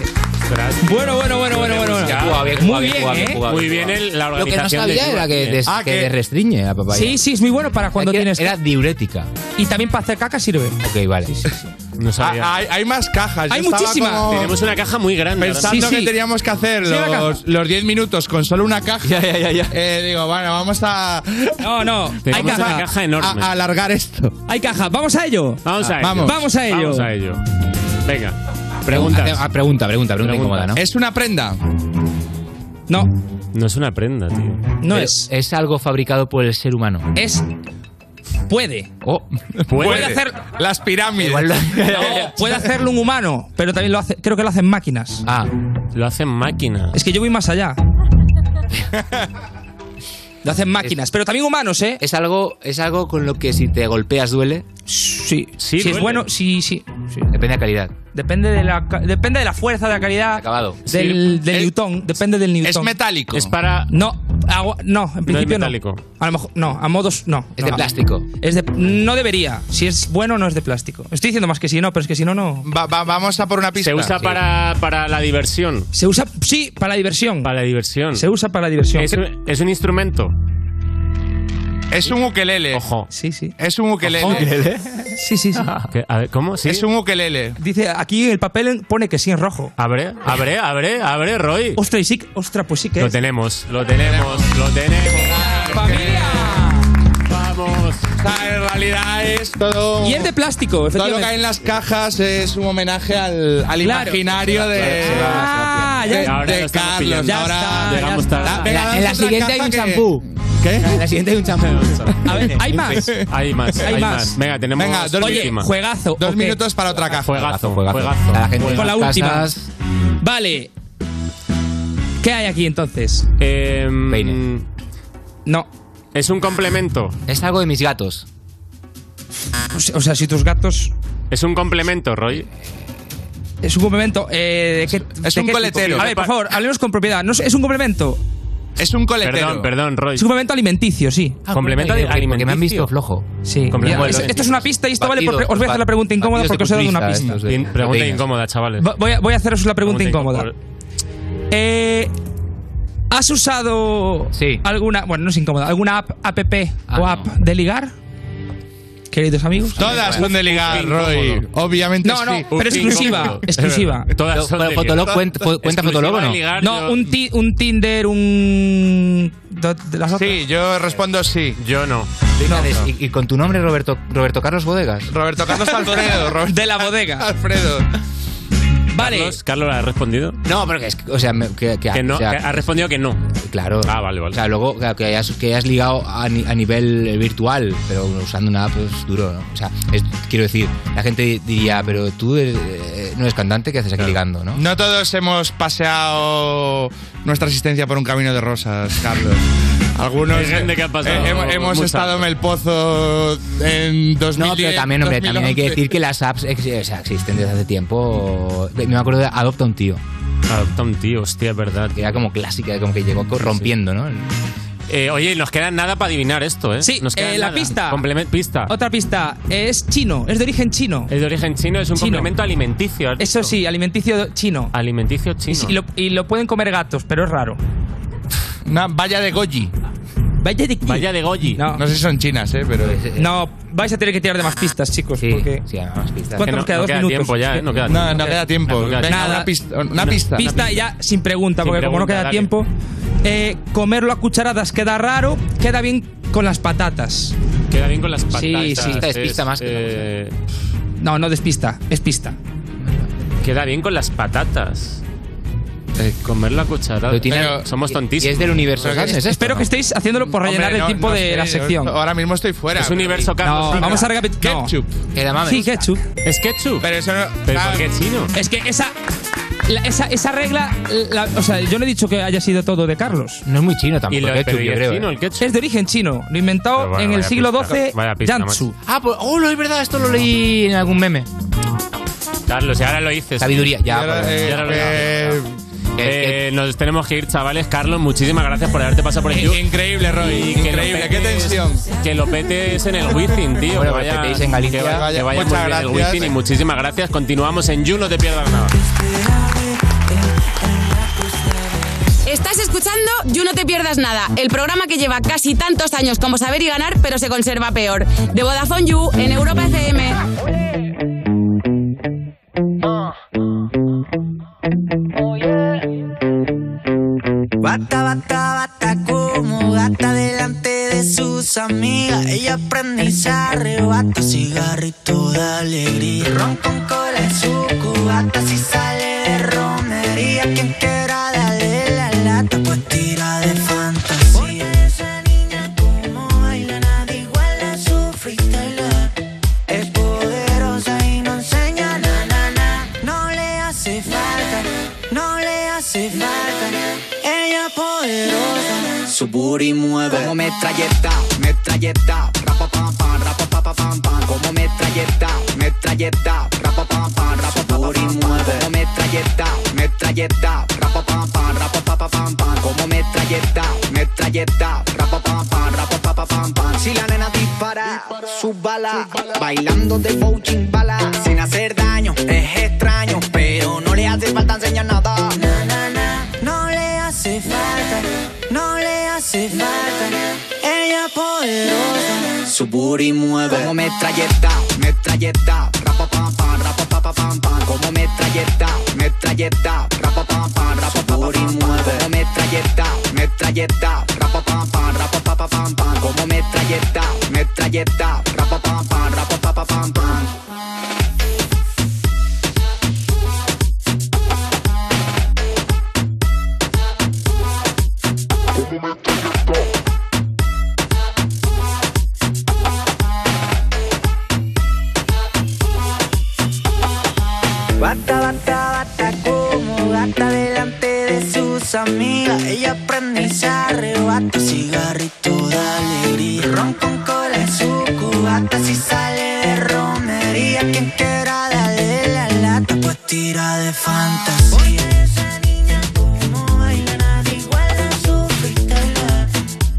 Speaker 1: Bueno, bueno, bueno, bueno, bueno. bueno. Muy bien, ¿eh?
Speaker 4: Muy bien el- la
Speaker 23: Lo que no
Speaker 4: organización.
Speaker 23: sabía era que, des-
Speaker 1: Ah,
Speaker 23: que
Speaker 1: que-
Speaker 23: desrestriñe la papaya.
Speaker 1: Sí, sí, es muy bueno para cuando
Speaker 23: Es que
Speaker 1: tienes.
Speaker 23: Era diurética.
Speaker 1: Y también para hacer caca sirve.
Speaker 23: Ok, vale.
Speaker 4: No sabía.
Speaker 5: Ah, hay, hay más cajas. yo
Speaker 1: Hay
Speaker 5: estaba
Speaker 1: muchísimas.
Speaker 5: como
Speaker 1: Tenemos una
Speaker 4: caja muy grande.
Speaker 5: Pensando
Speaker 1: Sí, sí.
Speaker 5: que teníamos que hacer
Speaker 1: Sí, la
Speaker 5: los
Speaker 1: caja.
Speaker 5: los 10 minutos con solo una caja. eh, digo, bueno, vamos a.
Speaker 1: No, no. Hay
Speaker 5: Vamos
Speaker 1: caja.
Speaker 5: a- A, a alargar esto.
Speaker 1: Hay caja. Vamos a ello.
Speaker 5: Ah,
Speaker 4: Vamos a ello.
Speaker 1: Vamos, a ello.
Speaker 4: Vamos a ello. Venga.
Speaker 23: Pregunta, ah, pregunta, pregunta, pregunta incómoda, ¿no?
Speaker 5: Es una prenda.
Speaker 1: No.
Speaker 4: No es una prenda, tío.
Speaker 1: No
Speaker 23: Pero
Speaker 1: es.
Speaker 23: Es algo fabricado por el ser humano.
Speaker 1: Es. Puede.
Speaker 23: Oh,
Speaker 1: Puede, hacer.
Speaker 5: Las pirámides.
Speaker 1: No, puede hacerlo un humano, pero también lo hace, creo que lo hacen máquinas.
Speaker 23: Ah,
Speaker 4: lo hacen máquinas.
Speaker 1: Es que yo voy más allá. Lo hacen máquinas, pero también humanos, ¿eh?
Speaker 23: Es algo, es algo con lo que si te golpeas duele.
Speaker 1: Sí,
Speaker 23: sí.
Speaker 1: si es bueno, sí, sí.
Speaker 23: Depende de la calidad.
Speaker 1: Depende de la, ca- depende de la fuerza, de la calidad.
Speaker 23: Acabado.
Speaker 1: Del, del Newton, depende del Newton.
Speaker 5: es metálico.
Speaker 1: Es
Speaker 4: para.
Speaker 1: No, agua- no, en principio no.
Speaker 4: metálico.
Speaker 1: A lo mejor, no, a modos, no.
Speaker 23: Es de
Speaker 1: no.
Speaker 23: plástico.
Speaker 1: Es de, no debería. Si es bueno, no es de plástico. Estoy diciendo más que si no, pero es que si no, no.
Speaker 5: vamos a por una pista.
Speaker 4: Se usa para, para la diversión.
Speaker 1: Se usa, sí, para la diversión.
Speaker 4: Para la diversión.
Speaker 1: Se usa para la diversión.
Speaker 4: Es, un- es un instrumento.
Speaker 5: Es un ukelele.
Speaker 4: Ojo.
Speaker 1: Sí, sí.
Speaker 5: Es un ukelele.
Speaker 1: Sí, sí, sí.
Speaker 4: ¿Qué? A ver, ¿Cómo? ah, ¿Sí?
Speaker 5: Es un ukelele.
Speaker 1: Dice, aquí en el papel en- pone que sí en rojo.
Speaker 4: Abre, abre, abre, abre, Roy.
Speaker 1: Ostras, y sí, ostras, pues sí que
Speaker 4: Lo
Speaker 1: es.
Speaker 4: tenemos, lo tenemos, lo tenemos. Vamos.
Speaker 5: O sea, en realidad es todo.
Speaker 1: Y es de plástico,
Speaker 5: Todo lo que
Speaker 1: efectivamente.
Speaker 5: hay en las cajas es un homenaje al, al
Speaker 1: Claro.
Speaker 5: imaginario de.
Speaker 1: Ah,
Speaker 5: de-
Speaker 1: ya.
Speaker 5: de
Speaker 4: lo estamos
Speaker 5: Carlos.
Speaker 4: pillando. Ya
Speaker 5: ahora
Speaker 1: está,
Speaker 4: Llegamos
Speaker 1: ya está.
Speaker 4: tarde.
Speaker 5: Venga,
Speaker 23: En
Speaker 5: dame
Speaker 23: la
Speaker 5: otra
Speaker 23: siguiente hay
Speaker 5: caja
Speaker 23: un
Speaker 5: que-
Speaker 23: champú.
Speaker 5: ¿Qué?
Speaker 23: En la siguiente hay un champú.
Speaker 1: A ver, hay más.
Speaker 4: Hay más,
Speaker 1: Hay
Speaker 4: hay,
Speaker 1: más.
Speaker 4: más. Venga, tenemos
Speaker 5: Venga, dos
Speaker 1: Oye,
Speaker 4: última.
Speaker 1: juegazo.
Speaker 5: Dos
Speaker 1: ok.
Speaker 5: minutos para otra caja.
Speaker 4: Juegazo,
Speaker 23: Juegazo,
Speaker 4: juegazo.
Speaker 23: A la gente
Speaker 4: Juegazo.
Speaker 23: de
Speaker 1: Con la
Speaker 23: las
Speaker 1: última.
Speaker 23: casas,
Speaker 1: Vale. ¿Qué hay aquí entonces?
Speaker 4: Em,
Speaker 23: Peine.
Speaker 1: No.
Speaker 4: es un complemento.
Speaker 23: Es algo de mis gatos.
Speaker 1: O sea, Pues, o sea, si tus gatos.
Speaker 4: Es un complemento, Roy.
Speaker 1: Es un complemento. eh, ¿de qué-
Speaker 5: Es
Speaker 1: de
Speaker 5: un
Speaker 1: qué
Speaker 5: coletero.
Speaker 1: tipo? A ver, por favor, hablemos con propiedad. No, es es un complemento.
Speaker 5: Es un coletero.
Speaker 4: Perdón, perdón, Roy.
Speaker 1: Es un complemento alimenticio, sí.
Speaker 4: Complemento
Speaker 23: Ah, Porque- porque
Speaker 4: alimenticio.
Speaker 23: me han visto flojo.
Speaker 1: Sí.
Speaker 4: Complemento
Speaker 1: Ya, es- esto es una pista y esto vale por.
Speaker 23: Batidos,
Speaker 1: Os voy a hacer la pregunta incómoda
Speaker 23: batidos de
Speaker 1: porque os he dado una
Speaker 23: culturista,
Speaker 1: pista.
Speaker 23: estos de-
Speaker 4: Bien, Pregunta
Speaker 23: proteínas.
Speaker 4: incómoda, chavales.
Speaker 1: Va- Voy a, voy a haceros la pregunta incómoda.
Speaker 4: incómoda.
Speaker 1: Eh, ¿Has usado
Speaker 23: Sí.
Speaker 1: alguna. Bueno, no es incómoda. ¿Alguna app, app
Speaker 23: Ah,
Speaker 1: o
Speaker 23: no.
Speaker 1: app de ligar? Queridos amigos.
Speaker 5: Todas son de ligar, Roy. Obviamente
Speaker 1: No, no,
Speaker 5: sí.
Speaker 1: pero exclusiva.
Speaker 4: incómodo.
Speaker 1: Exclusiva.
Speaker 4: Todas
Speaker 23: Pero-
Speaker 4: son
Speaker 23: pero
Speaker 4: de
Speaker 23: Fotolog
Speaker 4: ligar.
Speaker 23: cuenta- fu- cuenta
Speaker 4: Exclusiva
Speaker 23: Fotolog o no?
Speaker 4: de ligar,
Speaker 1: No,
Speaker 4: yo-
Speaker 1: un, ti- un Tinder, un. do- de las otras.
Speaker 5: Sí, yo respondo sí.
Speaker 4: Yo no.
Speaker 23: Venga, des- Y, y con tu nombre, Roberto, Roberto Carlos Bodegas.
Speaker 5: Roberto Carlos Alfredo. Roberto
Speaker 1: De la bodega.
Speaker 5: Alfredo.
Speaker 1: Vale.
Speaker 4: Carlos, Carlos ha respondido.
Speaker 23: No, pero que es. O sea, me- que, que-
Speaker 4: Que no,
Speaker 23: o sea,
Speaker 4: que ha respondido que no.
Speaker 23: Claro.
Speaker 4: Ah, vale, vale.
Speaker 23: O sea, luego claro, que, hayas, que hayas ligado a, ni- a nivel eh, virtual, pero usando una app es duro, ¿no? O sea, es- quiero decir, la gente di- diría, pero tú eh, eh, no eres cantante, ¿qué haces aquí ligando, no?
Speaker 5: No todos hemos paseado nuestra existencia por un camino de rosas, Carlos. Algunos
Speaker 4: Hay gente que ha pasado
Speaker 5: hemo- hemos
Speaker 4: mucho.
Speaker 5: estado en el pozo en 2010.
Speaker 23: No, pero también, hombre, también hay que
Speaker 5: 2011.
Speaker 23: decir que las apps ex- o sea, existen desde hace tiempo. Me me acuerdo de Adopta un tío,
Speaker 4: Adopta un tío, hostia, es verdad.
Speaker 23: que era como clásica, como que llegó co- rompiendo, ¿no?
Speaker 4: Eh, oye, nos queda nada para adivinar esto, ¿eh?
Speaker 1: Sí,
Speaker 4: nos queda
Speaker 1: eh, la
Speaker 4: nada.
Speaker 1: pista.
Speaker 4: Complement- pista.
Speaker 1: Otra pista. Es chino. Es de origen chino.
Speaker 4: Es de origen chino, es un
Speaker 1: Chino.
Speaker 4: complemento alimenticio. ¿has
Speaker 1: Eso
Speaker 4: dicho?
Speaker 1: sí, alimenticio chino.
Speaker 4: Alimenticio
Speaker 1: Y,
Speaker 4: chino.
Speaker 1: si- y lo, y lo pueden comer gatos, pero es raro.
Speaker 5: Una valla de Goji.
Speaker 1: Vaya de
Speaker 4: Vaya de Goji.
Speaker 1: No,
Speaker 5: No sé si son chinas, ¿eh? Ah, Pero.
Speaker 1: no, vais a tener que tirar de más pistas, chicos.
Speaker 23: Sí,
Speaker 1: Porque
Speaker 23: sí, ahora más pistas.
Speaker 1: ¿Cuánto
Speaker 4: Que no,
Speaker 1: nos queda?
Speaker 4: no
Speaker 1: Dos
Speaker 4: queda
Speaker 1: minutos.
Speaker 4: tiempo ya, ¿eh? No queda tiempo.
Speaker 5: No, no queda tiempo.
Speaker 4: Nada.
Speaker 5: Venga,
Speaker 1: Nada.
Speaker 5: una pista. Una pista.
Speaker 1: Pista y ya sin pregunta,
Speaker 4: Sin
Speaker 1: porque como no
Speaker 4: pregunta,
Speaker 1: queda
Speaker 4: dale.
Speaker 1: tiempo. eh, comerlo a cucharadas queda raro, queda bien con las patatas.
Speaker 4: Queda bien con las patas.
Speaker 1: Sí, sí.
Speaker 23: Esta es pista más que
Speaker 4: eh,
Speaker 1: No, no despista, es pista.
Speaker 4: Queda bien con las patatas. Eh, comer la cucharada.
Speaker 23: Pero tiene-
Speaker 5: Pero-
Speaker 4: Somos
Speaker 23: Y
Speaker 4: tontísimos.
Speaker 23: es del universo
Speaker 5: Pero que-
Speaker 23: Carlos, ¿es esto,
Speaker 1: Espero
Speaker 23: no?
Speaker 1: que estéis haciéndolo por rellenar
Speaker 5: Hombre,
Speaker 1: el
Speaker 5: no-
Speaker 1: tiempo
Speaker 5: no
Speaker 1: de
Speaker 5: sé,
Speaker 1: la
Speaker 5: yo
Speaker 1: sección.
Speaker 5: Ahora mismo estoy fuera.
Speaker 4: Es universo, Carlos.
Speaker 1: No,
Speaker 4: venga.
Speaker 1: vamos a repetir. no.
Speaker 5: Ketchup.
Speaker 23: Era mame.
Speaker 1: Sí, ketchup.
Speaker 4: Es ketchup.
Speaker 5: Pero eso no.
Speaker 4: ¿Pero
Speaker 5: ah,
Speaker 4: por qué chino?
Speaker 1: Es que esa. la- esa, esa regla, la- o sea, yo no he dicho que haya sido todo de Carlos.
Speaker 23: No es muy chino
Speaker 4: Y
Speaker 23: tampoco.
Speaker 4: lo-
Speaker 23: el ketchup,
Speaker 4: pero ¿y
Speaker 23: yo
Speaker 4: el
Speaker 23: creo,
Speaker 4: chino,
Speaker 23: ¿eh?
Speaker 4: el
Speaker 1: Es de origen chino, lo inventado
Speaker 23: bueno,
Speaker 1: en el
Speaker 23: vaya
Speaker 1: siglo
Speaker 23: pista.
Speaker 1: XII,
Speaker 23: Vaya pista,
Speaker 1: Jiangsu.
Speaker 23: Ah, pues, oh, no, es verdad, esto lo leí en algún meme.
Speaker 4: Carlos, y ahora lo dices.
Speaker 23: Sabiduría, ya,
Speaker 4: Y ahora-
Speaker 23: pues,
Speaker 4: y
Speaker 23: ya
Speaker 4: ahora
Speaker 23: lo
Speaker 4: lo dices. Eh, nos tenemos que ir, chavales. Carlos, muchísimas gracias por haberte pasado por aquí.
Speaker 5: Increíble, Roy. Increíble. Qué tensión.
Speaker 4: Que lo petes en el Wizzing, tío.
Speaker 5: Bueno, pues,
Speaker 4: que
Speaker 5: que
Speaker 4: vaya,
Speaker 5: petéis en Galicia.
Speaker 4: Que vaya, que vaya
Speaker 5: Muchas
Speaker 4: muy bien el
Speaker 5: gracias.
Speaker 4: Wizzing y muchísimas gracias. Continuamos en You, no te pierdas nada.
Speaker 31: Estás escuchando You No Te Pierdas Nada, el programa que lleva casi tantos años como saber y ganar, pero se conserva peor. De Vodafone You en Europa FM.
Speaker 3: Bata, bata, bata como gata delante de sus amigas. Ella prende y se arrebata cigarrito de alegría. Ron con cola en su cubata si sale de romería. Quien quiera darle la lata pues tira de fantasía. Oye esa niña como baila nadie igual a su freestyle. Es poderosa y no enseña na na na. No le hace falta, no le hace falta. Ella poderosa.
Speaker 27: Su booty mueve como metralleta, metralleta, rapa pam pam, rapa pa pa pam pam, como metralleta, metralleta, rapa pam pam, rapa pa booty mueve como metralleta, metralleta, rapa pam pam, rapa pa pa pam pam, como metralleta, metralleta, rapa pam pam, rapa pa pa pam pam. Si la nena dispara, su bala, bailando de coaching bala, sin hacer daño, es extraño, pero no le hace falta enseñar nada.
Speaker 3: No le hace falta, no le hace falta. Ella poderosa.
Speaker 27: Su booty mueve como metralleta, metralleta, rapa pam pam, rapa pa pa pam pam, como metralleta, metralleta, rapa pam pam, rapa pa booty mueve como metralleta, metralleta, rapa pam pam, rapa pa pa pam pam, como metralleta, metralleta, rapa pam pam, rapa pa pa pam pam.
Speaker 3: Bata, bata, bata como gata delante de sus amigas. Ella prende y se arrebata cigarrito de alegría. Ron con cola en su cubata si sale de romería. Quien quiera darle la lata pues tira de fantasía. Oye, esa niña como baila nadie igual a su freestyle.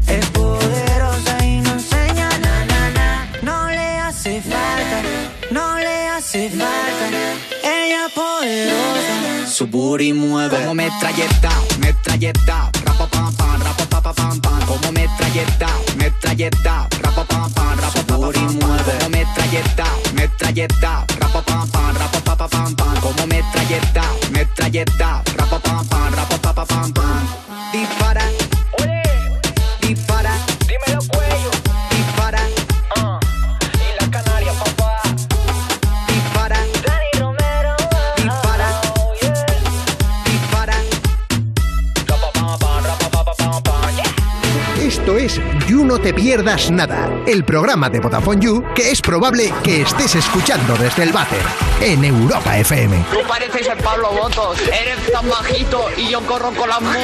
Speaker 3: Es poderosa y no enseña na na na. No le hace falta, no le hace falta. Ella poderosa.
Speaker 27: Su booty mueve como metralleta, metralleta, rapa pam pam, rapa pa pa pam pam, como metralleta, metralleta, rapa pam pam, rapa pa pa pam pam, como metralleta, metralleta, rapa pam pam, rapa pa pa pam pam, como metralleta, metralleta, rapa pam pam, rapa pa pa pam pam. Dispara, dispara, dímelo cuello, dispara, ah, y la canaria papá, dispara, Dani Romero, dispara.
Speaker 6: Esto es You No Te Pierdas Nada, el programa de Vodafone You que es probable que estés escuchando desde el váter en Europa FM.
Speaker 27: Tú pareces el Pablo Botos, eres tan bajito y yo corro con las motos.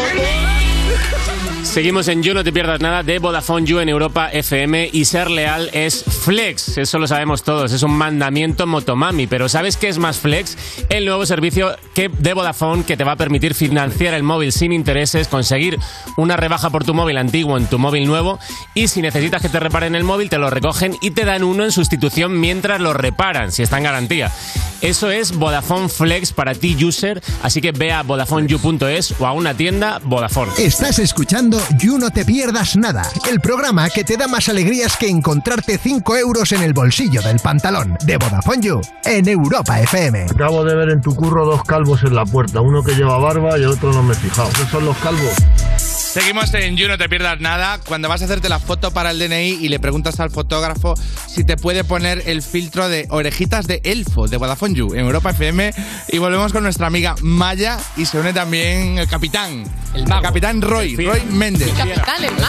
Speaker 4: Seguimos en You, no te pierdas nada de Vodafone You en Europa FM y ser leal es flex, eso lo sabemos todos, es un mandamiento motomami, pero ¿sabes qué es más flex? El nuevo servicio que, de Vodafone que te va a permitir financiar el móvil sin intereses, conseguir una rebaja por tu móvil antiguo en tu móvil nuevo y si necesitas que te reparen el móvil te lo recogen y te dan uno en sustitución mientras lo reparan, si está en garantía. Eso es Vodafone Flex para ti user, así que ve a vodafoneyou.es o a una tienda Vodafone.
Speaker 6: Estás escuchando You No Te Pierdas Nada, el programa que te da más alegrías que encontrarte 5 euros en el bolsillo del pantalón de Vodafone You en Europa FM.
Speaker 16: Acabo de ver en tu curro dos calvos en la puerta, uno que lleva barba y otro no me he fijado. ¿Qué son los calvos?
Speaker 5: Seguimos en You, no te pierdas nada. Cuando vas a hacerte la foto para el DNI y le preguntas al fotógrafo si te puede poner el filtro de orejitas de elfo de Vodafone You en Europa FM. Y volvemos con nuestra amiga Maya y se une también el capitán. El, capitán Roy, Roy Méndez.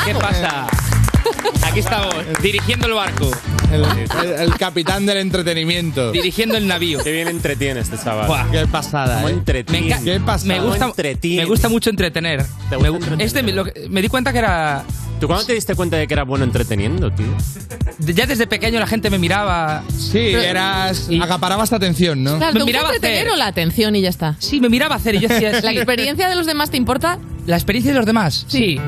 Speaker 4: ¿Qué pasa?
Speaker 1: Aquí estamos, dirigiendo el barco.
Speaker 5: El, el- el capitán del entretenimiento.
Speaker 1: Dirigiendo el navío.
Speaker 5: Qué bien entretiene este chaval.
Speaker 1: Qué
Speaker 5: pasada, eh.
Speaker 1: Me, enca-
Speaker 5: Qué pasada.
Speaker 1: me gusta,
Speaker 5: Cómo entretiene.
Speaker 1: me gusta mucho entretener. Me, gu- es de mi- lo que- me di cuenta que era.
Speaker 4: ¿Tú cuándo te diste cuenta de que era bueno entreteniendo, tío?
Speaker 1: de- Ya desde pequeño la gente me miraba.
Speaker 5: Sí, eras. Acaparabas atención, ¿no?
Speaker 7: Claro, te gusta
Speaker 1: miraba
Speaker 7: entretener
Speaker 1: hacer.
Speaker 7: o la atención y ya está.
Speaker 1: Sí, me miraba hacer y yo decía,
Speaker 7: ¿La
Speaker 1: sí.
Speaker 7: experiencia de los demás te importa?
Speaker 1: ¿La experiencia de los demás? Sí.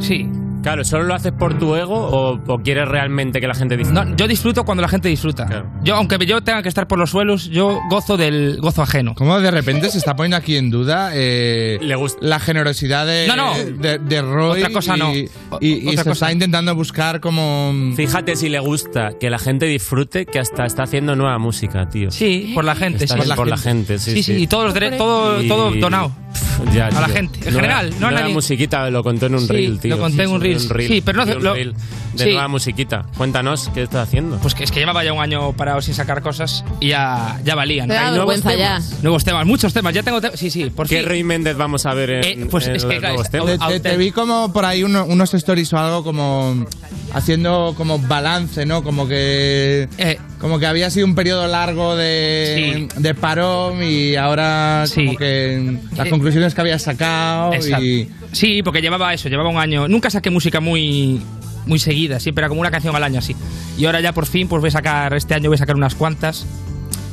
Speaker 1: Sí.
Speaker 4: Claro, ¿solo lo haces por tu ego o, o quieres realmente que la gente disfrute?
Speaker 1: No, yo disfruto cuando la gente disfruta. Yo, aunque yo tenga que estar por los suelos, yo gozo del gozo ajeno.
Speaker 5: ¿Cómo de repente se está poniendo aquí en duda eh, la generosidad de,
Speaker 1: No, no.
Speaker 5: Eh, de, de Roy?
Speaker 1: Otra cosa
Speaker 5: y,
Speaker 1: no.
Speaker 5: Y,
Speaker 1: O-
Speaker 5: y
Speaker 1: otra
Speaker 5: se
Speaker 1: cosa.
Speaker 5: está intentando buscar como. mm,
Speaker 4: Fíjate si le gusta que la gente disfrute, que hasta está haciendo nueva música, tío.
Speaker 1: Sí, por la gente,
Speaker 4: Está
Speaker 1: sí.
Speaker 4: bien por la gente, sí,
Speaker 1: Sí,
Speaker 4: sí.
Speaker 1: y todos los dere- todo,
Speaker 4: Y-
Speaker 1: todo donado.
Speaker 4: Pff, ya,
Speaker 1: A la
Speaker 4: tío.
Speaker 1: gente, en
Speaker 4: Nueva-
Speaker 1: general, no a
Speaker 4: nueva
Speaker 1: nadie.
Speaker 4: musiquita lo conté en un
Speaker 1: Sí,
Speaker 4: reel, tío.
Speaker 1: lo conté en un reel. Sí, pero no-
Speaker 4: Tío, un
Speaker 1: lo-
Speaker 4: reel de
Speaker 1: sí.
Speaker 4: nueva musiquita. Cuéntanos qué estás haciendo.
Speaker 1: Pues que es que llevaba ya un año parado sin sacar cosas y ya, ya valían.
Speaker 7: Te da
Speaker 1: Hay nuevos
Speaker 7: vergüenza ya.
Speaker 1: temas, Nuevos temas, muchos temas. Ya tengo. te- sí, sí, por
Speaker 4: ¿Qué
Speaker 1: fin.
Speaker 4: Rey Méndez vamos a ver en,
Speaker 1: Eh, pues
Speaker 4: en
Speaker 1: es
Speaker 4: los
Speaker 1: que, claro,
Speaker 4: nuevos
Speaker 1: es-
Speaker 5: Te,
Speaker 4: temas?
Speaker 5: te- te vi como por ahí uno- unos stories o algo como haciendo como balance, ¿no? Como que
Speaker 1: Eh.
Speaker 5: como que había sido un periodo largo de, de parón y ahora como que las
Speaker 1: Eh,
Speaker 5: conclusiones que había sacado
Speaker 1: Exacto.
Speaker 5: y
Speaker 1: Sí, porque llevaba eso, llevaba un año. Nunca saqué música muy muy seguida, siempre era como una canción al año así. Y ahora ya por fin pues voy a sacar este año voy a sacar unas cuantas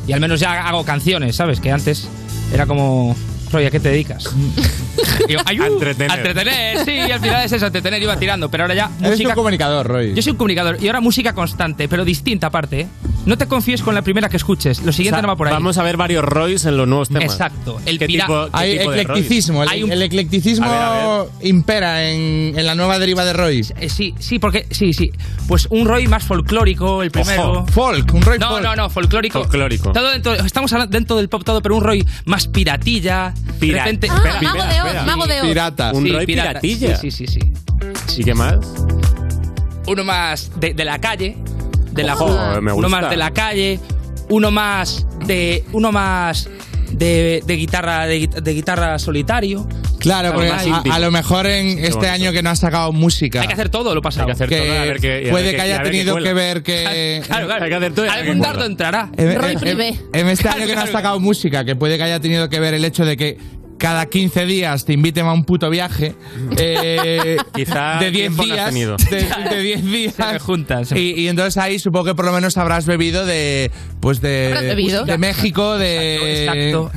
Speaker 1: y al menos ya hago canciones, ¿sabes? Que antes era como Roy, ¿a qué te dedicas? Y yo, "Ayú,
Speaker 4: entretener.
Speaker 1: a uh, entretener, sí, y al final es eso, entretener, iba tirando, pero ahora ya música
Speaker 5: comunicador, Roy.
Speaker 1: Yo soy un comunicador y ahora música constante, pero distinta aparte. ¿eh? No te confíes con la primera que escuches, lo siguiente
Speaker 4: O sea,
Speaker 1: no va por ahí.
Speaker 4: Vamos a ver varios Roys en los nuevos temas.
Speaker 1: Exacto, el
Speaker 4: ¿Qué
Speaker 1: pira-
Speaker 4: tipo, qué
Speaker 5: hay
Speaker 4: tipo de Roys?
Speaker 5: eclecticismo, el,
Speaker 1: Hay un-
Speaker 5: el eclecticismo
Speaker 1: A ver, a
Speaker 5: impera en, en la nueva deriva de Roy.
Speaker 1: Eh, Sí, sí, porque sí, sí. Pues un Roy más folclórico, el primero.
Speaker 5: Ojo, folk, un Roy
Speaker 1: No,
Speaker 5: folk.
Speaker 1: no, no, folclórico.
Speaker 5: Folclórico.
Speaker 1: Todo dentro- estamos hablando dentro del pop todo, pero un Roy más piratilla.
Speaker 4: Pira-
Speaker 1: repente-
Speaker 4: Ah, Espera, Mago espera, de Oz, espera. Mago de Oz. Pirata. Un Roy piratilla.
Speaker 1: Sí, sí, sí,
Speaker 4: ¿Y qué más?
Speaker 1: Uno más de, de la calle, de la
Speaker 4: Ojo,
Speaker 1: joda.
Speaker 4: me
Speaker 1: Uno
Speaker 4: gusta.
Speaker 1: más de la calle, uno más de uno más de, de guitarra de, guit- de guitarra solitario.
Speaker 5: Claro, porque a, a lo mejor en este
Speaker 1: bonito.
Speaker 5: año que no has sacado música.
Speaker 1: Hay que hacer todo lo
Speaker 5: Hay
Speaker 1: pasado.
Speaker 5: que hacer todo, a ver qué- Eh, a ver
Speaker 1: puede
Speaker 5: qué-
Speaker 1: que
Speaker 5: a
Speaker 1: haya
Speaker 5: ver Em, qué
Speaker 1: tenido
Speaker 5: cuela.
Speaker 1: que ver que. Claro, claro. Hay que hacer todo. Algún dardo entrará.
Speaker 5: En, en- en- en este año que no has sacado música, que puede que haya tenido que ver el hecho de que cada 15 días te inviten a un puto viaje. eh,
Speaker 4: Quizá
Speaker 5: de 10
Speaker 4: tiempo no has
Speaker 5: días.
Speaker 4: tenido.
Speaker 5: De, de 10 días.
Speaker 1: juntas.
Speaker 5: Y, y entonces ahí supongo que por lo menos habrás bebido de. Pues de.
Speaker 1: Habrás bebido.
Speaker 5: De México, de.
Speaker 1: Exacto,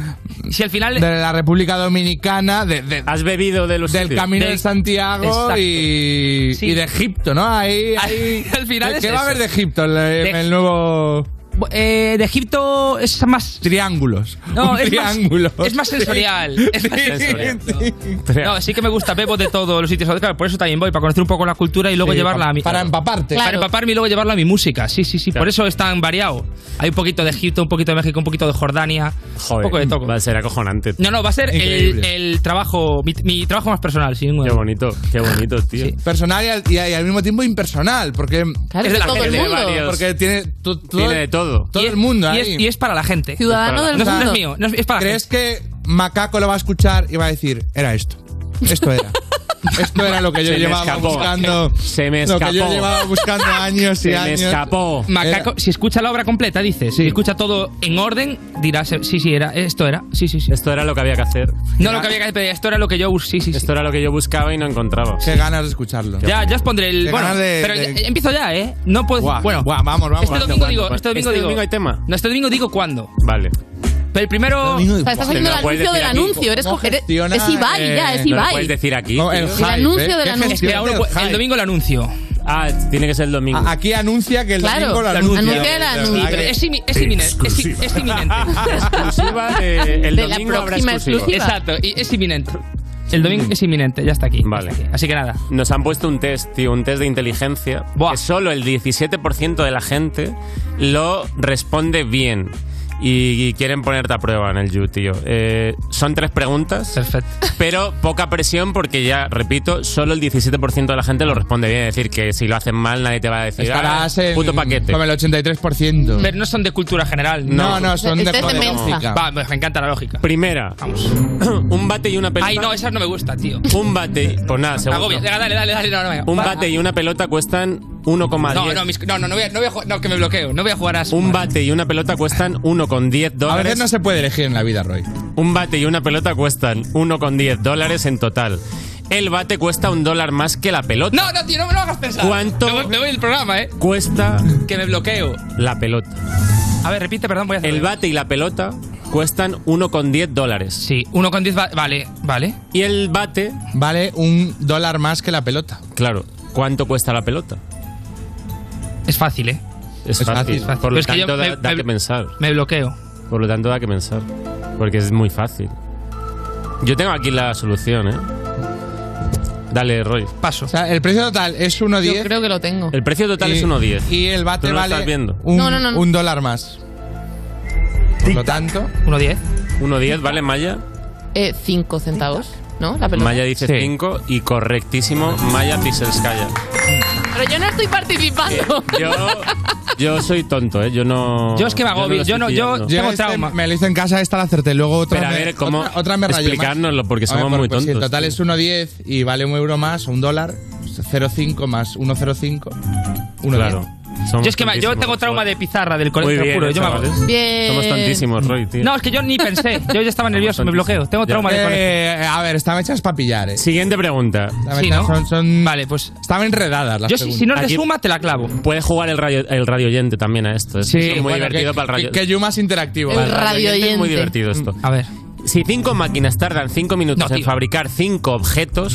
Speaker 1: Si al final.
Speaker 5: De la República Dominicana, de, de-
Speaker 4: Has bebido de los
Speaker 5: del
Speaker 4: sitios.
Speaker 5: Camino de,
Speaker 4: Del-
Speaker 5: Santiago
Speaker 4: Exacto.
Speaker 5: y,
Speaker 1: Sí.
Speaker 5: y de Egipto, ¿no? Ahí, ahí-
Speaker 1: Al final
Speaker 5: ¿Qué
Speaker 1: es
Speaker 5: va a
Speaker 1: eso.
Speaker 5: haber de Egipto? El,
Speaker 1: De-
Speaker 5: eh, el nuevo.
Speaker 1: Eh, de Egipto es más.
Speaker 5: Triángulos.
Speaker 1: No,
Speaker 5: Un
Speaker 1: es más,
Speaker 5: triángulo.
Speaker 1: es más sensorial. Es más
Speaker 5: Sí,
Speaker 1: sensorial. No, sí que me gusta, bebo de todos los sitios. Claro, por eso también voy, para conocer un poco la cultura y luego
Speaker 5: Sí,
Speaker 1: llevarla
Speaker 5: pa-
Speaker 1: a mi.
Speaker 5: para empaparte.
Speaker 1: Para
Speaker 5: Claro.
Speaker 1: empaparme y luego llevarla a mi música. Sí, sí, sí. Por eso es tan variado. Hay un poquito de Egipto, un poquito de México, un poquito de Jordania.
Speaker 4: Joder,
Speaker 1: un poco de toco.
Speaker 4: Va a ser acojonante.
Speaker 1: No, no, va a ser el,
Speaker 4: Increíble.
Speaker 1: el trabajo, mi, mi trabajo más personal, sin ninguna
Speaker 4: Qué
Speaker 1: duda.
Speaker 4: bonito, qué bonito, tío.
Speaker 5: Personal y al, y al- y al mismo tiempo impersonal, porque.
Speaker 1: Claro, es de todo el mundo.
Speaker 5: Porque tiene, to-
Speaker 1: Tiene de
Speaker 4: todo.
Speaker 5: Todo el mundo
Speaker 1: y
Speaker 5: ahí.
Speaker 1: es- y es para la gente.
Speaker 5: Es para la
Speaker 1: no,
Speaker 5: gente.
Speaker 1: No es mío, no es, es para la
Speaker 5: ¿Crees
Speaker 1: gente.
Speaker 5: que Macaco lo va a escuchar y va a decir, era esto? Esto era. Esto era lo que yo
Speaker 4: Se me
Speaker 5: llevaba
Speaker 4: escapó.
Speaker 5: buscando.
Speaker 4: Se me
Speaker 5: Lo que yo
Speaker 4: escapó.
Speaker 5: llevaba buscando años y
Speaker 4: Se me
Speaker 5: años.
Speaker 4: escapó.
Speaker 1: Macaco, si escucha la obra completa, dice, si escucha todo en orden, dirá, sí, sí, era, esto era, sí, sí, sí.
Speaker 4: Esto era lo que había que hacer.
Speaker 1: No lo que había que pedir, esto era lo que yo bus- sí, sí, sí.
Speaker 4: Esto era lo que yo buscaba y no encontraba.
Speaker 5: Qué ganas de escucharlo.
Speaker 1: Ya, ya os pondré el.
Speaker 4: Qué
Speaker 1: Bueno,
Speaker 4: ganas de-
Speaker 1: pero
Speaker 4: de-
Speaker 1: ya- empiezo ya, ¿eh? No puedo.
Speaker 4: Guau,
Speaker 1: bueno,
Speaker 4: guau, vamos, vamos.
Speaker 1: Este domingo
Speaker 4: ¿Cuándo,
Speaker 1: digo.
Speaker 4: cuándo?
Speaker 1: Este domingo
Speaker 4: Este
Speaker 1: digo.
Speaker 4: domingo hay tema.
Speaker 1: No, este domingo digo cuándo.
Speaker 4: Vale.
Speaker 1: Pero el
Speaker 5: Este
Speaker 1: primero.
Speaker 7: O sea, estás haciendo el anuncio del anuncio. Eres coger. Es Ibai,
Speaker 1: eh,
Speaker 7: ya, es Ibai.
Speaker 4: decir aquí.
Speaker 5: Oh,
Speaker 7: El tío. hype, anuncio ¿eh? del ¿Qué anuncio.
Speaker 1: Es que aún no puedo- el domingo el anuncio.
Speaker 4: Ah, tiene que ser el domingo.
Speaker 5: Aquí anuncia que el
Speaker 1: Claro,
Speaker 5: domingo lo
Speaker 1: anuncia.
Speaker 5: anuncia.
Speaker 1: Anuncia el anuncio. Sí, pero es imi- es inminente, es- es inminente.
Speaker 4: Exclusiva de- el De la domingo habrá próxima exclusiva. exclusiva.
Speaker 1: Exacto, y es inminente. El domingo es inminente, ya está aquí. Vale. Así que nada.
Speaker 4: Nos han puesto un test, tío, un test de inteligencia. Que solo el 17% de la gente lo responde bien. Y, y quieren ponerte a prueba en el You, tío. Eh, son tres preguntas.
Speaker 1: Perfecto.
Speaker 4: Pero poca presión porque ya, repito, solo el 17% de la gente lo responde bien. Es decir, que si lo hacen mal nadie te va a decir.
Speaker 5: Estarás
Speaker 4: "Ah,
Speaker 5: en,
Speaker 4: puto paquete.
Speaker 5: Como el 83%.
Speaker 1: Pero no son de cultura general.
Speaker 5: No, no, son de- Este es de de mensa. lógica.
Speaker 1: Va, me encanta la lógica.
Speaker 4: Primera. un bate y una pelota.
Speaker 1: Ay, no, esas no me gusta, tío.
Speaker 4: Un bate. Pues nada, segundo.
Speaker 1: Agobia. Venga, Dale, dale, dale. no, no, venga.
Speaker 4: Un
Speaker 1: Va.
Speaker 4: bate y una pelota cuestan 1,10.
Speaker 1: No, no, mis- no, no, no voy a, no voy a ju- no, que me bloqueo. No voy a jugar así.
Speaker 4: Un bate y una pelota cuestan 1,10 dólares.
Speaker 1: veces no
Speaker 5: se puede elegir en la vida, Roy.
Speaker 4: Un bate y una pelota cuestan 1,10 dólares en total. El bate cuesta un dólar más que la pelota.
Speaker 1: No, no, tío, no me lo hagas pensar.
Speaker 4: ¿Cuánto?
Speaker 1: Me voy, me voy del programa, eh.
Speaker 4: Cuesta
Speaker 1: Que me bloqueo.
Speaker 4: la pelota.
Speaker 1: A ver, repite, perdón, voy a hacer.
Speaker 4: El bate y la pelota cuestan 1,10 dólares.
Speaker 1: Sí, 1,10 vale, vale.
Speaker 4: Y el bate
Speaker 5: vale un dólar más que la pelota.
Speaker 4: Claro, ¿cuánto cuesta la pelota?
Speaker 1: Es fácil, ¿eh?
Speaker 4: Es,
Speaker 1: Es fácil,
Speaker 4: fácil.
Speaker 1: es fácil.
Speaker 4: Por lo
Speaker 1: Es que yo
Speaker 4: tanto, da,
Speaker 1: me-
Speaker 4: da
Speaker 1: me-
Speaker 4: que pensar.
Speaker 1: Me bloqueo.
Speaker 4: Por lo tanto, da que pensar. Porque es muy fácil. Yo tengo aquí la solución, ¿eh? Dale, Roy.
Speaker 1: Paso.
Speaker 5: O sea, el precio total es
Speaker 7: Yo
Speaker 5: 1,10.
Speaker 7: creo que lo tengo.
Speaker 4: El precio total
Speaker 5: Y-
Speaker 4: es 1,10.
Speaker 5: Y el bate
Speaker 4: Tú no lo
Speaker 5: vale
Speaker 4: estás viendo.
Speaker 5: Un,
Speaker 7: No, no, no, no.
Speaker 5: un dólar más. Por lo tanto,
Speaker 1: 1,10.
Speaker 4: 1,10, ¿vale, Maya?
Speaker 7: Eh, cinco centavos, ¿no? La pelota.
Speaker 4: Maya dice 5 y correctísimo, Maya Piselskaya.
Speaker 7: Pero yo no estoy participando.
Speaker 1: Eh,
Speaker 4: Yo, yo soy tonto, ¿eh? Yo no.
Speaker 1: Yo es que me agobio, yo no- yo-
Speaker 4: tengo
Speaker 5: Yo este me lo hice en casa, esta la acerté. Luego otra
Speaker 4: Pero a
Speaker 5: me-
Speaker 4: ver, ¿cómo
Speaker 5: otra, otra me rayó más.
Speaker 4: explicárnoslo? Porque
Speaker 5: A ver,
Speaker 4: somos muy
Speaker 5: pues Si el
Speaker 4: tontos,
Speaker 5: total
Speaker 4: tío.
Speaker 5: es 1,10 y vale un euro más, un dólar, 0,5 más 1,05. 1,10.
Speaker 4: Claro. Somos
Speaker 1: Yo es que me- yo
Speaker 4: tontísimos.
Speaker 1: tengo trauma de pizarra del colegio
Speaker 4: Muy bien,
Speaker 1: puro. Yo me hago-
Speaker 4: chavales.
Speaker 7: Bien.
Speaker 4: Somos tantísimos, Roy, tío.
Speaker 1: No, es que yo ni pensé. Yo ya estaba nervioso, me bloqueo. Tengo
Speaker 4: Ya.
Speaker 1: trauma de colegio.
Speaker 5: Eh, a ver, estaban hechas para pillar, eh.
Speaker 4: Siguiente pregunta.
Speaker 5: Estaban
Speaker 1: Sí,
Speaker 5: hechas-
Speaker 1: ¿no?
Speaker 5: son, son-
Speaker 1: Vale, pues.
Speaker 5: Estaban enredadas las
Speaker 1: Yo, si, si no es de
Speaker 4: Aquí-
Speaker 1: suma, te la clavo.
Speaker 4: Puede jugar el radio, el radio oyente también a esto. Es
Speaker 1: Sí,
Speaker 4: es muy
Speaker 5: bueno,
Speaker 4: divertido
Speaker 5: que-
Speaker 4: para el radio.
Speaker 5: que- que Yuma es interactivo.
Speaker 7: El
Speaker 5: Vale.
Speaker 7: radio
Speaker 4: Es muy
Speaker 7: oyente.
Speaker 4: divertido esto.
Speaker 1: A ver.
Speaker 4: Si cinco máquinas tardan cinco minutos
Speaker 1: No,
Speaker 4: en
Speaker 1: tío.
Speaker 4: fabricar cinco objetos,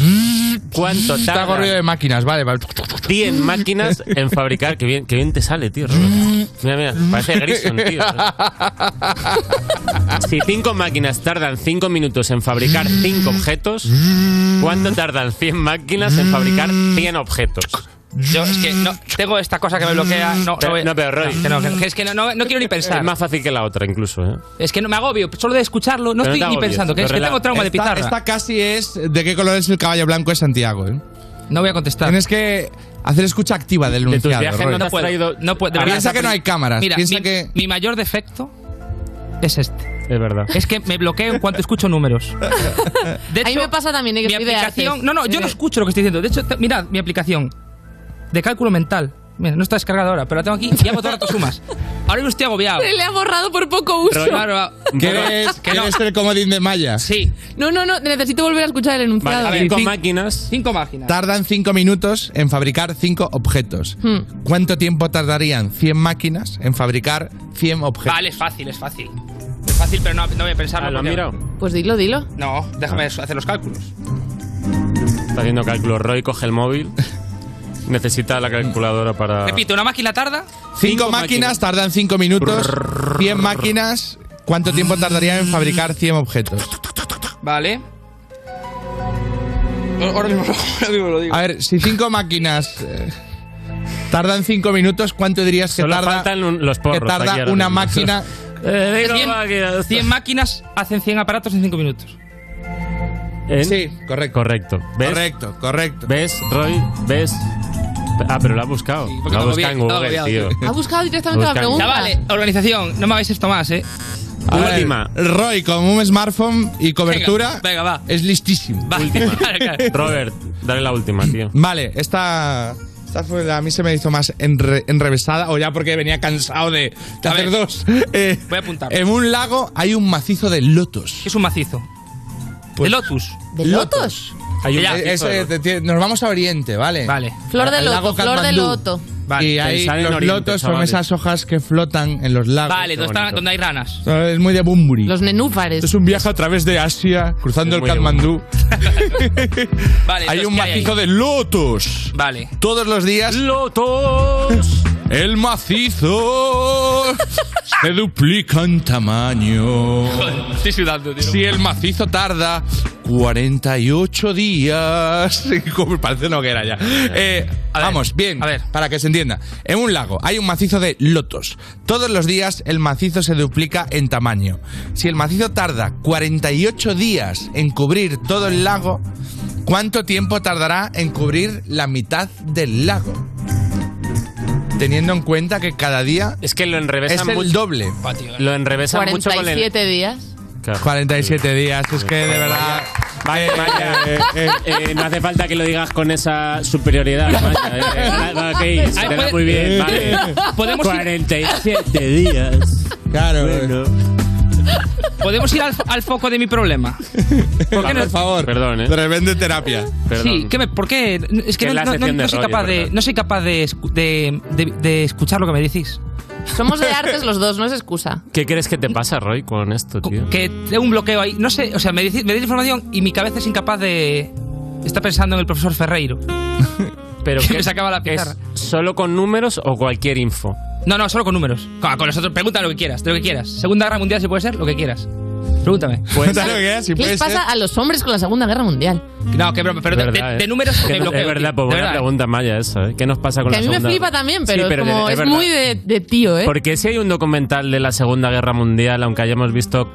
Speaker 4: ¿cuánto
Speaker 5: Mm. Está hago ruido
Speaker 4: tardan
Speaker 5: de máquinas, vale. vale.
Speaker 4: 10 máquinas en fabricar? Que bien, que bien te sale, tío.
Speaker 5: Mm.
Speaker 4: Roberto. Mira, mira, parece Grison, tío. Si cinco máquinas tardan cinco minutos en fabricar cinco objetos, ¿cuánto tardan 100 máquinas en fabricar 100 objetos?
Speaker 1: Yo es que no, tengo esta cosa que me bloquea. No,
Speaker 4: Pero-
Speaker 1: voy-
Speaker 4: no, pero, Roy.
Speaker 1: que no, que no, que es que no, no- no quiero ni
Speaker 4: Es
Speaker 1: pensar.
Speaker 4: más fácil que la otra, incluso, ¿eh?
Speaker 1: Es que no me agobio. Solo de escucharlo,
Speaker 4: Pero no
Speaker 1: no estoy
Speaker 4: te
Speaker 1: ni
Speaker 4: agobies,
Speaker 1: pensando. Que es que
Speaker 4: relaja.
Speaker 1: tengo trauma de
Speaker 5: Esta,
Speaker 1: pizarra.
Speaker 5: esta casi es de qué color es el caballo blanco de Santiago, eh.
Speaker 1: No voy a contestar.
Speaker 5: Tienes que hacer escucha activa del
Speaker 4: De tus
Speaker 5: enunciado.
Speaker 4: viajes
Speaker 5: Roy.
Speaker 4: no te has
Speaker 1: puedo,
Speaker 4: traído.
Speaker 1: no puedo, de verdad.
Speaker 5: Piensa que no hay cámaras.
Speaker 1: Mira,
Speaker 5: piensa
Speaker 1: mi,
Speaker 5: que
Speaker 1: mi mayor defecto es este.
Speaker 4: Es verdad.
Speaker 1: Es que me bloqueo en cuanto escucho números. De
Speaker 7: a mí
Speaker 1: hecho,
Speaker 7: me pasa también eh, que
Speaker 1: mi
Speaker 7: soy de
Speaker 1: aplicación.
Speaker 7: artes.
Speaker 1: No, no, yo no escucho lo que estoy diciendo. De hecho, te- mirad mi aplicación de cálculo mental. Mira, no está descargada ahora, pero la tengo aquí y hago todo el rato sumas. Ahora mismo estoy agobiado.
Speaker 7: Se le ha borrado por poco uso.
Speaker 4: Pero-
Speaker 1: Claro,
Speaker 5: ¿Quieres,
Speaker 1: que no.
Speaker 5: quieres ser el comodín de Maya?
Speaker 1: Sí,
Speaker 7: No, no, no, necesito volver a escuchar el enunciado.
Speaker 4: Vale,
Speaker 5: ver,
Speaker 4: cinco
Speaker 5: cinco-
Speaker 4: máquinas.
Speaker 1: cinco máquinas.
Speaker 5: Tardan 5 minutos en fabricar 5 objetos.
Speaker 7: Hmm.
Speaker 5: ¿Cuánto tiempo tardarían 100 máquinas en fabricar 100 objetos?
Speaker 1: Vale, es fácil, es fácil. Es fácil, pero no, no voy a
Speaker 4: Ah,
Speaker 1: pensarlo.
Speaker 4: ¿Lo has
Speaker 1: porque-
Speaker 4: mirado?
Speaker 7: Pues dilo, dilo.
Speaker 1: No, déjame hacer los cálculos.
Speaker 4: Está haciendo cálculos. Roy coge el móvil. Necesita la calculadora para.
Speaker 1: Repito, una máquina tarda.
Speaker 5: 5 máquinas tardan 5 minutos. 100 máquinas, ¿cuánto tiempo tardarían en fabricar 100 objetos?
Speaker 1: Vale. Ahora mismo, ahora mismo lo digo.
Speaker 5: A ver, si 5 máquinas eh, tardan 5 minutos, ¿cuánto dirías que
Speaker 4: Solo
Speaker 5: tarda,
Speaker 4: faltan un- los
Speaker 5: que
Speaker 4: porros
Speaker 5: tarda
Speaker 4: aquí ahora
Speaker 5: una
Speaker 4: mismo.
Speaker 5: máquina?
Speaker 4: Eh, cinco
Speaker 1: 100,
Speaker 4: máquinas.
Speaker 1: 100 máquinas hacen 100 aparatos en 5 minutos.
Speaker 4: En-
Speaker 5: Sí, correcto.
Speaker 4: Correcto. ¿Ves?
Speaker 5: Correcto, correcto.
Speaker 4: ¿Ves, Roy? ¿Ves? Ah, pero lo ha buscado.
Speaker 1: porque
Speaker 4: lo ha
Speaker 1: me
Speaker 4: buscado en
Speaker 1: agobié,
Speaker 4: Google,
Speaker 1: estaba
Speaker 4: tío.
Speaker 1: agobiado,
Speaker 7: Ha buscado directamente la
Speaker 4: Buscan.
Speaker 7: pregunta.
Speaker 1: Chavales, organización, no me hagáis esto más, eh.
Speaker 5: A ver,
Speaker 4: Última.
Speaker 5: Roy, con un smartphone y cobertura,
Speaker 1: venga, va.
Speaker 5: es listísimo.
Speaker 1: Va, vale, claro.
Speaker 4: Robert, dale la última, tío.
Speaker 5: Vale, esta, esta fue la- a mí se me hizo más enre- enrevesada, o ya porque venía cansado de, de
Speaker 1: A
Speaker 5: hacer
Speaker 1: ver,
Speaker 5: dos. Eh,
Speaker 1: voy a apuntar.
Speaker 5: En un lago hay un macizo de lotos.
Speaker 1: Es un macizo.
Speaker 5: Pues-
Speaker 1: de Lotus.
Speaker 7: ¿De lotos?
Speaker 4: Hay un
Speaker 1: Ya,
Speaker 5: Eh,
Speaker 4: macizo
Speaker 5: ese-
Speaker 4: de
Speaker 5: te- te- nos vamos a Oriente, ¿vale?
Speaker 1: Vale.
Speaker 7: Flor de
Speaker 5: Al
Speaker 7: loto,
Speaker 5: lago
Speaker 7: flor de
Speaker 5: Katmandú.
Speaker 7: loto.
Speaker 1: Vale.
Speaker 5: y ahí
Speaker 4: pensar en
Speaker 5: los
Speaker 4: Oriente,
Speaker 5: lotos son
Speaker 4: chavales.
Speaker 5: esas hojas que flotan en los lagos.
Speaker 1: Vale, donde, está-
Speaker 4: bonito.
Speaker 1: donde hay ranas.
Speaker 5: Eso Es muy de Bumburi.
Speaker 7: Los nenúfares.
Speaker 5: Esto es un viaje a través de Asia, cruzando
Speaker 4: Es
Speaker 5: el
Speaker 4: muy de
Speaker 5: Katmandú.
Speaker 1: Vale,
Speaker 5: hay
Speaker 1: entonces,
Speaker 5: un
Speaker 1: ¿qué hay
Speaker 5: macizo
Speaker 1: ahí?
Speaker 5: de lotos.
Speaker 1: Vale.
Speaker 5: Todos los días
Speaker 4: ¡Lotos!
Speaker 5: El macizo se duplica en tamaño.
Speaker 1: Estoy sudando, tío.
Speaker 5: Si el macizo tarda 48 días. Como Parece no que era ya. Eh,
Speaker 1: A ver,
Speaker 5: vamos, bien,
Speaker 1: a ver.
Speaker 5: para que se entienda. En un lago hay un macizo de lotos. Todos los días el macizo se duplica en tamaño. Si el macizo tarda 48 días en cubrir todo el lago, ¿cuánto tiempo tardará en cubrir la mitad del lago? Teniendo en cuenta que cada día
Speaker 4: Es que lo
Speaker 5: es
Speaker 4: enrevesan
Speaker 5: el
Speaker 4: mucho.
Speaker 5: doble.
Speaker 1: Va, tío.
Speaker 4: Lo enrevesan mucho con el.
Speaker 7: 47 días.
Speaker 4: Claro.
Speaker 5: 47 días, es que de verdad.
Speaker 4: Vale, Maya. eh, eh, no hace falta que lo digas con esa superioridad, Maya. Eh, nada, ok, se
Speaker 1: Ay,
Speaker 4: te da
Speaker 1: puede-
Speaker 4: muy bien. Vale.
Speaker 1: Eh, Podemos ir-
Speaker 4: 47 días. Claro.
Speaker 5: eh.
Speaker 1: Podemos ir al, al foco de mi problema. ¿Por qué no?
Speaker 5: favor.
Speaker 4: Perdón, ¿eh?
Speaker 5: De repente terapia.
Speaker 1: Sí, ¿qué me- ¿por qué? Es que
Speaker 5: Que
Speaker 1: no,
Speaker 5: la
Speaker 1: no- no-
Speaker 5: sección de
Speaker 1: no soy
Speaker 5: rollo,
Speaker 1: capaz de,
Speaker 5: ¿verdad?
Speaker 1: no soy capaz de, escu- de- de- de escuchar lo que me decís.
Speaker 7: Somos de artes los dos, no es excusa.
Speaker 4: ¿Qué crees que te pasa, Roy, con esto, tío?
Speaker 1: Que tengo un bloqueo ahí. No sé, o sea, me decís, me dais información y mi cabeza es incapaz de... Está pensando en el profesor Ferreiro.
Speaker 4: Pero
Speaker 1: que me sacaba la pizarra.
Speaker 4: ¿Es solo con números o cualquier info?
Speaker 1: No, no, solo con números. Con, con los otros, pregunta lo que quieras, de lo que quieras. Segunda Guerra Mundial, si puede ser, lo que quieras. Pregúntame.
Speaker 7: ¿Qué les pasa a los hombres con la Segunda Guerra Mundial?
Speaker 1: No, qué broma, pero de, de-
Speaker 4: ¿eh?
Speaker 1: de números
Speaker 4: Que
Speaker 1: me
Speaker 4: no-
Speaker 1: bloqueo.
Speaker 4: Es verdad,
Speaker 1: tío,
Speaker 4: pues
Speaker 1: de
Speaker 4: buena
Speaker 1: verdad.
Speaker 4: pregunta, Maya, esa. ¿eh? ¿Qué nos pasa con
Speaker 7: Que a
Speaker 4: la
Speaker 7: mí me
Speaker 4: segunda
Speaker 7: flipa también,
Speaker 4: Sí,
Speaker 7: pero, es, como,
Speaker 4: de-
Speaker 7: es
Speaker 4: verdad.
Speaker 7: muy de, de tío, ¿eh?
Speaker 4: Porque si hay un documental de la Segunda Guerra Mundial, aunque hayamos visto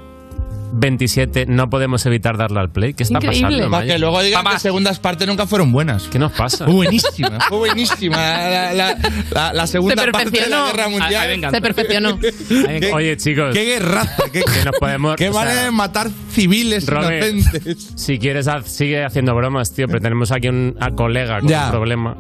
Speaker 4: 27, no podemos evitar darle al play. ¿Qué está pasando,
Speaker 5: Para
Speaker 4: Maya?
Speaker 5: que luego digan que segundas partes nunca fueron buenas.
Speaker 4: ¿Qué nos pasa?
Speaker 5: Fue buenísima. Fue buenísima. La, la- la- la segunda
Speaker 7: Se
Speaker 5: parte de la
Speaker 7: perfeccionó.
Speaker 5: guerra mundial.
Speaker 7: Ah, ah, venga. Se perfeccionó.
Speaker 5: ¿Qué-
Speaker 4: Oye, chicos.
Speaker 5: Qué guerraza. Qué,
Speaker 4: que nos podemos,
Speaker 5: qué
Speaker 4: o sea,
Speaker 5: manera de matar civiles
Speaker 4: Robe,
Speaker 5: inocentes.
Speaker 4: Si quieres, haz- sigue haciendo bromas, tío, pero tenemos aquí un, a colega con
Speaker 1: Ya.
Speaker 4: un problema.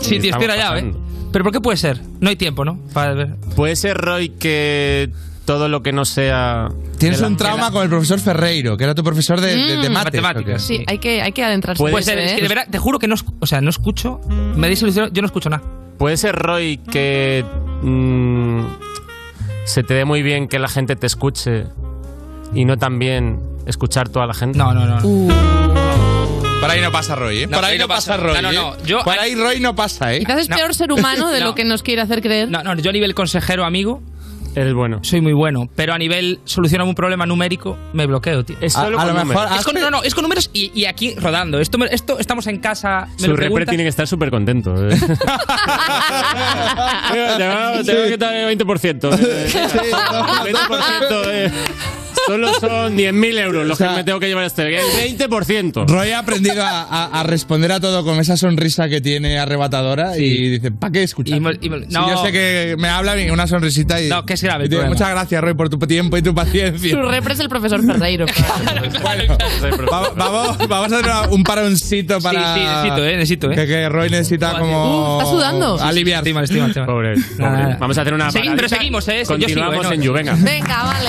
Speaker 1: Sí, tío,
Speaker 4: Estamos
Speaker 1: estoy rayado, ¿eh? Pero ¿por qué puede ser? No hay tiempo, ¿no? Para ver.
Speaker 4: Puede ser, Roy, que todo lo que no sea...
Speaker 5: Tienes
Speaker 4: de la-
Speaker 5: un
Speaker 4: de la-
Speaker 5: trauma con el profesor Ferreiro, que era tu profesor de, de, de
Speaker 7: Mm.
Speaker 5: mates, ¿o qué?
Speaker 7: Sí, hay que, hay que adentrarse. en
Speaker 1: Puede
Speaker 7: eso,
Speaker 1: ser, es
Speaker 7: ¿eh?
Speaker 1: que de verdad, te juro que no, escu- o sea, no escucho. Me dais ilusión, yo no escucho nada.
Speaker 4: Puede ser, Roy, que mm, se te dé muy bien que la gente te escuche y no también escuchar toda la gente.
Speaker 1: No, no, no.
Speaker 5: Por ahí no pasa Roy, ¿eh?
Speaker 4: No,
Speaker 5: por ahí no pasa Roy.
Speaker 1: No, no,
Speaker 5: ¿eh?
Speaker 1: no, yo-
Speaker 5: por ahí Roy no pasa, ¿eh?
Speaker 7: Quizás es peor ser humano de
Speaker 1: No.
Speaker 7: lo que nos quiere hacer creer.
Speaker 1: No, no, yo a nivel consejero amigo.
Speaker 4: Eres bueno.
Speaker 1: Soy muy bueno. Pero a nivel solucionar un problema numérico, me bloqueo, tío.
Speaker 4: Es solo A- a con lo mejor números.
Speaker 1: Es con, no, no, es con números y, y aquí rodando. Esto, me- esto estamos en casa. Me
Speaker 4: Su
Speaker 1: lo
Speaker 4: repre
Speaker 1: preguntas.
Speaker 4: tiene que estar súper contento. eh. te va- te va a quitar el 20%. eh. 20%, eh. Solo son 10.000 euros los que me tengo que llevar este día. El 20%.
Speaker 5: Roy ha aprendido a, a- a responder a todo con esa sonrisa que tiene arrebatadora y dice, ¿para qué escuchar? Si
Speaker 1: no.
Speaker 5: yo sé que me habla bien, una sonrisita y... No, que es grave.
Speaker 1: problema.
Speaker 5: Muchas gracias, Roy, por tu tiempo y tu paciencia.
Speaker 7: Su repre es el profesor Ferreiro.
Speaker 5: Va- vamos, vamos a hacer una- un paroncito para...
Speaker 1: sí, necesito, eh, necesito, eh.
Speaker 5: Que, que Roy necesita como...
Speaker 1: Uh, está sudando.
Speaker 5: Aliviar.
Speaker 1: Estima, estima, estima.
Speaker 4: Pobre,
Speaker 28: Ah.
Speaker 4: pobre. Vamos a hacer una
Speaker 1: Seguimos, pero
Speaker 4: paradita.
Speaker 1: seguimos, eh. Yo sigo,
Speaker 4: Continuamos
Speaker 1: eh, no.
Speaker 4: en You, venga.
Speaker 7: Venga, vale.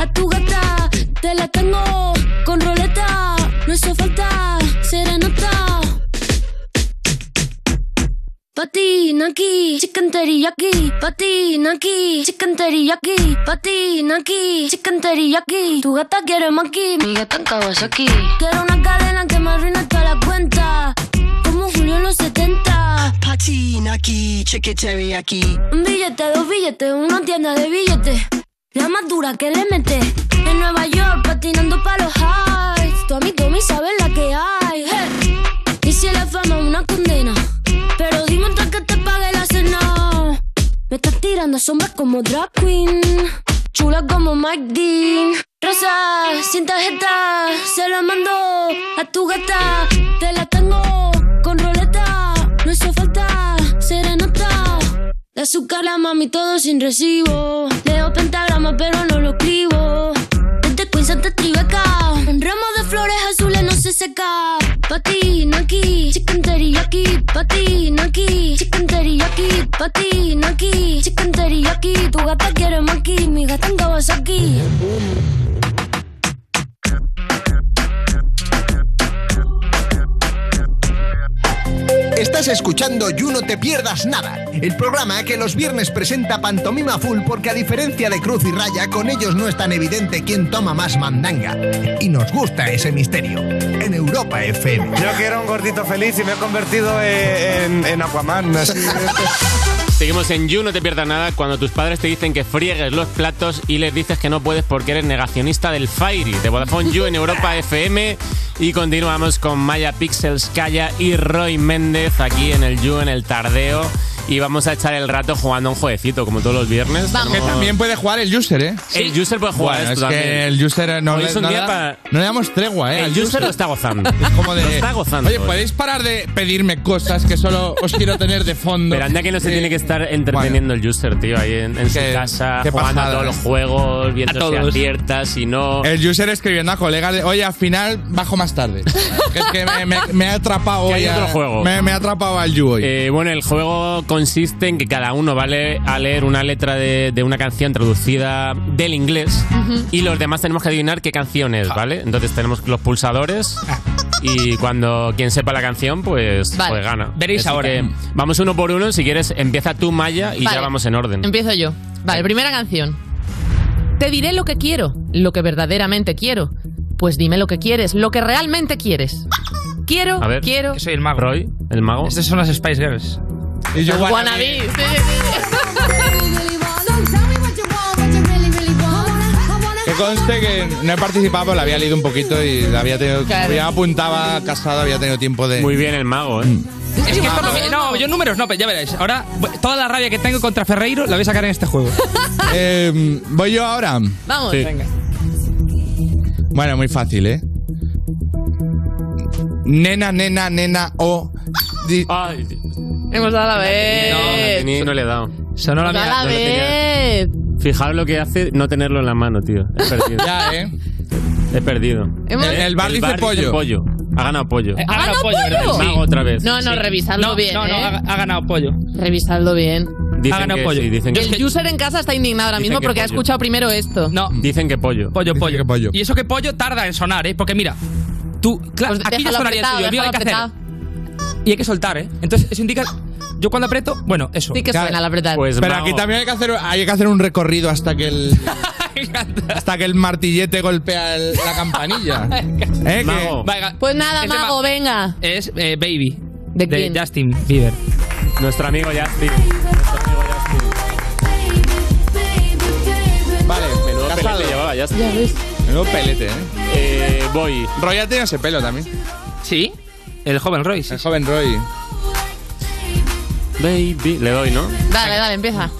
Speaker 32: a tu gata. Te la tengo con roleta. No hizo falta serenata. Pati, Naki, chicken teriyaki. Pati, Naki, chicken teriyaki. Pati, Naki, chicken teriyaki. Tu gata quiere maki, mi gata en Kawasaki. Quiero una cadena que me arruine toda la cuenta. Como Julio en los 70. Pati, Naki, chicken teriyaki. Un billete, dos billetes, una tienda de billetes. La más dura que le mete. En Nueva York, patinando para los highs. Tu amigo me sabe la que hay. Hey. Y si la fama es una condena. Pero dime antes que te pague la cena. Me estás tirando sombras como drag queen. Chula como Mike Dean. Rosa, sin tarjeta. Se la mando a tu gata. Te la tengo con roleta. No hizo falta serenata. De azúcar la mami todo sin recibo. Leo pentagrama pero no lo escribo. Desde Queens hasta Tribeca. Un ramo de flores azules no se seca. Patina aquí, chicken teriyaki. Patina aquí, chicken teriyaki. Patina aquí, chicken teriyaki. Tu gata quiere maki, mi gata en Kawasaki.
Speaker 6: Estás Estás escuchando You No Te Pierdas Nada, el programa que los viernes presenta Pantomima Full porque a diferencia de Cruz y Raya, con ellos no es tan evidente quién toma más mandanga. Y nos gusta ese misterio. En Europa FM.
Speaker 33: Yo que era un gordito feliz y me he convertido eh, en, en Aquaman. así.
Speaker 4: Seguimos en You, no te pierdas nada cuando tus padres te dicen que friegues los platos y les dices que no puedes porque eres negacionista del Fairy de Vodafone You en Europa FM y continuamos con Maya Pixels Calla y Roy Méndez aquí en el You en el tardeo y vamos a echar el rato jugando a un jueguecito como todos los viernes.
Speaker 5: Que
Speaker 4: Tenemos-
Speaker 5: también puede jugar el user, ¿eh?
Speaker 4: El user puede jugar a
Speaker 5: Bueno, es
Speaker 4: esto también.
Speaker 5: que el user no
Speaker 4: Hoy
Speaker 5: le,
Speaker 4: es un
Speaker 5: no
Speaker 4: día
Speaker 5: da-
Speaker 4: para-
Speaker 5: no le damos tregua, ¿eh?
Speaker 4: El
Speaker 5: al
Speaker 4: user lo está gozando.
Speaker 5: Es como de...
Speaker 4: Lo está gozando
Speaker 5: Oye,
Speaker 4: hoy.
Speaker 5: ¿podéis parar de pedirme cosas que solo os quiero tener de fondo?
Speaker 4: Pero anda que no se tiene que estar entreteniendo el user, tío, ahí en, en su casa,
Speaker 5: Eh, qué
Speaker 4: jugando
Speaker 5: pasada. eh.
Speaker 4: a todos los juegos, viendo
Speaker 5: A
Speaker 4: si
Speaker 5: todos.
Speaker 4: acierta, si no.
Speaker 5: El user escribiendo a colegas de, oye, al final bajo más tarde. Que es que me, me- me ha atrapado
Speaker 4: Que hay
Speaker 5: hoy. a-
Speaker 4: otro juego.
Speaker 5: Me, me ha atrapado al you hoy.
Speaker 4: Eh, bueno, el juego consiste en que cada uno va a leer, a leer una letra de, de una canción traducida del inglés y los demás tenemos que adivinar qué canción
Speaker 5: Ah.
Speaker 4: es, ¿vale? Entonces tenemos los pulsadores y cuando quien sepa la canción, pues,
Speaker 19: Vale.
Speaker 4: pues gana.
Speaker 19: Veréis ahora.
Speaker 4: que vamos uno por uno, si quieres empieza tú, Maya, y
Speaker 19: Vale.
Speaker 4: ya vamos en orden.
Speaker 19: Empiezo yo. Vale, primera canción. Te diré lo que quiero, lo que verdaderamente quiero. Pues dime lo que quieres, lo que realmente quieres. Quiero,
Speaker 4: A ver.
Speaker 19: quiero.
Speaker 4: soy el mago. Roy, el mago. Estas son las Spice Girls.
Speaker 5: Y yo,
Speaker 19: Wannabe, sí, sí,
Speaker 5: Que conste que no he participado, pero la había leído un poquito y la había tenido.
Speaker 1: Claro.
Speaker 5: Ya apuntaba casado, había tenido tiempo de. Mm. Muy
Speaker 4: bien el mago, ¿eh?
Speaker 1: Es que esto no, me- no, yo números no, pero ya veréis. Ahora, toda la rabia que tengo contra Ferreiro la voy a sacar en este juego.
Speaker 5: Em, Voy yo ahora.
Speaker 19: Vamos.
Speaker 5: Sí.
Speaker 19: Venga.
Speaker 5: Bueno, muy fácil, ¿eh? Nena, nena, nena, o. di-
Speaker 19: Hemos dado a la vez.
Speaker 4: Ni- no le he dado. Sonó
Speaker 19: Hemos dado a la vez.
Speaker 4: Fijaos lo que hace no tenerlo en la mano, tío. He perdido.
Speaker 5: ya, ¿eh?
Speaker 4: He perdido.
Speaker 19: Hemos- El- el bar dice pollo.
Speaker 4: Ha ganado pollo.
Speaker 19: Eh, ha ganado pollo,
Speaker 4: El
Speaker 19: ¿verdad?
Speaker 4: mago
Speaker 19: Sí.
Speaker 4: otra vez.
Speaker 19: Ah, No, no, revisadlo
Speaker 1: No,
Speaker 19: bien.
Speaker 1: no, no,
Speaker 19: ¿eh?
Speaker 1: ha, ha ganado pollo.
Speaker 19: Revisadlo bien.
Speaker 4: Dicen
Speaker 1: ha ganado
Speaker 4: que
Speaker 1: pollo.
Speaker 4: sí, dicen que
Speaker 19: el user en casa está indignado ahora
Speaker 4: Dicen
Speaker 19: mismo
Speaker 4: que
Speaker 19: porque ha
Speaker 4: pollo.
Speaker 19: escuchado primero esto.
Speaker 1: No.
Speaker 4: Dicen que pollo.
Speaker 1: Pollo, pollo. Y eso que pollo tarda en sonar, ¿eh? Porque mira, tú, claro, aquí ya
Speaker 19: déjalo
Speaker 1: sonaría el
Speaker 19: apretado,
Speaker 1: tuyo, el mío hay que
Speaker 19: déjalo
Speaker 1: hacer. Y hay que soltar, ¿eh? Entonces, eso indica. Yo cuando aprieto, bueno, eso.
Speaker 19: Sí que suena, la verdad.
Speaker 4: Pues
Speaker 5: Pero aquí también hay que hacer, hay que hacer un recorrido hasta que el. hasta que el martillete golpea el- la campanilla. ¿Eh?
Speaker 1: Mago.
Speaker 19: Pues nada,
Speaker 1: Este
Speaker 19: mago, venga.
Speaker 1: Es eh, Baby.
Speaker 19: ¿De
Speaker 4: quién?
Speaker 1: Justin Bieber.
Speaker 4: Nuestro amigo Justin.
Speaker 5: Vale,
Speaker 4: menudo pelete llevaba Justin. Ya ves.
Speaker 5: Menudo pelete, ¿eh?
Speaker 4: voy.
Speaker 5: Roy ya tenía ese pelo también.
Speaker 1: ¿Sí? El joven Roy.
Speaker 5: el joven Roy.
Speaker 4: Baby. Le doy, ¿no?
Speaker 19: Dale, dale, empieza.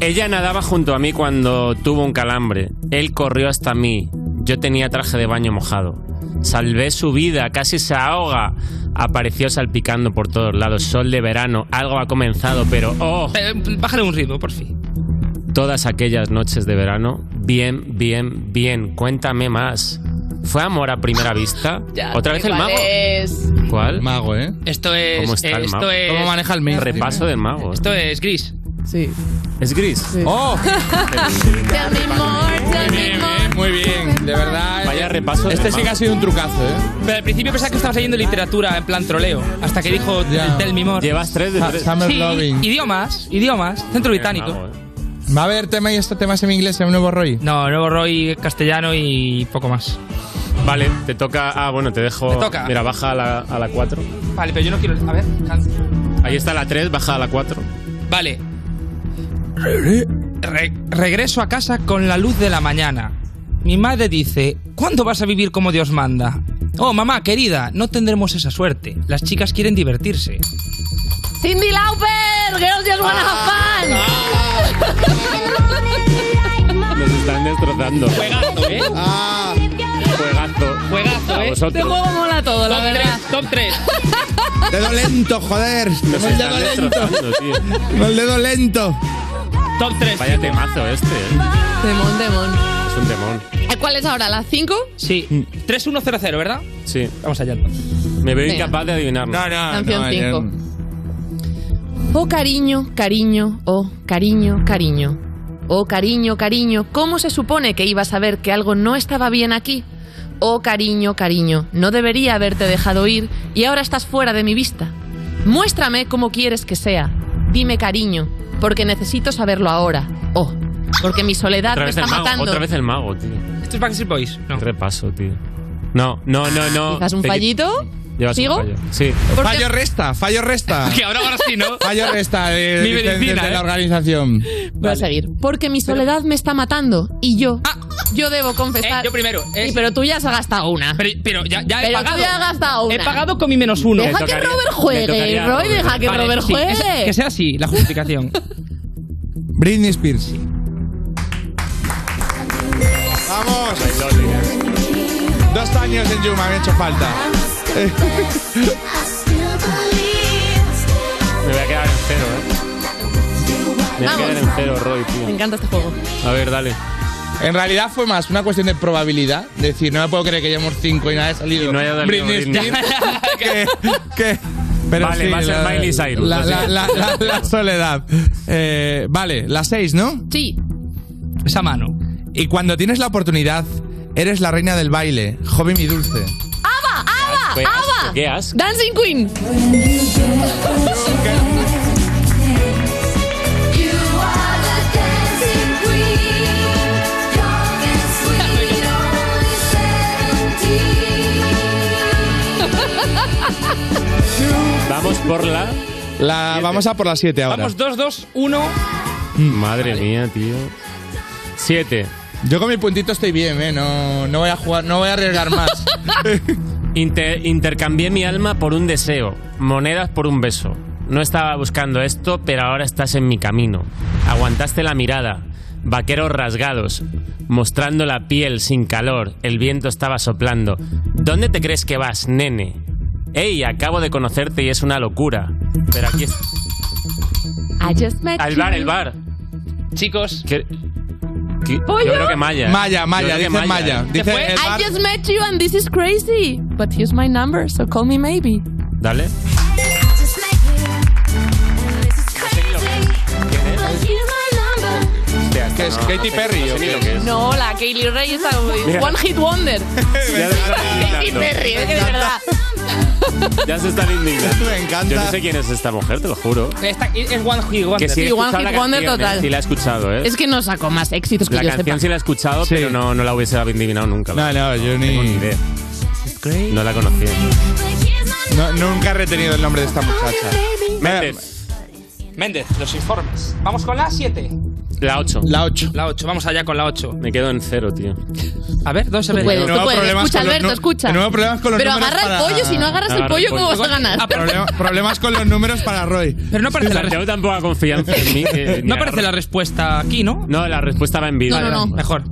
Speaker 4: Ella nadaba junto a mí cuando tuvo un calambre. Él corrió hasta mí. Yo tenía traje de baño mojado. Salvé su vida, casi se ahoga. Apareció salpicando por todos lados. Sol de verano, algo ha comenzado, pero ¡oh!
Speaker 1: bájale un ritmo, por fin.
Speaker 4: Todas aquellas noches de verano, bien, bien, bien. Cuéntame más. ¿Fue amor a primera vista? ¿Otra vez el mago? ¿Cuál?
Speaker 5: Mago, ¿eh?
Speaker 1: Esto es.
Speaker 4: ¿Cómo está el
Speaker 1: esto
Speaker 4: mago?
Speaker 1: es- ¿Cómo maneja el mainstream,
Speaker 4: Repaso del mago.
Speaker 1: Esto es gris.
Speaker 19: Sí.
Speaker 4: ¿Es gris?
Speaker 5: ¡Oh!
Speaker 19: Tell me more, tell me more.
Speaker 5: Muy bien, de verdad.
Speaker 4: Vaya repaso.
Speaker 5: Este sí que ha sido un trucazo, ¿eh?
Speaker 1: Pero al principio pensaba que estabas leyendo literatura en plan troleo. Hasta que dijo
Speaker 5: Ya.
Speaker 1: el Tell Me More.
Speaker 5: Llevas tres de Ah, tres. Summer
Speaker 1: Sí,
Speaker 5: Loving.
Speaker 1: idiomas, idiomas. Centro británico.
Speaker 5: ¿Va a haber tema y este tema es en inglés, en un nuevo Roy?
Speaker 1: No, nuevo Roy castellano y poco más.
Speaker 4: Vale, te toca. Ah, bueno, te dejo.
Speaker 1: Me toca.
Speaker 4: Mira, baja a la, a la 4.
Speaker 1: Vale, pero yo no quiero. A ver,
Speaker 4: Ahí está la 3, baja a la 4.
Speaker 1: Vale. Re- regreso a casa con la luz de la mañana. Mi madre dice, ¿cuándo vas a vivir como Dios manda? Oh, mamá, querida, no tendremos esa suerte. Las chicas quieren divertirse.
Speaker 19: Cindy Lauper, girls just wanna
Speaker 4: Ah,
Speaker 19: have fun.
Speaker 4: Nos están destrozando. Ah,
Speaker 1: Juegazo, ¿eh?
Speaker 4: Juegazo.
Speaker 1: Juegazo,
Speaker 4: ¿eh?
Speaker 19: Este
Speaker 4: Vosotros.
Speaker 19: ¿eh? juego mola todo, la verdad.
Speaker 1: top 3.
Speaker 5: Dedo lento, joder.
Speaker 4: Nos
Speaker 5: Con el
Speaker 4: están
Speaker 5: dedo lento.
Speaker 4: destrozando, tío.
Speaker 5: Con el dedo lento.
Speaker 1: Top 3.
Speaker 4: Vaya temazo este, ¿eh?
Speaker 19: Demon, demon.
Speaker 4: Es un demon.
Speaker 19: ¿Cuál es ahora? ¿La 5?
Speaker 1: Sí. 3-1-0-0, ¿verdad?
Speaker 4: Sí.
Speaker 1: Vamos allá.
Speaker 4: Me veo
Speaker 19: Venga.
Speaker 4: incapaz de adivinarlo. No, no.
Speaker 19: Canción no, cinco. Oh, cariño, cariño, oh, cariño, cariño. Oh, cariño, cariño, ¿cómo se supone que ibas a ver que algo no estaba bien aquí? Oh, cariño, cariño, no debería haberte dejado ir y ahora estás fuera de mi vista. Muéstrame cómo quieres que sea. Dime cariño, porque necesito saberlo ahora. Oh, porque mi soledad
Speaker 4: Otra
Speaker 19: me
Speaker 4: vez,
Speaker 19: está
Speaker 4: el mago,
Speaker 19: matando.
Speaker 4: otra vez el mago, tío.
Speaker 1: ¿Esto es Backstreet Boys? No.
Speaker 4: Repaso, tío. No, no, no, no.
Speaker 19: Quizás un
Speaker 4: Te-
Speaker 19: fallito.
Speaker 4: Llevas un
Speaker 19: ¿Sigo?
Speaker 4: fallo. Sí.
Speaker 19: Porque-
Speaker 5: Fallo resta, fallo resta.
Speaker 1: que ahora, ahora sí, ¿no?
Speaker 5: Fallo resta de,
Speaker 1: Mi
Speaker 5: de- de-
Speaker 1: medicina,
Speaker 5: de
Speaker 1: ¿eh?
Speaker 5: la organización.
Speaker 19: Voy a seguir. Porque mi soledad me está matando y yo, yo debo confesar. yo primero. pero tú ya has gastado una.
Speaker 1: Pero, pero ya, ya he
Speaker 19: Pero tú
Speaker 1: pagado.
Speaker 19: ya has gastado
Speaker 1: He
Speaker 19: una.
Speaker 1: pagado con mi menos uno.
Speaker 19: Deja
Speaker 1: Me
Speaker 19: que
Speaker 1: tocaría-
Speaker 19: Robert juegue,
Speaker 1: me tocaría
Speaker 19: Roy, deja que Robert
Speaker 1: sí,
Speaker 19: juegue.
Speaker 1: esa- que sea así la justificación.
Speaker 5: Britney Spears. ¡Vamos! Dos años en Yuma, me ha hecho falta.
Speaker 4: Me voy a quedar en cero, eh. Me voy a
Speaker 19: Vamos.
Speaker 4: quedar en cero, Roy,
Speaker 19: Me
Speaker 4: tío.
Speaker 19: encanta este juego.
Speaker 4: A ver, dale.
Speaker 5: En realidad fue más una cuestión de probabilidad. Es decir, no me puedo creer que llevamos cinco y nada ha salido.
Speaker 4: haya dado
Speaker 5: Britney
Speaker 4: Britney.
Speaker 5: Spears. que, que- pero
Speaker 4: Vale,
Speaker 5: sí,
Speaker 4: va a ser
Speaker 5: la-
Speaker 4: Miley Cyrus,
Speaker 5: La,
Speaker 4: así.
Speaker 5: la- la- la- la soledad. Eh, vale, las seis, ¿no?
Speaker 19: Sí.
Speaker 1: Esa mano.
Speaker 5: Y cuando tienes la oportunidad, eres la reina del baile, joven y dulce.
Speaker 19: ¡Ava! ¡Ava!
Speaker 5: Qué asco,
Speaker 19: ¡Ava!
Speaker 5: qué asco.
Speaker 19: ¡Dancing Queen!
Speaker 4: Vamos por la.
Speaker 5: La, vamos a por las siete ahora.
Speaker 1: Vamos, 2, 2, 1.
Speaker 4: Madre mía, tío. Siete.
Speaker 5: Yo con mi puntito estoy bien, ¿eh? No, no voy a jugar, no voy a arriesgar más.
Speaker 4: Inter- intercambié mi alma por un deseo, monedas por un beso. No estaba buscando esto, pero ahora estás en mi camino. Aguantaste la mirada, vaqueros rasgados, mostrando la piel sin calor, el viento estaba soplando. ¿Dónde te crees que vas, nene? Ey, acabo de conocerte y es una locura. Pero aquí es...
Speaker 19: I just met
Speaker 4: Al bar, el bar.
Speaker 1: Chicos.
Speaker 4: Yo creo que Maya. ¿eh?
Speaker 5: Maya,
Speaker 4: Yo
Speaker 5: Maya,
Speaker 4: creo que
Speaker 5: dice Maya.
Speaker 4: ¿eh?
Speaker 5: Dice el
Speaker 19: I
Speaker 5: bar-
Speaker 19: just met you and this is crazy. But here's my number, so call me maybe.
Speaker 4: Dale.
Speaker 5: que es Katy Perry. ¿o qué?
Speaker 19: No, la Kaylee Ray está
Speaker 4: Mira.
Speaker 19: One Hit Wonder.
Speaker 4: Ya se están
Speaker 19: Katy
Speaker 4: indignando.
Speaker 19: Perry, es que de verdad.
Speaker 4: Ya se están indignando.
Speaker 5: Me encanta.
Speaker 4: Yo no sé quién es esta mujer, te lo juro.
Speaker 1: Esta, es One Hit Wonder.
Speaker 4: Que sí, he
Speaker 19: Sí, One
Speaker 4: escuchado
Speaker 19: Hit
Speaker 4: la
Speaker 19: Wonder
Speaker 4: canción, ¿eh?
Speaker 19: total.
Speaker 4: Sí la he escuchado, ¿eh?
Speaker 19: Es que no este sacó más éxitos que
Speaker 4: la
Speaker 19: yo
Speaker 4: canción
Speaker 19: sepa.
Speaker 4: sí la he escuchado, pero no, no la hubiese adivinado nunca.
Speaker 5: No, no, yo ni.
Speaker 4: tengo ni idea. No la conocía.
Speaker 5: No, nunca he retenido el nombre de esta muchacha.
Speaker 4: Méndez.
Speaker 1: Méndez, los informes. Vamos con la 7.
Speaker 4: La 8.
Speaker 5: La 8.
Speaker 1: La 8, vamos allá con la 8.
Speaker 4: Me quedo en cero, tío.
Speaker 1: A ver, dos, a
Speaker 19: Tú
Speaker 1: ver.
Speaker 19: puedes, tú
Speaker 5: nuevo
Speaker 19: puedes.
Speaker 5: problemas
Speaker 19: Escucha,
Speaker 5: con los
Speaker 19: Alberto,
Speaker 5: nu-
Speaker 19: escucha.
Speaker 5: de nuevo problemas con los
Speaker 19: Pero
Speaker 5: números
Speaker 19: agarra el
Speaker 5: para-
Speaker 19: pollo, si no agarras el
Speaker 4: Agarra el
Speaker 19: pollo, ¿cómo
Speaker 4: pollo. Ah,
Speaker 19: vas a ganar?
Speaker 5: Problema- problemas con los números para Roy.
Speaker 1: Pero no aparece, la,
Speaker 4: Tengo tampoca confianza en mí. que-
Speaker 1: no aparece la respuesta aquí, ¿no?
Speaker 4: No, la respuesta va en vida.
Speaker 19: No, no, no.
Speaker 1: Mejor.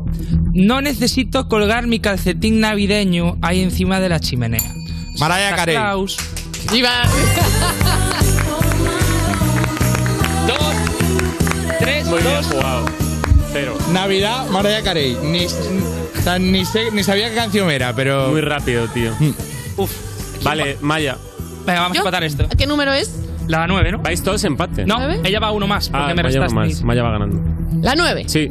Speaker 1: No necesito colgar mi calcetín navideño ahí encima de la chimenea.
Speaker 5: Mariah
Speaker 1: Santa
Speaker 5: Carey.
Speaker 1: Claus.
Speaker 19: Iba-
Speaker 1: Dos, tres,
Speaker 4: Muy bien
Speaker 1: dos.
Speaker 4: jugado. Cero.
Speaker 5: Navidad, Mariah Carey. Ni, o sea, ni, sé- ni sabía qué canción era, pero. Mm.
Speaker 4: Muy rápido, tío.
Speaker 1: Uf.
Speaker 4: Vale, Maya.
Speaker 1: Venga, vamos
Speaker 19: ¿Yo?
Speaker 1: a empatar esto.
Speaker 19: ¿Qué número es?
Speaker 1: La 9, ¿no?
Speaker 4: ¿Vais todos empate?
Speaker 1: No,
Speaker 19: ¿Nueve?
Speaker 1: ella va uno más, porque
Speaker 4: Ah,
Speaker 1: me
Speaker 4: Maya va
Speaker 1: restaste.
Speaker 4: más. Maya va ganando.
Speaker 19: La 9.
Speaker 4: Sí.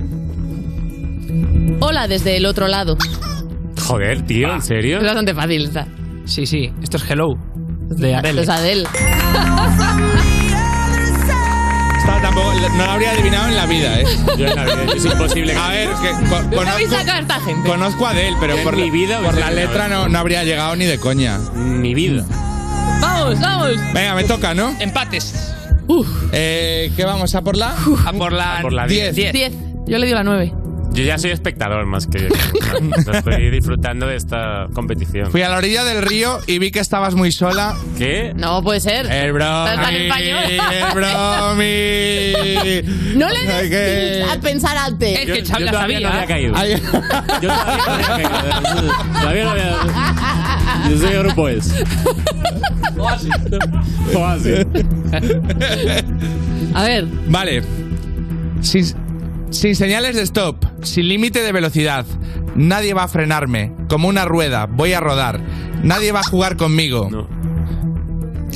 Speaker 19: Hola desde el otro lado.
Speaker 4: Joder, tío, ¿en serio?
Speaker 19: Es bastante fácil esta.
Speaker 1: Sí, sí, esto es Hello. De Adele.
Speaker 19: Es Pues Adele.
Speaker 5: Esta tampoco, no la habría adivinado en la vida, ¿eh?
Speaker 4: Yo en la vida, es imposible. que-
Speaker 5: A ver, que co-
Speaker 19: ¿Dónde habéis
Speaker 5: conozco,
Speaker 19: sacado a esta gente?
Speaker 5: conozco a Adele, pero
Speaker 4: En
Speaker 5: por, la-
Speaker 4: mi vida
Speaker 5: por la
Speaker 4: hubiese
Speaker 5: letra no, no habría llegado ni de coña.
Speaker 4: Mi vida.
Speaker 19: Vamos, vamos.
Speaker 5: Venga, me toca, ¿no?
Speaker 1: Empates.
Speaker 5: Eh, ¿Qué vamos a por la?
Speaker 1: A por la,
Speaker 4: A por la
Speaker 5: diez.
Speaker 1: 10.
Speaker 19: 10. Yo le digo la 9.
Speaker 4: Yo ya soy espectador más que. No estoy disfrutando de esta competición.
Speaker 5: Fui a la orilla del río y vi que estabas muy sola.
Speaker 4: ¿Qué?
Speaker 19: No puede ser.
Speaker 5: El
Speaker 19: Está en
Speaker 5: bromi,
Speaker 19: español.
Speaker 5: el bromi.
Speaker 19: No le
Speaker 5: Ay,
Speaker 19: des
Speaker 5: que-
Speaker 19: tips al pensar antes.
Speaker 1: Es que Chab la
Speaker 4: todavía no había
Speaker 1: sabía.
Speaker 4: caído.
Speaker 5: Ay,
Speaker 4: Yo todavía no había caído. Todavía no había. Yo soy de grupo es. O así.
Speaker 19: A ver,
Speaker 5: Vale. Sin, sin señales de stop, sin límite de velocidad. Nadie va a frenarme. Como una rueda, voy a rodar. Nadie va a jugar conmigo.
Speaker 4: No.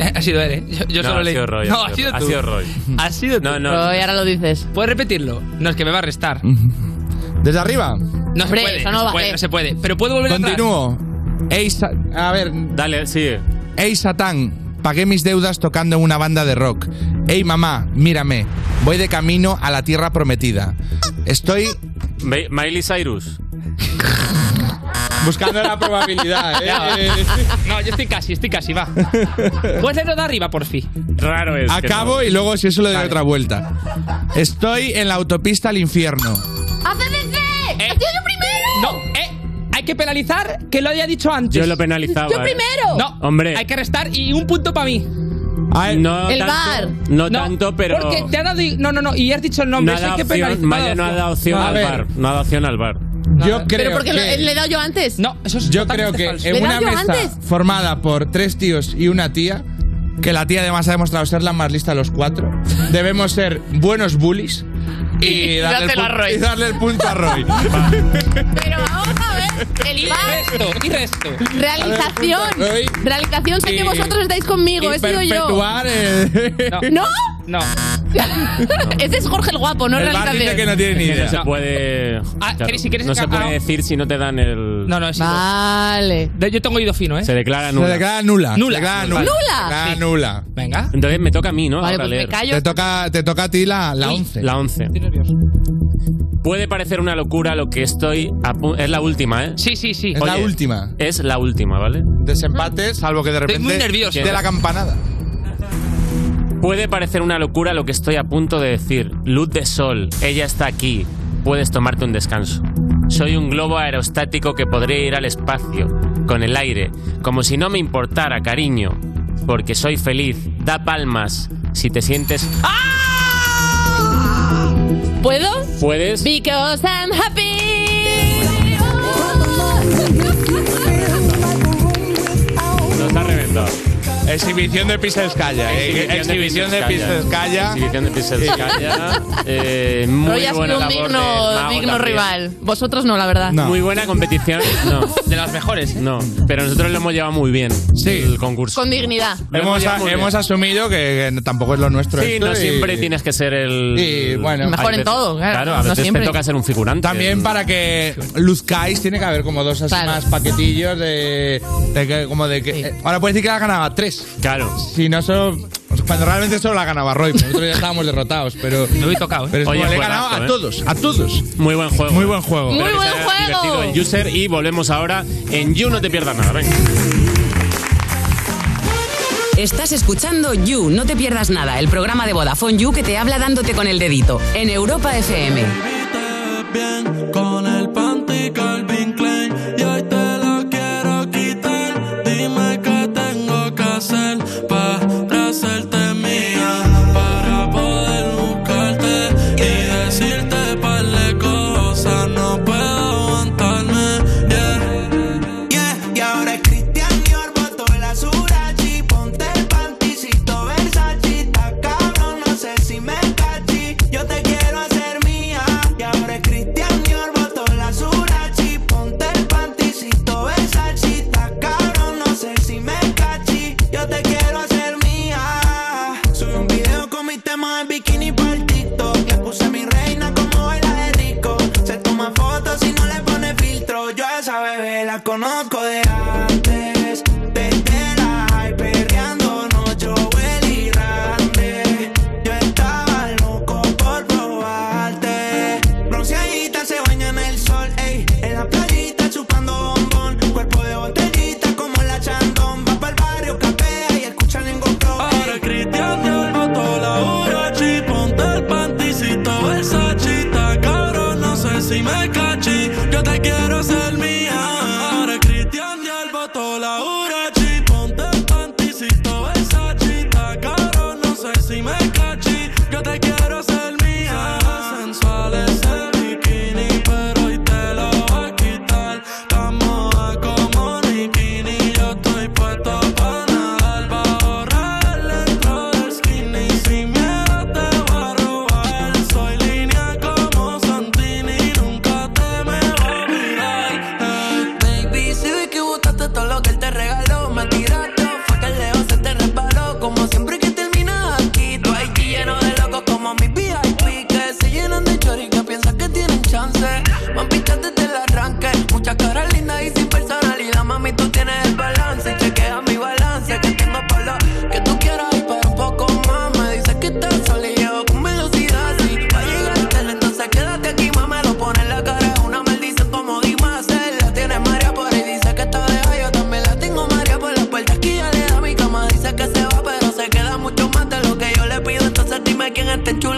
Speaker 1: Ha sido él, ¿eh? Yo, yo
Speaker 4: No,
Speaker 1: solo
Speaker 4: ha
Speaker 1: leí.
Speaker 4: sido Roy,
Speaker 1: no,
Speaker 4: ha
Speaker 1: ha
Speaker 4: sido-
Speaker 1: sido
Speaker 4: ha
Speaker 1: tú.
Speaker 4: sido Roy.
Speaker 1: Ha sido tú.
Speaker 4: No, no.
Speaker 19: pero ahora lo dices.
Speaker 1: ¿Puedes repetirlo? No, es que me va a restar.
Speaker 5: Desde arriba.
Speaker 1: No se
Speaker 19: Hombre,
Speaker 1: puede,
Speaker 19: eso
Speaker 1: no,
Speaker 19: no
Speaker 1: se puede,
Speaker 19: eh. vale.
Speaker 1: no se puede. Pero puedo volver atrás.
Speaker 5: Continúo. Ey, Sa- a ver,
Speaker 4: Dale, sigue.
Speaker 5: Ey Satán, pagué mis deudas tocando en una banda de rock. Hey mamá, mírame, voy de camino a la tierra prometida. Estoy
Speaker 4: Ma- Miley Cyrus.
Speaker 5: buscando la probabilidad, ¿eh?
Speaker 1: No, yo estoy casi, estoy casi, va. Puedes leerlo de arriba, por fin.
Speaker 4: Raro es. que
Speaker 5: Acabo
Speaker 4: no.
Speaker 5: y luego si eso le doy otra vuelta. Estoy en la autopista al infierno.
Speaker 1: ¡ACDC! ¡Yo, primero! Eh. No, eh. Hay que penalizar que lo haya dicho antes.
Speaker 4: Yo lo penalizaba, Yo eh. primero.
Speaker 1: No,
Speaker 4: Hombre.
Speaker 1: Hay que restar y un punto para mí.
Speaker 4: no
Speaker 1: el
Speaker 4: tanto,
Speaker 1: bar.
Speaker 4: No, tanto, pero.
Speaker 1: Porque te ha dado. No, no, no. Y has dicho el nombre.
Speaker 4: no ha
Speaker 1: eso hay
Speaker 4: dado
Speaker 1: que
Speaker 4: opción,
Speaker 1: penalizar.
Speaker 4: Maya no ha dado opción
Speaker 1: A
Speaker 4: al
Speaker 1: ver.
Speaker 4: bar. No ha dado opción al bar.
Speaker 5: Yo creo
Speaker 19: Pero porque
Speaker 5: que...
Speaker 19: lo- le he dado yo antes.
Speaker 1: No, eso es
Speaker 5: Yo creo que
Speaker 19: Le
Speaker 5: en
Speaker 19: he
Speaker 5: una
Speaker 19: dado yo
Speaker 5: mesa
Speaker 19: antes.
Speaker 5: formada por tres tíos y una tía, que la tía además ha demostrado ser la más lista de los cuatro, debemos ser buenos bullies y darle, el,
Speaker 19: dátelo a
Speaker 5: pun-
Speaker 19: Roy.
Speaker 5: y darle el punto a Roy.
Speaker 19: Pero vamos a ver, el bar.
Speaker 1: Y resto.
Speaker 19: Realización.
Speaker 5: Roy.
Speaker 19: Realización, sé
Speaker 5: Y-
Speaker 19: que vosotros estáis conmigo, he sido yo.
Speaker 5: Perpetuar el...
Speaker 19: ¿No?
Speaker 1: No.
Speaker 19: Ese es Jorge el Guapo, no
Speaker 5: El bar dice
Speaker 19: realización.
Speaker 5: que no tiene ni idea.
Speaker 4: No se puede.
Speaker 1: Ah,
Speaker 4: claro,
Speaker 1: que si quieres
Speaker 4: no se
Speaker 1: que-
Speaker 4: puede
Speaker 1: ah,
Speaker 4: decir si no te dan el.
Speaker 1: No, no, es
Speaker 19: Vale.
Speaker 1: Yo tengo oído fino, ¿eh?
Speaker 4: Se declara nula.
Speaker 5: Se declara nula.
Speaker 1: Nula.
Speaker 5: Se declara
Speaker 1: Nula.
Speaker 5: nula.
Speaker 1: Nula.
Speaker 5: Se declara
Speaker 1: Ah, Sí.
Speaker 5: nula.
Speaker 1: Venga.
Speaker 4: Entonces me toca a mí, ¿no?
Speaker 19: Vale,
Speaker 4: Ahora
Speaker 19: pues me
Speaker 4: leer.
Speaker 19: callo.
Speaker 5: Te toca, te toca a ti la, la
Speaker 1: Uy.
Speaker 5: 11.
Speaker 4: La 11.
Speaker 1: Estoy nervioso.
Speaker 4: Puede parecer una locura lo que estoy. a pu- es la última, ¿eh?
Speaker 1: Sí, sí, sí.
Speaker 5: Es la
Speaker 4: Oye.
Speaker 5: última.
Speaker 4: Es la última, ¿vale?
Speaker 5: Desempate, salvo que de repente.
Speaker 1: muy nervioso.
Speaker 5: De la campanada.
Speaker 4: Puede parecer una locura lo que estoy a punto de decir. Luz de sol, ella está aquí. Puedes tomarte un descanso. Soy un globo aerostático que podría ir al espacio, con el aire, como si no me importara, cariño. Porque soy feliz. Da palmas. Si te sientes... ¡Ah!
Speaker 19: ¿Puedo?
Speaker 4: ¿Puedes?
Speaker 19: Because I'm happy.
Speaker 4: Nos ha reventado.
Speaker 5: Exhibición de Pisescaya. Exhibición de Pisescaya.
Speaker 4: Exhibición de Pisescaya. Eh,
Speaker 19: Pero
Speaker 4: muy
Speaker 19: ya ha
Speaker 4: buena
Speaker 19: sido un
Speaker 4: labor de
Speaker 19: digno,
Speaker 4: Mago
Speaker 19: digno
Speaker 4: también.
Speaker 19: rival. Vosotros no, la verdad.
Speaker 5: No.
Speaker 4: Muy buena competición. No,
Speaker 1: De las mejores. ¿eh?
Speaker 4: no. Pero nosotros lo hemos llevado muy bien.
Speaker 5: Sí.
Speaker 4: El concurso.
Speaker 19: Con dignidad.
Speaker 4: Lo
Speaker 5: Hemos,
Speaker 4: llevado muy bien.
Speaker 5: hemos asumido que, que tampoco es lo nuestro.
Speaker 4: Sí,
Speaker 5: esto
Speaker 4: no
Speaker 5: y-
Speaker 4: siempre tienes que ser el.
Speaker 5: Y, bueno.
Speaker 4: Hay
Speaker 19: Mejor en
Speaker 4: veces-
Speaker 19: todo, claro,
Speaker 4: Claro, a
Speaker 19: no
Speaker 4: veces
Speaker 19: siempre.
Speaker 4: te toca ser un figurante.
Speaker 5: También para que luzcáis tiene que haber como dos así
Speaker 19: Claro.
Speaker 5: más paquetillos de, de que- como de que eh, ahora puedes decir que la ganaba tres.
Speaker 4: Claro.
Speaker 5: Si no solo cuando realmente solo la ganaba Roy, pero nosotros ya estábamos derrotados, pero
Speaker 1: Me voy tocado, ¿eh?
Speaker 5: pero es
Speaker 4: Oye,
Speaker 5: como, le he
Speaker 4: juegazo,
Speaker 5: ganado a
Speaker 4: ¿eh?
Speaker 5: todos, a todos.
Speaker 4: Muy buen juego.
Speaker 5: Muy buen juego.
Speaker 19: Muy
Speaker 4: Espero que
Speaker 19: buen
Speaker 4: se haya
Speaker 19: juego.
Speaker 4: divertido en User y volvemos ahora en You No Te Pierdas Nada. Venga.
Speaker 31: Estás escuchando You, no te pierdas nada, el programa de Vodafone You que te habla dándote con el dedito en Europa FM.
Speaker 2: bien con el panty Calvin Klein y hoy te lo quiero quitar. Dime qué tengo que hacer para hacerte mía, para poder buscarte y decirte par de cosas. No puedo aguantarme. Yeah.
Speaker 27: Y ahora es Cristian Dior, botó el azurachi, ponte el panticito Versace, está cabrón, no sé si me cachi, yo te quiero hacer mía. Y ahora es Cristian Dior, botó el azurachi, ponte el panticito Versace, está cabrón, no sé si me cachi, yo te quiero hacer mía. Subí un video con mi tema en bikini partito, le puse a mi reina como baila de rico, se toma fotos y no le pone filtro, yo a esa bebé la conozco de antes. Desde la high, perreando noche, huele y grande. Yo estaba loco por probarte. Bronceadita se baña en el sol, ey. En la playita chupando bombón. Cuerpo de botellita como la chandón. Va pa'l barrio, capea y escucha el engolcón, ey.
Speaker 2: Ahora Cristian Dior mató la Urachi, ponte el panticito Versace, está cabrón, no sé si me cachi, yo te quiero ser mía. Ahora Cristian
Speaker 34: quieres.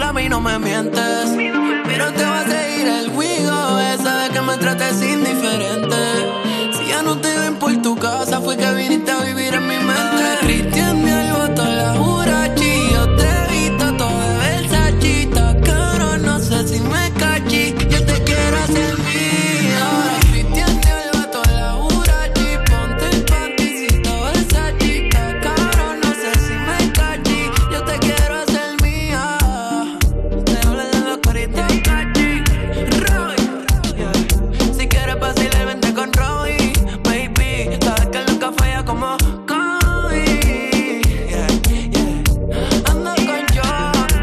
Speaker 34: Pero te va a reír el Wigo, esa de que me trates indiferente. Si ya no te ven por tu casa, fue que viniste a vivir en mi mente. Cristian me alboto la jurachi, yo te visto todo el sachita. Caro, no sé si me cachí, yo te quiero hacer mía. Cristian me alboto la jurachi, ponte el pantisito el sachita. Caro, no sé si me cachí, yo te quiero hacer mía. Te hablo de los coritos cachi, Roy. Si quieres vacilar, vente con Roy, baby. Sabes que nunca falla como Kobe. Yeah, yeah. Ando con yo,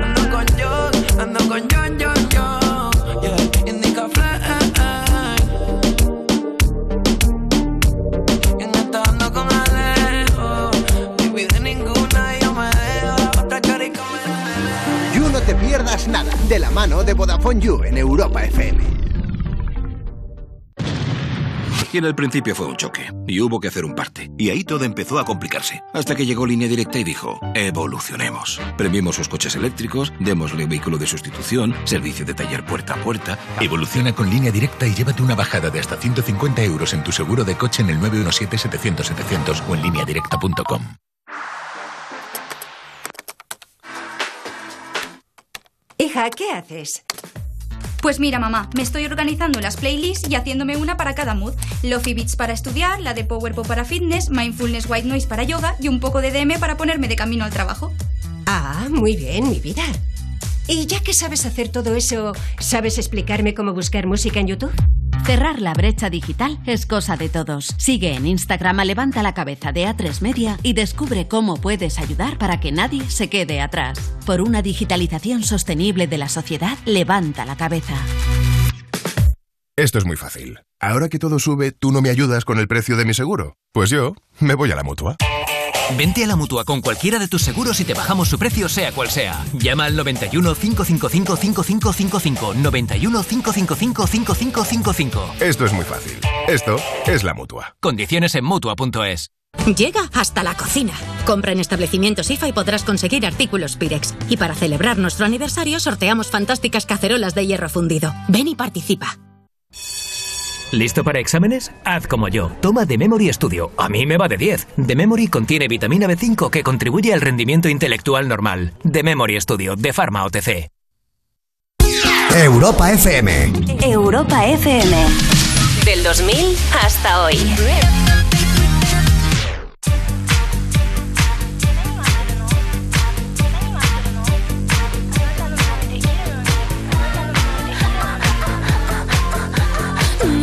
Speaker 34: ando con yo, ando con yo, yo, yo. Yeah, indica flex. En esta ando con Alejo. Baby, de ninguna yo me dejo. Otra carica me
Speaker 6: You No Te Pierdas Nada, de la mano de Vodafone You en Europa FM.
Speaker 14: Y en el principio fue un choque, y hubo que hacer un parte. Y ahí todo empezó a complicarse, hasta que llegó Línea Directa y dijo, evolucionemos. Premiemos sus coches eléctricos, démosle vehículo de sustitución, servicio de taller puerta a puerta.
Speaker 15: Evoluciona con línea directa y llévate una bajada de hasta 150 euros en tu seguro de coche en el 917-700-700 o en lineadirecta.com.
Speaker 35: Hija, ¿qué haces? Pues mira, mamá, me estoy organizando las playlists y haciéndome una para cada mood. Lofi Beats para estudiar, la de Power Pop para fitness, Mindfulness White Noise para yoga y un poco de DM para ponerme de camino al trabajo.
Speaker 9: Ah, muy bien, mi vida. Y ya que sabes hacer todo eso, ¿sabes explicarme cómo buscar música en YouTube?
Speaker 13: Cerrar la brecha digital es cosa de todos. Sigue en Instagram a Levanta la Cabeza de A3 Media y descubre cómo puedes ayudar para que nadie se quede atrás. Por una digitalización sostenible de la sociedad, levanta la cabeza.
Speaker 36: Esto es muy fácil. Ahora que todo sube, ¿tú no me ayudas con el precio de mi seguro? Pues yo me voy a la mutua.
Speaker 10: Vente a la Mutua con cualquiera de tus seguros y te bajamos su precio sea cual sea. Llama al 91 555 5555 91 555 5555.
Speaker 36: Esto es muy fácil. Esto es la mutua.
Speaker 10: Condiciones en Mutua.es.
Speaker 18: Llega hasta la cocina. Compra en establecimientos IFA y podrás conseguir artículos Pirex. Y para celebrar nuestro aniversario sorteamos fantásticas cacerolas de hierro fundido. Ven y participa.
Speaker 37: ¿Listo para exámenes? Haz como yo. Toma The Memory Studio. A mí me va de 10. The Memory contiene vitamina B5 que contribuye al rendimiento intelectual normal. The Memory Studio de Pharma OTC. Europa FM.
Speaker 25: Europa FM. Del 2000 hasta hoy.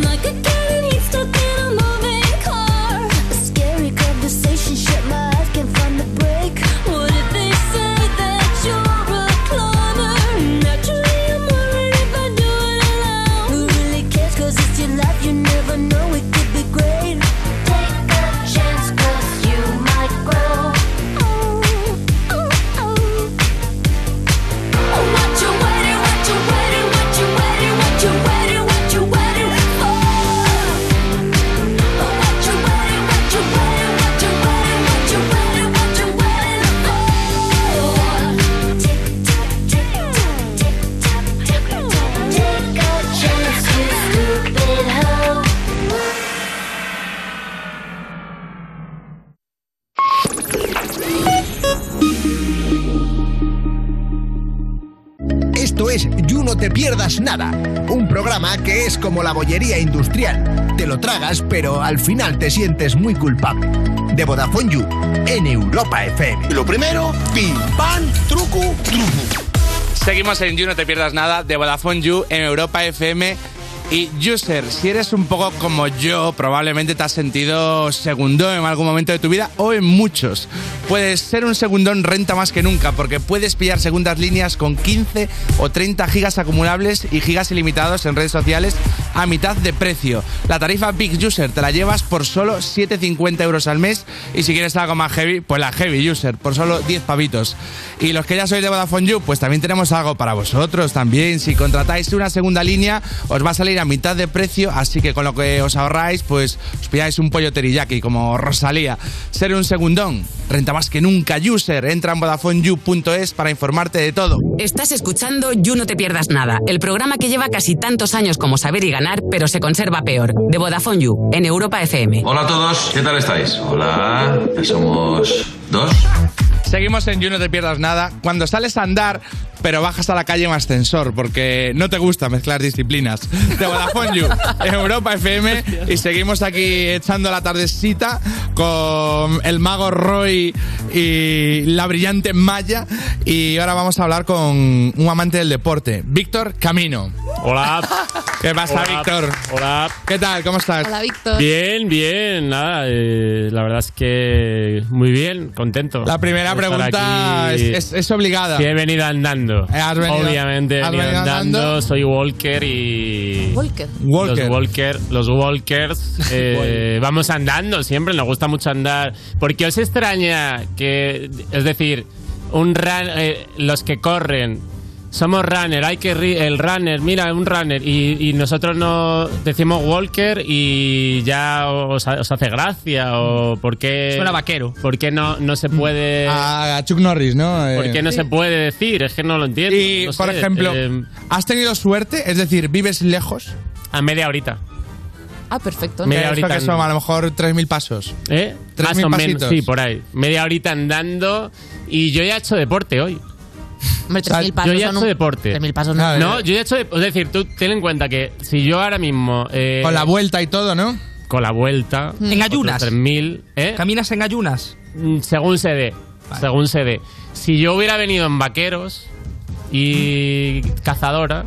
Speaker 8: Like a kid needs to get a moving car. A scary conversation, shut my eyes, can't find the break. What if they say that you're a climber? Naturally, I'm worried if I do it alone. Who really cares? 'Cause it's your life, you never know, it could be great. Take a chance, 'cause you might grow. Oh, oh, oh. Oh, what you waiting, what you waiting, what you waiting, what you waiting, what you waiting for? Oh, what you waiting, what you waiting, what you waiting, what you waiting, what you waiting for? Tick tock, tick tock, tick tock, tick tock. Take a chance, you stupid hoe.
Speaker 6: Esto es You No Te Pierdas Nada, un programa que es como la bollería industrial. Te lo tragas, pero al final te sientes muy culpable. De Vodafone You, en Europa FM. Lo primero, pim, pam, truco, truco.
Speaker 5: Seguimos en You, no te pierdas nada, de Vodafone You en Europa FM. Y user, si eres un poco como yo, probablemente te has sentido segundo en algún momento de tu vida o en muchos. Puedes ser un segundón renta más que nunca porque puedes pillar segundas líneas con 15 o 30 gigas acumulables y gigas ilimitados en redes sociales a mitad de precio. La tarifa Big User te la llevas por solo 7,50 euros al mes y si quieres algo más heavy, pues la Heavy User por solo 10 pavitos. Y los que ya sois de Vodafone You, pues también tenemos algo para vosotros también. Si contratáis una segunda línea, os va a salir salir a mitad de precio, así que con lo que os ahorráis, pues os pilláis un pollo teriyaki como Rosalía. Ser un segundón, renta más que nunca, user. Entra en VodafoneYou.es para informarte de todo.
Speaker 31: Estás escuchando You No Te Pierdas Nada, el programa que lleva casi tantos años como saber y ganar, pero se conserva peor, de Vodafone You, en Europa FM.
Speaker 2: Hola a todos, ¿qué tal estáis? Hola, somos dos.
Speaker 5: Seguimos en You, no te pierdas nada. Cuando sales a andar, pero bajas a la calle en ascensor, porque no te gusta mezclar disciplinas. De Vodafone You, en Europa FM, y seguimos aquí echando la tardecita con el mago Roy y la brillante Maya. Y ahora vamos a hablar con un amante del deporte, Víctor Camino.
Speaker 4: Hola.
Speaker 5: ¿Qué pasa,
Speaker 4: Hola.
Speaker 5: Víctor?
Speaker 4: Hola.
Speaker 5: ¿Qué tal? ¿Cómo estás?
Speaker 7: Hola, Víctor.
Speaker 4: Bien, bien, nada, eh, la verdad es que muy bien, contento.
Speaker 5: La primera
Speaker 4: de estar
Speaker 5: pregunta
Speaker 4: aquí.
Speaker 5: es- es- es obligada.
Speaker 4: Sí, he venido andando.
Speaker 5: Eh, has venido-
Speaker 4: Obviamente he
Speaker 5: has
Speaker 4: venido
Speaker 5: venido
Speaker 4: andando.
Speaker 5: andando.
Speaker 4: soy Walker y...
Speaker 7: Walker.
Speaker 5: Walker.
Speaker 4: Los, walker, los Walkers eh, vamos andando siempre, nos gusta mucho andar. Porque os extraña que, es decir, un run- eh, los que corren, somos runner, hay que ri- el runner, mira, un runner. Y, y nosotros no decimos Walker y ya os, ha- os hace gracia o por qué...
Speaker 1: Suena
Speaker 4: vaquero. ¿Por qué no, no se puede...
Speaker 5: A Chuck Norris, ¿no? Eh,
Speaker 4: ¿Por qué no se puede decir? Es que no lo entiendo.
Speaker 5: Y,
Speaker 4: no sé,
Speaker 5: por ejemplo,
Speaker 4: eh,
Speaker 5: ¿has tenido suerte? Es decir, ¿vives lejos?
Speaker 4: a media horita.
Speaker 7: Ah, perfecto.
Speaker 4: Media
Speaker 5: ¿Eso
Speaker 4: horita
Speaker 5: que
Speaker 4: en-
Speaker 5: son? A lo mejor 3.000 pasos.
Speaker 4: ¿Eh?
Speaker 5: Tres
Speaker 4: Más
Speaker 5: mil
Speaker 4: o menos,
Speaker 5: pasitos.
Speaker 4: sí, por ahí. Media horita andando y yo ya he hecho deporte hoy.
Speaker 7: Hombre,
Speaker 4: O sea,
Speaker 7: 3.000 pasos
Speaker 4: yo ya he
Speaker 7: son
Speaker 4: hecho
Speaker 7: un-
Speaker 4: deporte. Ah, ¿eh?
Speaker 7: 3.000 pasos no.
Speaker 4: No, yo ya he hecho deporte. Es decir, tú ten en cuenta que si yo ahora mismo... eh,
Speaker 5: Con la vuelta y todo, ¿no?
Speaker 4: Con la vuelta.
Speaker 1: En ayunas.
Speaker 4: otros 3.000, ¿eh?
Speaker 1: ¿Caminas en ayunas?
Speaker 4: Mm, Según se dé. Según se dé. Si yo hubiera venido en vaqueros y cazadora,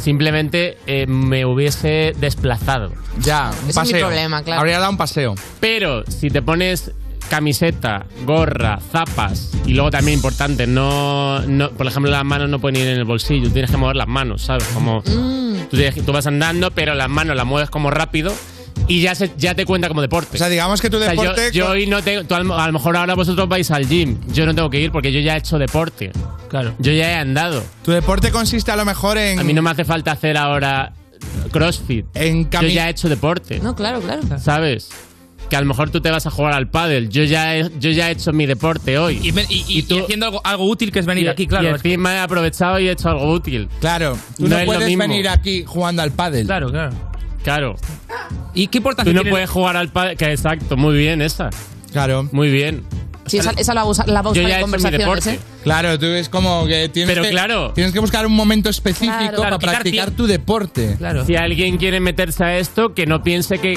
Speaker 4: simplemente eh, me hubiese desplazado.
Speaker 5: Ya, un
Speaker 4: Ese es mi
Speaker 5: paseo.
Speaker 4: problema, claro.
Speaker 5: Habría dado un paseo.
Speaker 4: Pero si te pones camiseta, gorra, zapas y luego también importante, no, no por ejemplo las manos no pueden ir en el bolsillo, tienes que mover las manos, ¿sabes? Como tú, tienes- tú vas andando, pero las manos las mueves como rápido y ya se- ya te cuenta como deporte.
Speaker 5: O sea, digamos que tu
Speaker 4: O sea, yo-
Speaker 5: deporte-
Speaker 4: yo, hoy no tengo, tú al- a lo mejor ahora vosotros vais al gym, yo no tengo que ir porque yo ya he hecho deporte. Claro. Yo ya he andado.
Speaker 5: Tu deporte consiste a lo mejor en.
Speaker 4: A mí no me hace falta hacer ahora CrossFit.
Speaker 5: En
Speaker 4: yo ya he hecho deporte.
Speaker 7: No, claro, claro.
Speaker 4: ¿Sabes? Que a lo mejor tú te vas a jugar al pádel. Yo ya he, yo ya he hecho mi deporte hoy.
Speaker 1: Y, ven- y- y- y haciendo algo, algo útil que es venir
Speaker 4: Y-
Speaker 1: aquí, claro.
Speaker 4: Y encima he aprovechado y he hecho algo útil.
Speaker 5: Claro. Tú
Speaker 4: no
Speaker 5: no,
Speaker 4: es lo
Speaker 5: puedes
Speaker 4: mismo.
Speaker 5: venir aquí jugando al pádel.
Speaker 1: Claro, claro.
Speaker 4: Claro.
Speaker 1: ¿Y qué
Speaker 4: Tú no puedes jugar al pádel. Que exacto, muy bien esa.
Speaker 5: Claro.
Speaker 4: Muy bien.
Speaker 7: Sí, esa, esa la vamos a la vamos a
Speaker 4: Yo
Speaker 7: usar
Speaker 4: ya
Speaker 7: en
Speaker 4: he hecho mi
Speaker 7: conversaciones,
Speaker 4: deporte.
Speaker 7: ¿eh?
Speaker 5: Claro, tú es como que tienes
Speaker 4: Pero
Speaker 5: que,
Speaker 4: claro.
Speaker 5: Tienes que buscar un momento específico
Speaker 4: Claro.
Speaker 5: para
Speaker 4: Claro, quitar
Speaker 5: practicar
Speaker 4: tiempo.
Speaker 5: tu deporte.
Speaker 4: Si alguien quiere meterse a esto, que no piense que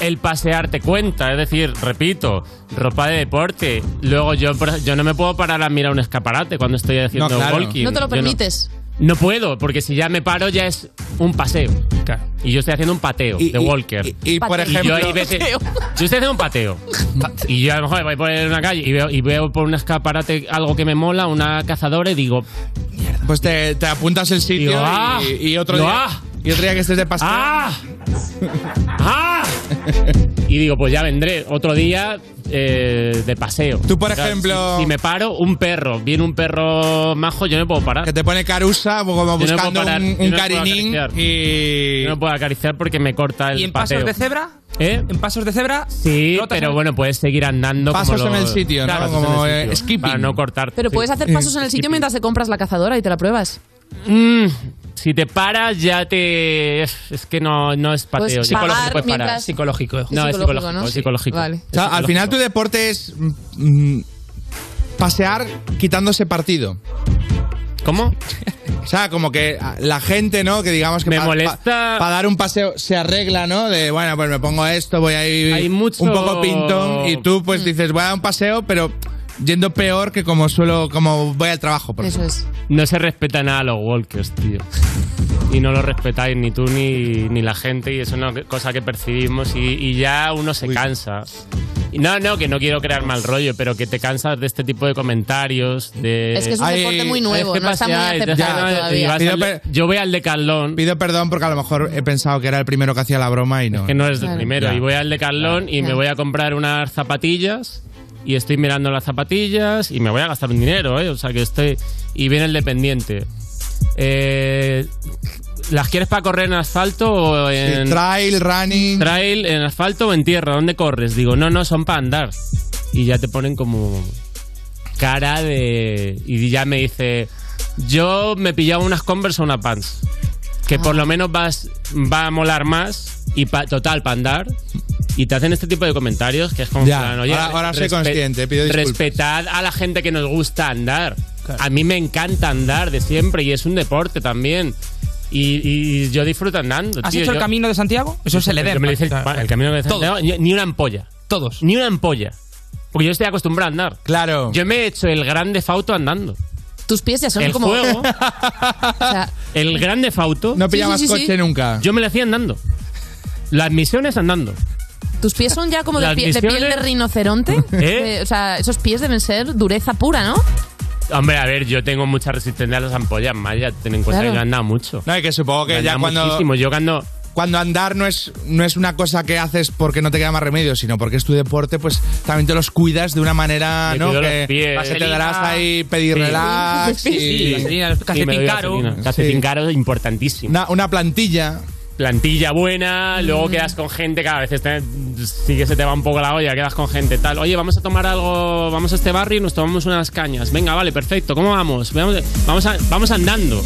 Speaker 4: el pasear te cuenta. Es decir, repito, ropa de deporte. Luego yo, por- yo no me puedo parar a mirar un escaparate cuando estoy haciendo
Speaker 7: No, claro.
Speaker 4: walking.
Speaker 7: No te lo
Speaker 4: Yo
Speaker 7: permites.
Speaker 4: No, puedo, porque si ya me paro ya es un paseo. Y yo estoy haciendo un pateo
Speaker 5: Y-
Speaker 4: de
Speaker 5: y-
Speaker 4: walker.
Speaker 5: y- y, por
Speaker 4: yo,
Speaker 5: ejemplo-
Speaker 4: ahí veces- yo estoy haciendo un pateo. Y yo a lo mejor voy por una calle y veo, y veo por un escaparate algo que me mola, una cazadora, y digo,
Speaker 5: Pues te, te apuntas el sitio
Speaker 4: Digo, ah,
Speaker 5: y, y otro
Speaker 4: digo,
Speaker 5: día.
Speaker 4: ah.
Speaker 5: y otro día que estés de paseo.
Speaker 4: ¡Ah! ¡Ah! Y digo, pues ya vendré otro día eh, de paseo. Tú,
Speaker 5: por ejemplo-
Speaker 4: Si, si me paro, un perro. Viene un perro majo, yo no puedo parar.
Speaker 5: Que te pone Carusa como
Speaker 4: Yo no
Speaker 5: buscando
Speaker 4: puedo parar,
Speaker 5: un,
Speaker 4: yo
Speaker 5: un
Speaker 4: no puedo
Speaker 5: carinín.
Speaker 4: acariciar.
Speaker 5: y...
Speaker 4: Yo no puedo acariciar porque me corta el
Speaker 1: ¿Y en
Speaker 4: paseo.
Speaker 1: pasos de cebra?
Speaker 4: ¿Eh?
Speaker 1: ¿En pasos de cebra?
Speaker 4: Sí,
Speaker 1: Trotas en
Speaker 4: pero
Speaker 1: el-
Speaker 4: bueno, puedes seguir andando. como
Speaker 5: Pasos en
Speaker 4: lo-
Speaker 5: el sitio, ¿no?
Speaker 4: Claro, pasos
Speaker 5: Como,
Speaker 4: en el
Speaker 5: eh,
Speaker 4: sitio,
Speaker 5: skipping.
Speaker 4: Para no cortarte.
Speaker 7: Pero puedes hacer pasos en el sitio mientras te compras la cazadora y te la pruebas.
Speaker 4: Mm, si te paras, ya te. Es es que no, no es pateo.
Speaker 7: Puedes
Speaker 4: ya.
Speaker 7: parar
Speaker 4: Psicológico, puedes parar.
Speaker 7: mientras-
Speaker 1: Psicológico.
Speaker 4: No, es psicológico.
Speaker 7: ¿no?
Speaker 4: es psicológico.
Speaker 7: Vale.
Speaker 5: O sea, al final tu deporte es mm, mm, pasear quitándose partido.
Speaker 4: ¿Cómo?
Speaker 5: O sea, como que ah, la gente, ¿no? Que digamos que
Speaker 4: Me
Speaker 5: para
Speaker 4: molesta-
Speaker 5: dar un paseo se arregla, ¿no? De, bueno, pues me pongo esto, voy ahí
Speaker 4: Hay mucho-
Speaker 5: un poco pintón y tú pues dices, voy a dar un paseo, pero yendo peor que como suelo, como voy al trabajo. Por ejemplo.
Speaker 4: No se respeta nada a los walkers, tío. Y no lo respetáis ni tú ni, ni la gente, y es una cosa que percibimos. Y, y ya uno se cansa. Y no, no, que no quiero crear mal rollo, pero que te cansas de este tipo de comentarios. De,
Speaker 7: Es que es un Ay, deporte
Speaker 19: eh,
Speaker 7: muy nuevo,
Speaker 4: "Es que
Speaker 7: no está muy
Speaker 4: paseáis,
Speaker 7: aceptado
Speaker 4: ya no- y
Speaker 7: todavía".
Speaker 4: vas
Speaker 5: Pido
Speaker 4: al-
Speaker 5: per-
Speaker 4: yo voy al Decathlon.
Speaker 5: Pido perdón porque a lo mejor he pensado que era el primero que hacía la broma y no.
Speaker 4: que no es el primero.
Speaker 5: Ya.
Speaker 4: Y voy al Decathlon y me
Speaker 5: Claro.
Speaker 4: voy a comprar unas zapatillas y estoy mirando las zapatillas y me voy a gastar un dinero, ¿eh? O sea que estoy... Y viene el dependiente. Eh, ¿Las quieres para correr en asfalto o en.
Speaker 5: trail, running.
Speaker 4: Trail, en asfalto o en tierra, ¿dónde corres? Digo, no, no, son para andar. Y ya te ponen como. cara de. Y ya me dice. Yo me pillaba unas Converse o una Pants. Que
Speaker 1: Ah.
Speaker 4: por lo menos vas, va a molar más. Y pa- total, para andar. Y te hacen este tipo de comentarios que es como.
Speaker 5: Ya,
Speaker 4: plan, oye,
Speaker 5: ahora- ahora soy
Speaker 4: respe-
Speaker 5: consciente, pido disculpas.
Speaker 4: Respetad a la gente que nos gusta andar. A mí me encanta andar de siempre y es un deporte también. Y, y yo disfruto andando.
Speaker 1: ¿Has
Speaker 4: tío,
Speaker 1: hecho el
Speaker 4: yo-
Speaker 1: camino de Santiago? Eso es el Edén.
Speaker 4: Yo me lo hice el, el camino de Santiago, ni- ni una ampolla.
Speaker 1: Todos.
Speaker 4: Ni una ampolla. Porque yo estoy acostumbrado a andar. Claro. Yo me he hecho el grande fauto andando.
Speaker 38: Tus pies ya son
Speaker 4: El
Speaker 38: como.
Speaker 4: juego. El grande fauto.
Speaker 38: No pillabas Sí, sí, sí, coche sí.
Speaker 5: nunca.
Speaker 4: Yo me lo hacía andando. Las misiones andando.
Speaker 19: ¿Tus pies son ya como de,
Speaker 4: Las
Speaker 19: pie- de piel
Speaker 4: misiones-
Speaker 19: de rinoceronte?
Speaker 4: ¿Eh?
Speaker 19: Eh, o sea, esos pies deben ser dureza pura, ¿no?
Speaker 4: Hombre, a ver, yo tengo mucha resistencia a las ampollas, Maya. Ten en cuenta
Speaker 5: Claro.
Speaker 4: que yo he andado mucho.
Speaker 5: No, y que supongo que
Speaker 4: Me
Speaker 5: ya
Speaker 4: anda
Speaker 5: cuando.
Speaker 4: muchísimo. Yo cuando.
Speaker 5: Cuando andar no es, no es una cosa que haces porque no te queda más remedio, sino porque es tu deporte, pues también te los cuidas de una manera,
Speaker 4: Me
Speaker 5: ¿no?
Speaker 4: cuido
Speaker 5: Que
Speaker 4: los pies.
Speaker 5: que te darás ahí pedir
Speaker 4: Sí.
Speaker 5: relax.
Speaker 4: Sí,
Speaker 5: y-
Speaker 4: vaselina, calcetín
Speaker 5: me doy
Speaker 4: caro.
Speaker 5: vaselina.
Speaker 4: Calcetín
Speaker 5: Sí.
Speaker 4: caro, importantísimo.
Speaker 5: Una, una plantilla.
Speaker 4: plantilla buena, luego quedas con gente, cada vez te- sí que se te va un poco la olla, quedas con gente tal. Oye, vamos a tomar algo, vamos a este barrio y nos tomamos unas cañas. Venga, vale, perfecto, ¿cómo vamos? Vamos, vamos, a- vamos andando.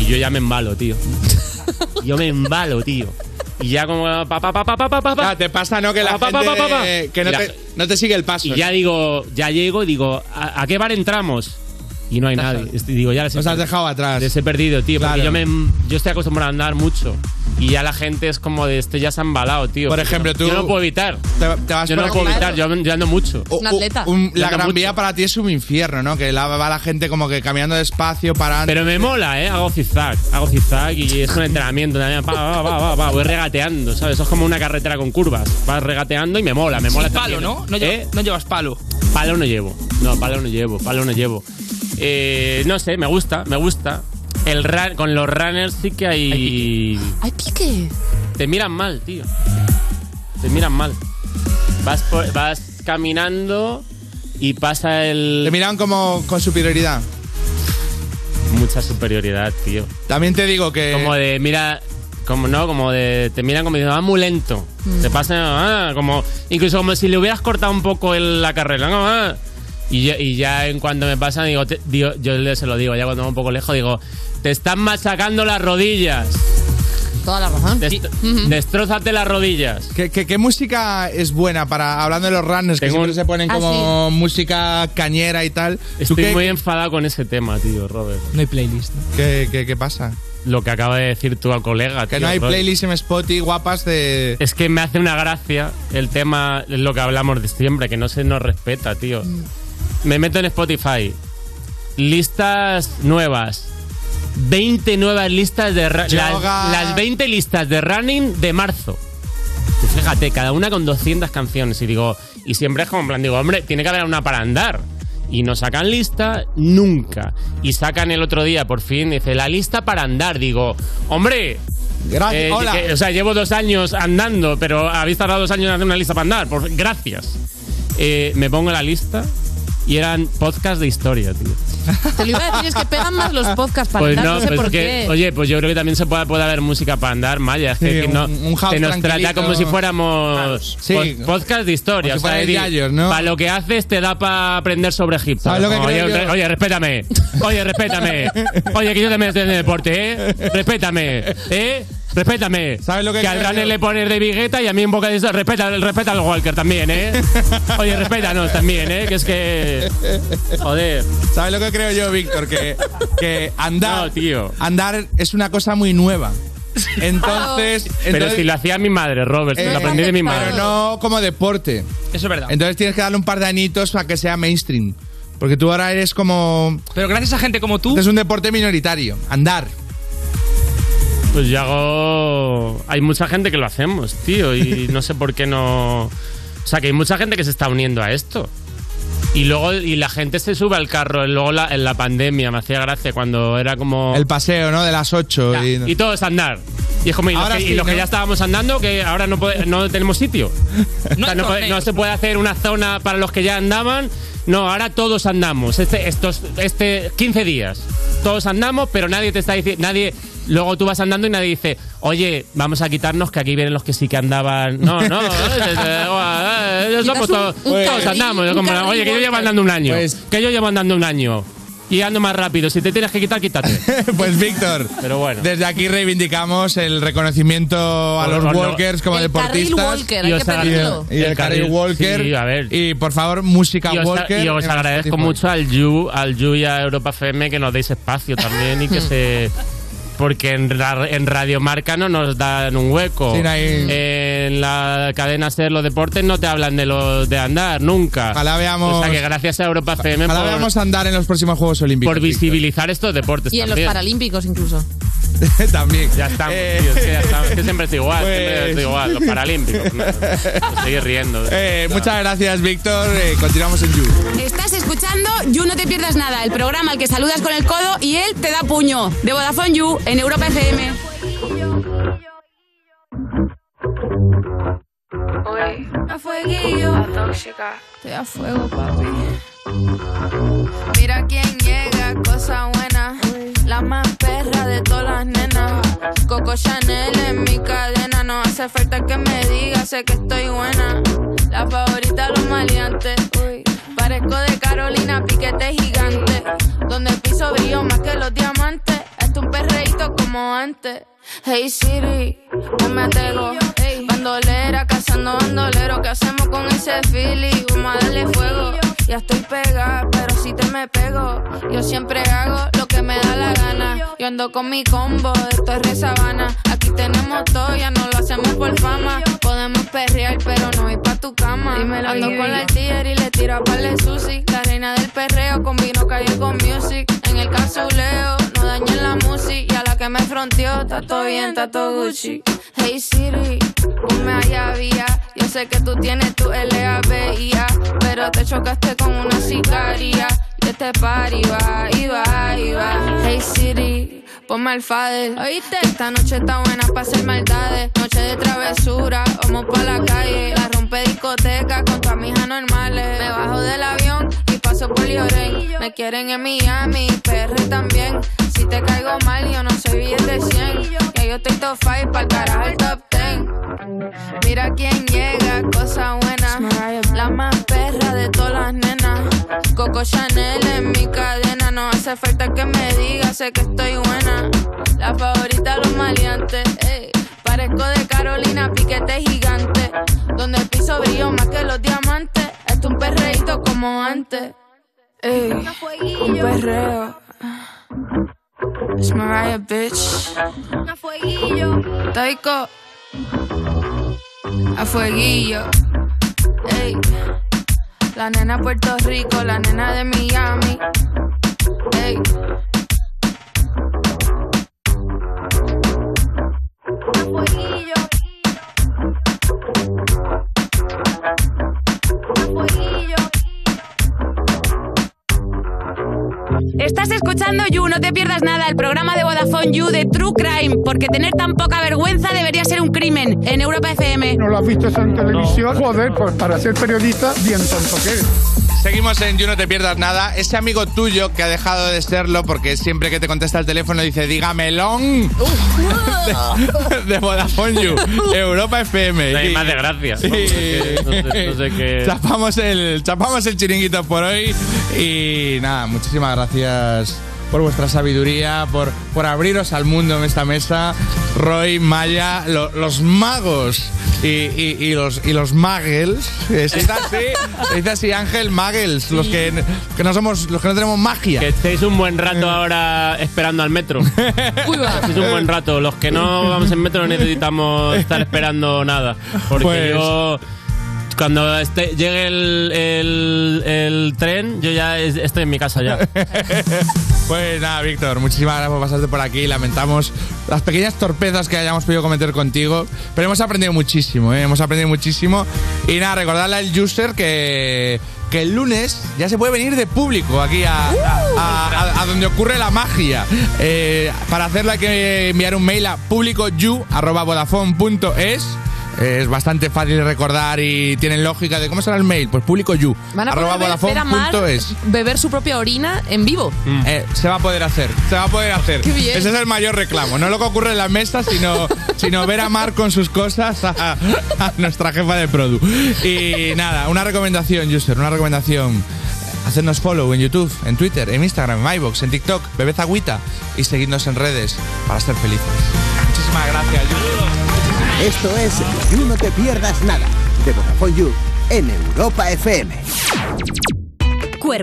Speaker 4: Y yo ya me embalo, tío. Yo me embalo, tío. Y ya como pa pa pa pa pa pa pa.
Speaker 5: Ya, te pasa, ¿no? Que la gente, eh, que no te- sigue el paso.
Speaker 4: Y ya digo, ya llego, y digo, ¿a, a qué bar entramos? Y no hay nadie. Este- Digo, ya les he
Speaker 5: Nos has
Speaker 4: perdido.
Speaker 5: dejado atrás.
Speaker 4: Les he perdido, tío.
Speaker 5: Claro.
Speaker 4: Porque yo, me, yo estoy acostumbrado a andar mucho. Y ya la gente es como de este, ya se ha embalado, tío.
Speaker 5: Por
Speaker 4: Pero
Speaker 5: ejemplo, tú-
Speaker 4: Yo no puedo evitar.
Speaker 5: vas
Speaker 4: yo no
Speaker 5: por-
Speaker 4: puedo evitar, yo, yo ando mucho.
Speaker 5: Un atleta. la
Speaker 4: Ando
Speaker 5: gran
Speaker 4: mucho.
Speaker 5: vía para ti es un infierno, ¿no? Que la, va la gente como que caminando despacio, parando.
Speaker 4: Pero me mola, ¿eh? Hago zigzag. Hago zigzag y es un entrenamiento también. Pa, pa, pa, pa, pa. Voy regateando, ¿sabes? Eso es como una carretera con curvas. Vas regateando y me mola, me mola.
Speaker 1: Sin palo,
Speaker 4: también.
Speaker 1: ¿no? No, lleva-
Speaker 4: ¿Eh?
Speaker 1: no llevas palo.
Speaker 4: Palo no llevo. No, palo no llevo, palo no llevo. Eh, no sé, me gusta, me gusta. El run- con los runners sí que hay.
Speaker 19: ¡Ay, pique!
Speaker 4: Te miran mal, tío. Te miran mal. Vas, por- vas caminando y pasa el.
Speaker 5: Te miran como con superioridad.
Speaker 4: Mucha superioridad, tío.
Speaker 5: También te digo que.
Speaker 4: Como de, mira. Como no, como de. Te miran como diciendo, ah, muy lento.
Speaker 1: Mm.
Speaker 4: Te pasa, ah, como. Incluso como si le hubieras cortado un poco el- la carrera, ¿no? Ah. Y, ya- y ya en cuando me pasa, digo, te- digo- yo le- se lo digo, ya cuando va un poco lejos, digo, te están machacando las rodillas.
Speaker 19: Toda la razón.
Speaker 1: Mm.
Speaker 4: Destrózate las rodillas.
Speaker 5: ¿Qué, qué, qué música es buena para hablando de los runners que siempre se ponen
Speaker 4: Ah,
Speaker 5: como música cañera y tal? ¿Tú
Speaker 4: Estoy
Speaker 5: qué,
Speaker 4: muy enfadado con ese tema, tío, Robert.
Speaker 1: No hay playlist.
Speaker 5: qué, qué- qué pasa?
Speaker 4: Lo que acaba de decir tu colega,
Speaker 5: Que no hay playlist en Spotify guapas de.
Speaker 4: Es que me hace una gracia el tema, es lo que hablamos de siempre, que no se nos respeta, tío. Me meto en Spotify. Listas nuevas. 20 nuevas listas de... ra- Las,
Speaker 5: Yoga.
Speaker 4: las 20 listas de running de marzo. Tú Pues Fíjate, cada una con 200 canciones. Y digo, y siempre es como en plan, digo, hombre, tiene que haber una para andar. Y no sacan lista nunca. Y sacan el otro día, por fin, dice, la lista para andar. Digo, hombre.
Speaker 5: Gracias,
Speaker 4: eh,
Speaker 5: hola.
Speaker 4: que- o sea, llevo dos años andando, pero habéis tardado dos años en hacer una lista para andar. Por, gracias. Eh, me pongo la lista y eran podcasts de historia, tío.
Speaker 19: Te lo iba a decir, es que pegan más los podcasts para andar, no, sé
Speaker 4: pues
Speaker 19: por
Speaker 4: es que,
Speaker 19: qué.
Speaker 4: Oye, pues yo creo que también se puede, puede haber música para andar, Maya. Es que,
Speaker 5: Sí,
Speaker 4: que no,
Speaker 5: un- un house
Speaker 4: se nos trata
Speaker 5: tranquilito.
Speaker 4: como si fuéramos
Speaker 5: Sí.
Speaker 4: pod- podcast de historia.
Speaker 5: Como si fueran yayos,
Speaker 4: Para lo que haces te da para aprender sobre Egipto.
Speaker 5: ¿Sabes lo que
Speaker 4: oye,
Speaker 5: creo yo?
Speaker 4: re- oye, respétame. Oye, respétame. Oye, que yo también estoy en el deporte, ¿eh? Respétame. ¿Eh? Respétame. ¿Sabes lo que al
Speaker 5: creo
Speaker 4: runner
Speaker 5: yo?
Speaker 4: le pones de vigueta y a mí en boca de eso. Respeta, respeta al Walker también, ¿eh? Oye, respétanos también, ¿eh? Que es que. Joder.
Speaker 5: ¿Sabes lo que creo yo, Víctor? Que, que andar. Andar es una cosa muy nueva. Entonces.
Speaker 4: Pero
Speaker 5: entonces-
Speaker 4: si lo hacía mi madre, Robert, si
Speaker 5: Eh,
Speaker 4: lo aprendí de mi madre.
Speaker 5: Pero no como deporte.
Speaker 1: Eso es verdad.
Speaker 5: Entonces tienes que darle un par de añitos para que sea mainstream. Porque tú ahora eres como.
Speaker 1: Pero gracias a gente como tú.
Speaker 5: Este Es un deporte minoritario. Andar.
Speaker 4: Pues yo hago. Hay mucha gente que lo hacemos, tío, y no sé por qué no. O sea, que hay mucha gente que se está uniendo a esto. Y luego y la gente se sube al carro. y Luego la- en la pandemia me hacía gracia cuando era como.
Speaker 5: El paseo, ¿no? De las 8. y-
Speaker 4: Y todo es andar. Y es como, y los,
Speaker 5: Ahora
Speaker 4: que, y
Speaker 5: sí,
Speaker 4: los que
Speaker 5: ¿no?
Speaker 4: ya estábamos andando, que ahora no, pode- no tenemos sitio. O sea, No, pode- no se puede hacer una zona para los que ya andaban. No, ahora todos andamos. Este, estos, este 15 días. Todos andamos, pero nadie te está diciendo. Nadie Luego tú vas andando y nadie dice, oye, vamos a quitarnos que aquí vienen los que sí que andaban. No, no, yo somos todos, todos andamos. Como, oye, que yo llevo andando un año.
Speaker 5: Pues
Speaker 4: que yo llevo andando un año. Y ando más rápido. Si te tienes que quitar, quítate.
Speaker 5: Pues Víctor, desde aquí reivindicamos el reconocimiento a
Speaker 4: Por-
Speaker 5: los
Speaker 4: por lo-
Speaker 5: walkers como
Speaker 4: El carril
Speaker 5: deportistas.
Speaker 4: walker, hay que pedirlo.
Speaker 5: y el, y el
Speaker 4: El
Speaker 5: carril
Speaker 4: carril,
Speaker 5: walker.
Speaker 4: sí, a ver.
Speaker 5: Y por favor, música
Speaker 4: Y os,
Speaker 5: walker.
Speaker 4: y os
Speaker 5: en
Speaker 4: agradezco
Speaker 5: Spotify.
Speaker 4: mucho al Yu, al Yu y a Europa FM que nos deis espacio también y que se. Porque en, ra- en Radio Marca no nos dan un hueco.
Speaker 5: Sí, no hay-
Speaker 4: En la cadena Ser los deportes no te hablan de los de andar nunca.
Speaker 5: Ojalá veamos-
Speaker 4: O sea que gracias a Europa FM
Speaker 5: Ojalá
Speaker 4: por,
Speaker 5: veamos andar en los próximos Juegos Olímpicos.
Speaker 4: por visibilizar estos deportes
Speaker 19: Y en los
Speaker 4: también.
Speaker 19: Paralímpicos incluso.
Speaker 5: también.
Speaker 4: Ya estamos, tío, es que ya estamos. Es que siempre es igual, siempre
Speaker 5: Pues-
Speaker 4: es igual. Los Paralímpicos. no, no, seguir riendo.
Speaker 5: Eh, muchas gracias, Víctor. Eh, continuamos en You.
Speaker 31: Estás escuchando You No Te Pierdas Nada, el programa al que saludas con el codo y él te da puño. De Vodafone You en Europa FM.
Speaker 39: Hoy a fueguillo. Estoy a fuego, papi. Mira quién llega, cosa buena. La más perra de todas las nenas. Coco Chanel en mi cadena. No hace falta que me diga, sé que estoy buena. La favorita de los maleantes. Parezco de Carolina, piquete gigante. Donde el piso brilló más que los diamantes. Esto un perreíto como antes. Hey Siri, ponme a tego. Bandolera, cazando bandolero. ¿Qué hacemos con ese feeling? Vamos a darle fuego. Ya estoy pegada, pero si te me pego. Yo siempre hago lo que me da la gana. Yo ando con mi combo de Torre Sabana. Aquí tenemos todo, ya no lo hacemos por fama. Podemos perrear, pero no ir pa' tu cama. Ando con la tierra y le tiro a pa'l sushi. La reina del perreo combino calle con music. En el casuleo, no dañen la music. Y a la que me fronteó, está todo bien, está todo Gucci. Hey Siri, ponme allá vía. Yo sé que tú tienes tu LABIA, pero te chocaste con una sicaria. Y este party va, y va, y va. Hey Siri, ponme al fadel. ¿Oíste? Esta noche está buena para hacer maldades. Noche de travesura, vamos pa' la calle. La rompe discoteca con todas mis anormales. Me bajo del avión y paso por Lloren. Me quieren en Miami, PR también. Si te caigo mal, yo no soy billete 100. Que yo estoy top five pa'l carajo el top 10. Mira quién llega, cosa buena. La más perra de todas las nenas. Coco Chanel en mi cadena. No hace falta que me diga, sé que estoy buena. La favorita de los maleantes. ey. Parezco de Carolina, piquete gigante. Donde el piso brilló más que los diamantes. Esto un perreíto como antes. Ey, un perreo. It's Mariah, bitch. A fueguillo. Taiko. A fueguillo. Ey. La nena Puerto Rico, la nena de Miami. Ey. A fueguillo. A fueguillo.
Speaker 31: Estás escuchando You No Te Pierdas Nada, el programa de Vodafone You de True Crime, porque tener tan poca vergüenza debería ser un crimen en Europa FM.
Speaker 15: ¿No lo has visto eso en televisión? Joder, pues para ser periodista, bien tonto que eres.
Speaker 5: Seguimos en You No Te Pierdas Nada. Ese amigo tuyo que ha dejado de serlo porque siempre que te contesta el teléfono dice dígame long de, de Vodafone You, Europa FM.
Speaker 4: No hay más de
Speaker 5: gracias.
Speaker 4: gracias, ¿no? Porque no sé- no sé qué-
Speaker 5: Chapamos el, chapamos el chiringuito por hoy. Y nada, muchísimas gracias por vuestra sabiduría, por, por abriros al mundo en esta mesa. Roy, Maya, lo- los magos y, y- y los, y los magels. Eh, Se dice así, se dice así, Ángel Magels, los que, que no somos, los que no tenemos magia. Eh.
Speaker 4: Que estéis un buen rato ahora esperando al metro. Es un buen rato. Los que no vamos en metro no necesitamos estar esperando nada. Porque
Speaker 5: Pues-
Speaker 4: yo. Cuando este- llegue el, el- el tren, yo ya es- estoy en mi casa ya.
Speaker 5: Pues nada, Víctor, muchísimas gracias por pasarte por aquí. Lamentamos las pequeñas torpezas que hayamos podido cometer contigo, pero hemos aprendido muchísimo, ¿eh? hemos aprendido muchísimo. Y nada, recordarle al user que, que el lunes ya se puede venir de público aquí a, a- a- a donde ocurre la magia. Eh, para hacerlo hay que enviar un mail a publicoyu.vodafone.es eh, es bastante fácil de recordar y tienen lógica de cómo será el mail. Pues público you,
Speaker 19: Van a
Speaker 5: arroba
Speaker 19: poder ver a Mar
Speaker 5: vodafone.es.
Speaker 19: beber su propia orina en vivo.
Speaker 5: Eh, se va a poder hacer, se va a poder hacer.
Speaker 19: Mm. Qué bien.
Speaker 5: Ese es el mayor reclamo. No lo que ocurre en las mesas, sino, sino ver a Mar con sus cosas a, a nuestra jefa de produ. Y nada, una recomendación, user, una recomendación. Hacernos follow en YouTube, en Twitter, en Instagram, en iVoox, en TikTok, Bebez Agüita y seguidnos en redes para ser felices. Muchísimas gracias,
Speaker 6: Esto es You No Te Pierdas Nada, de Vodafone You, en Europa FM.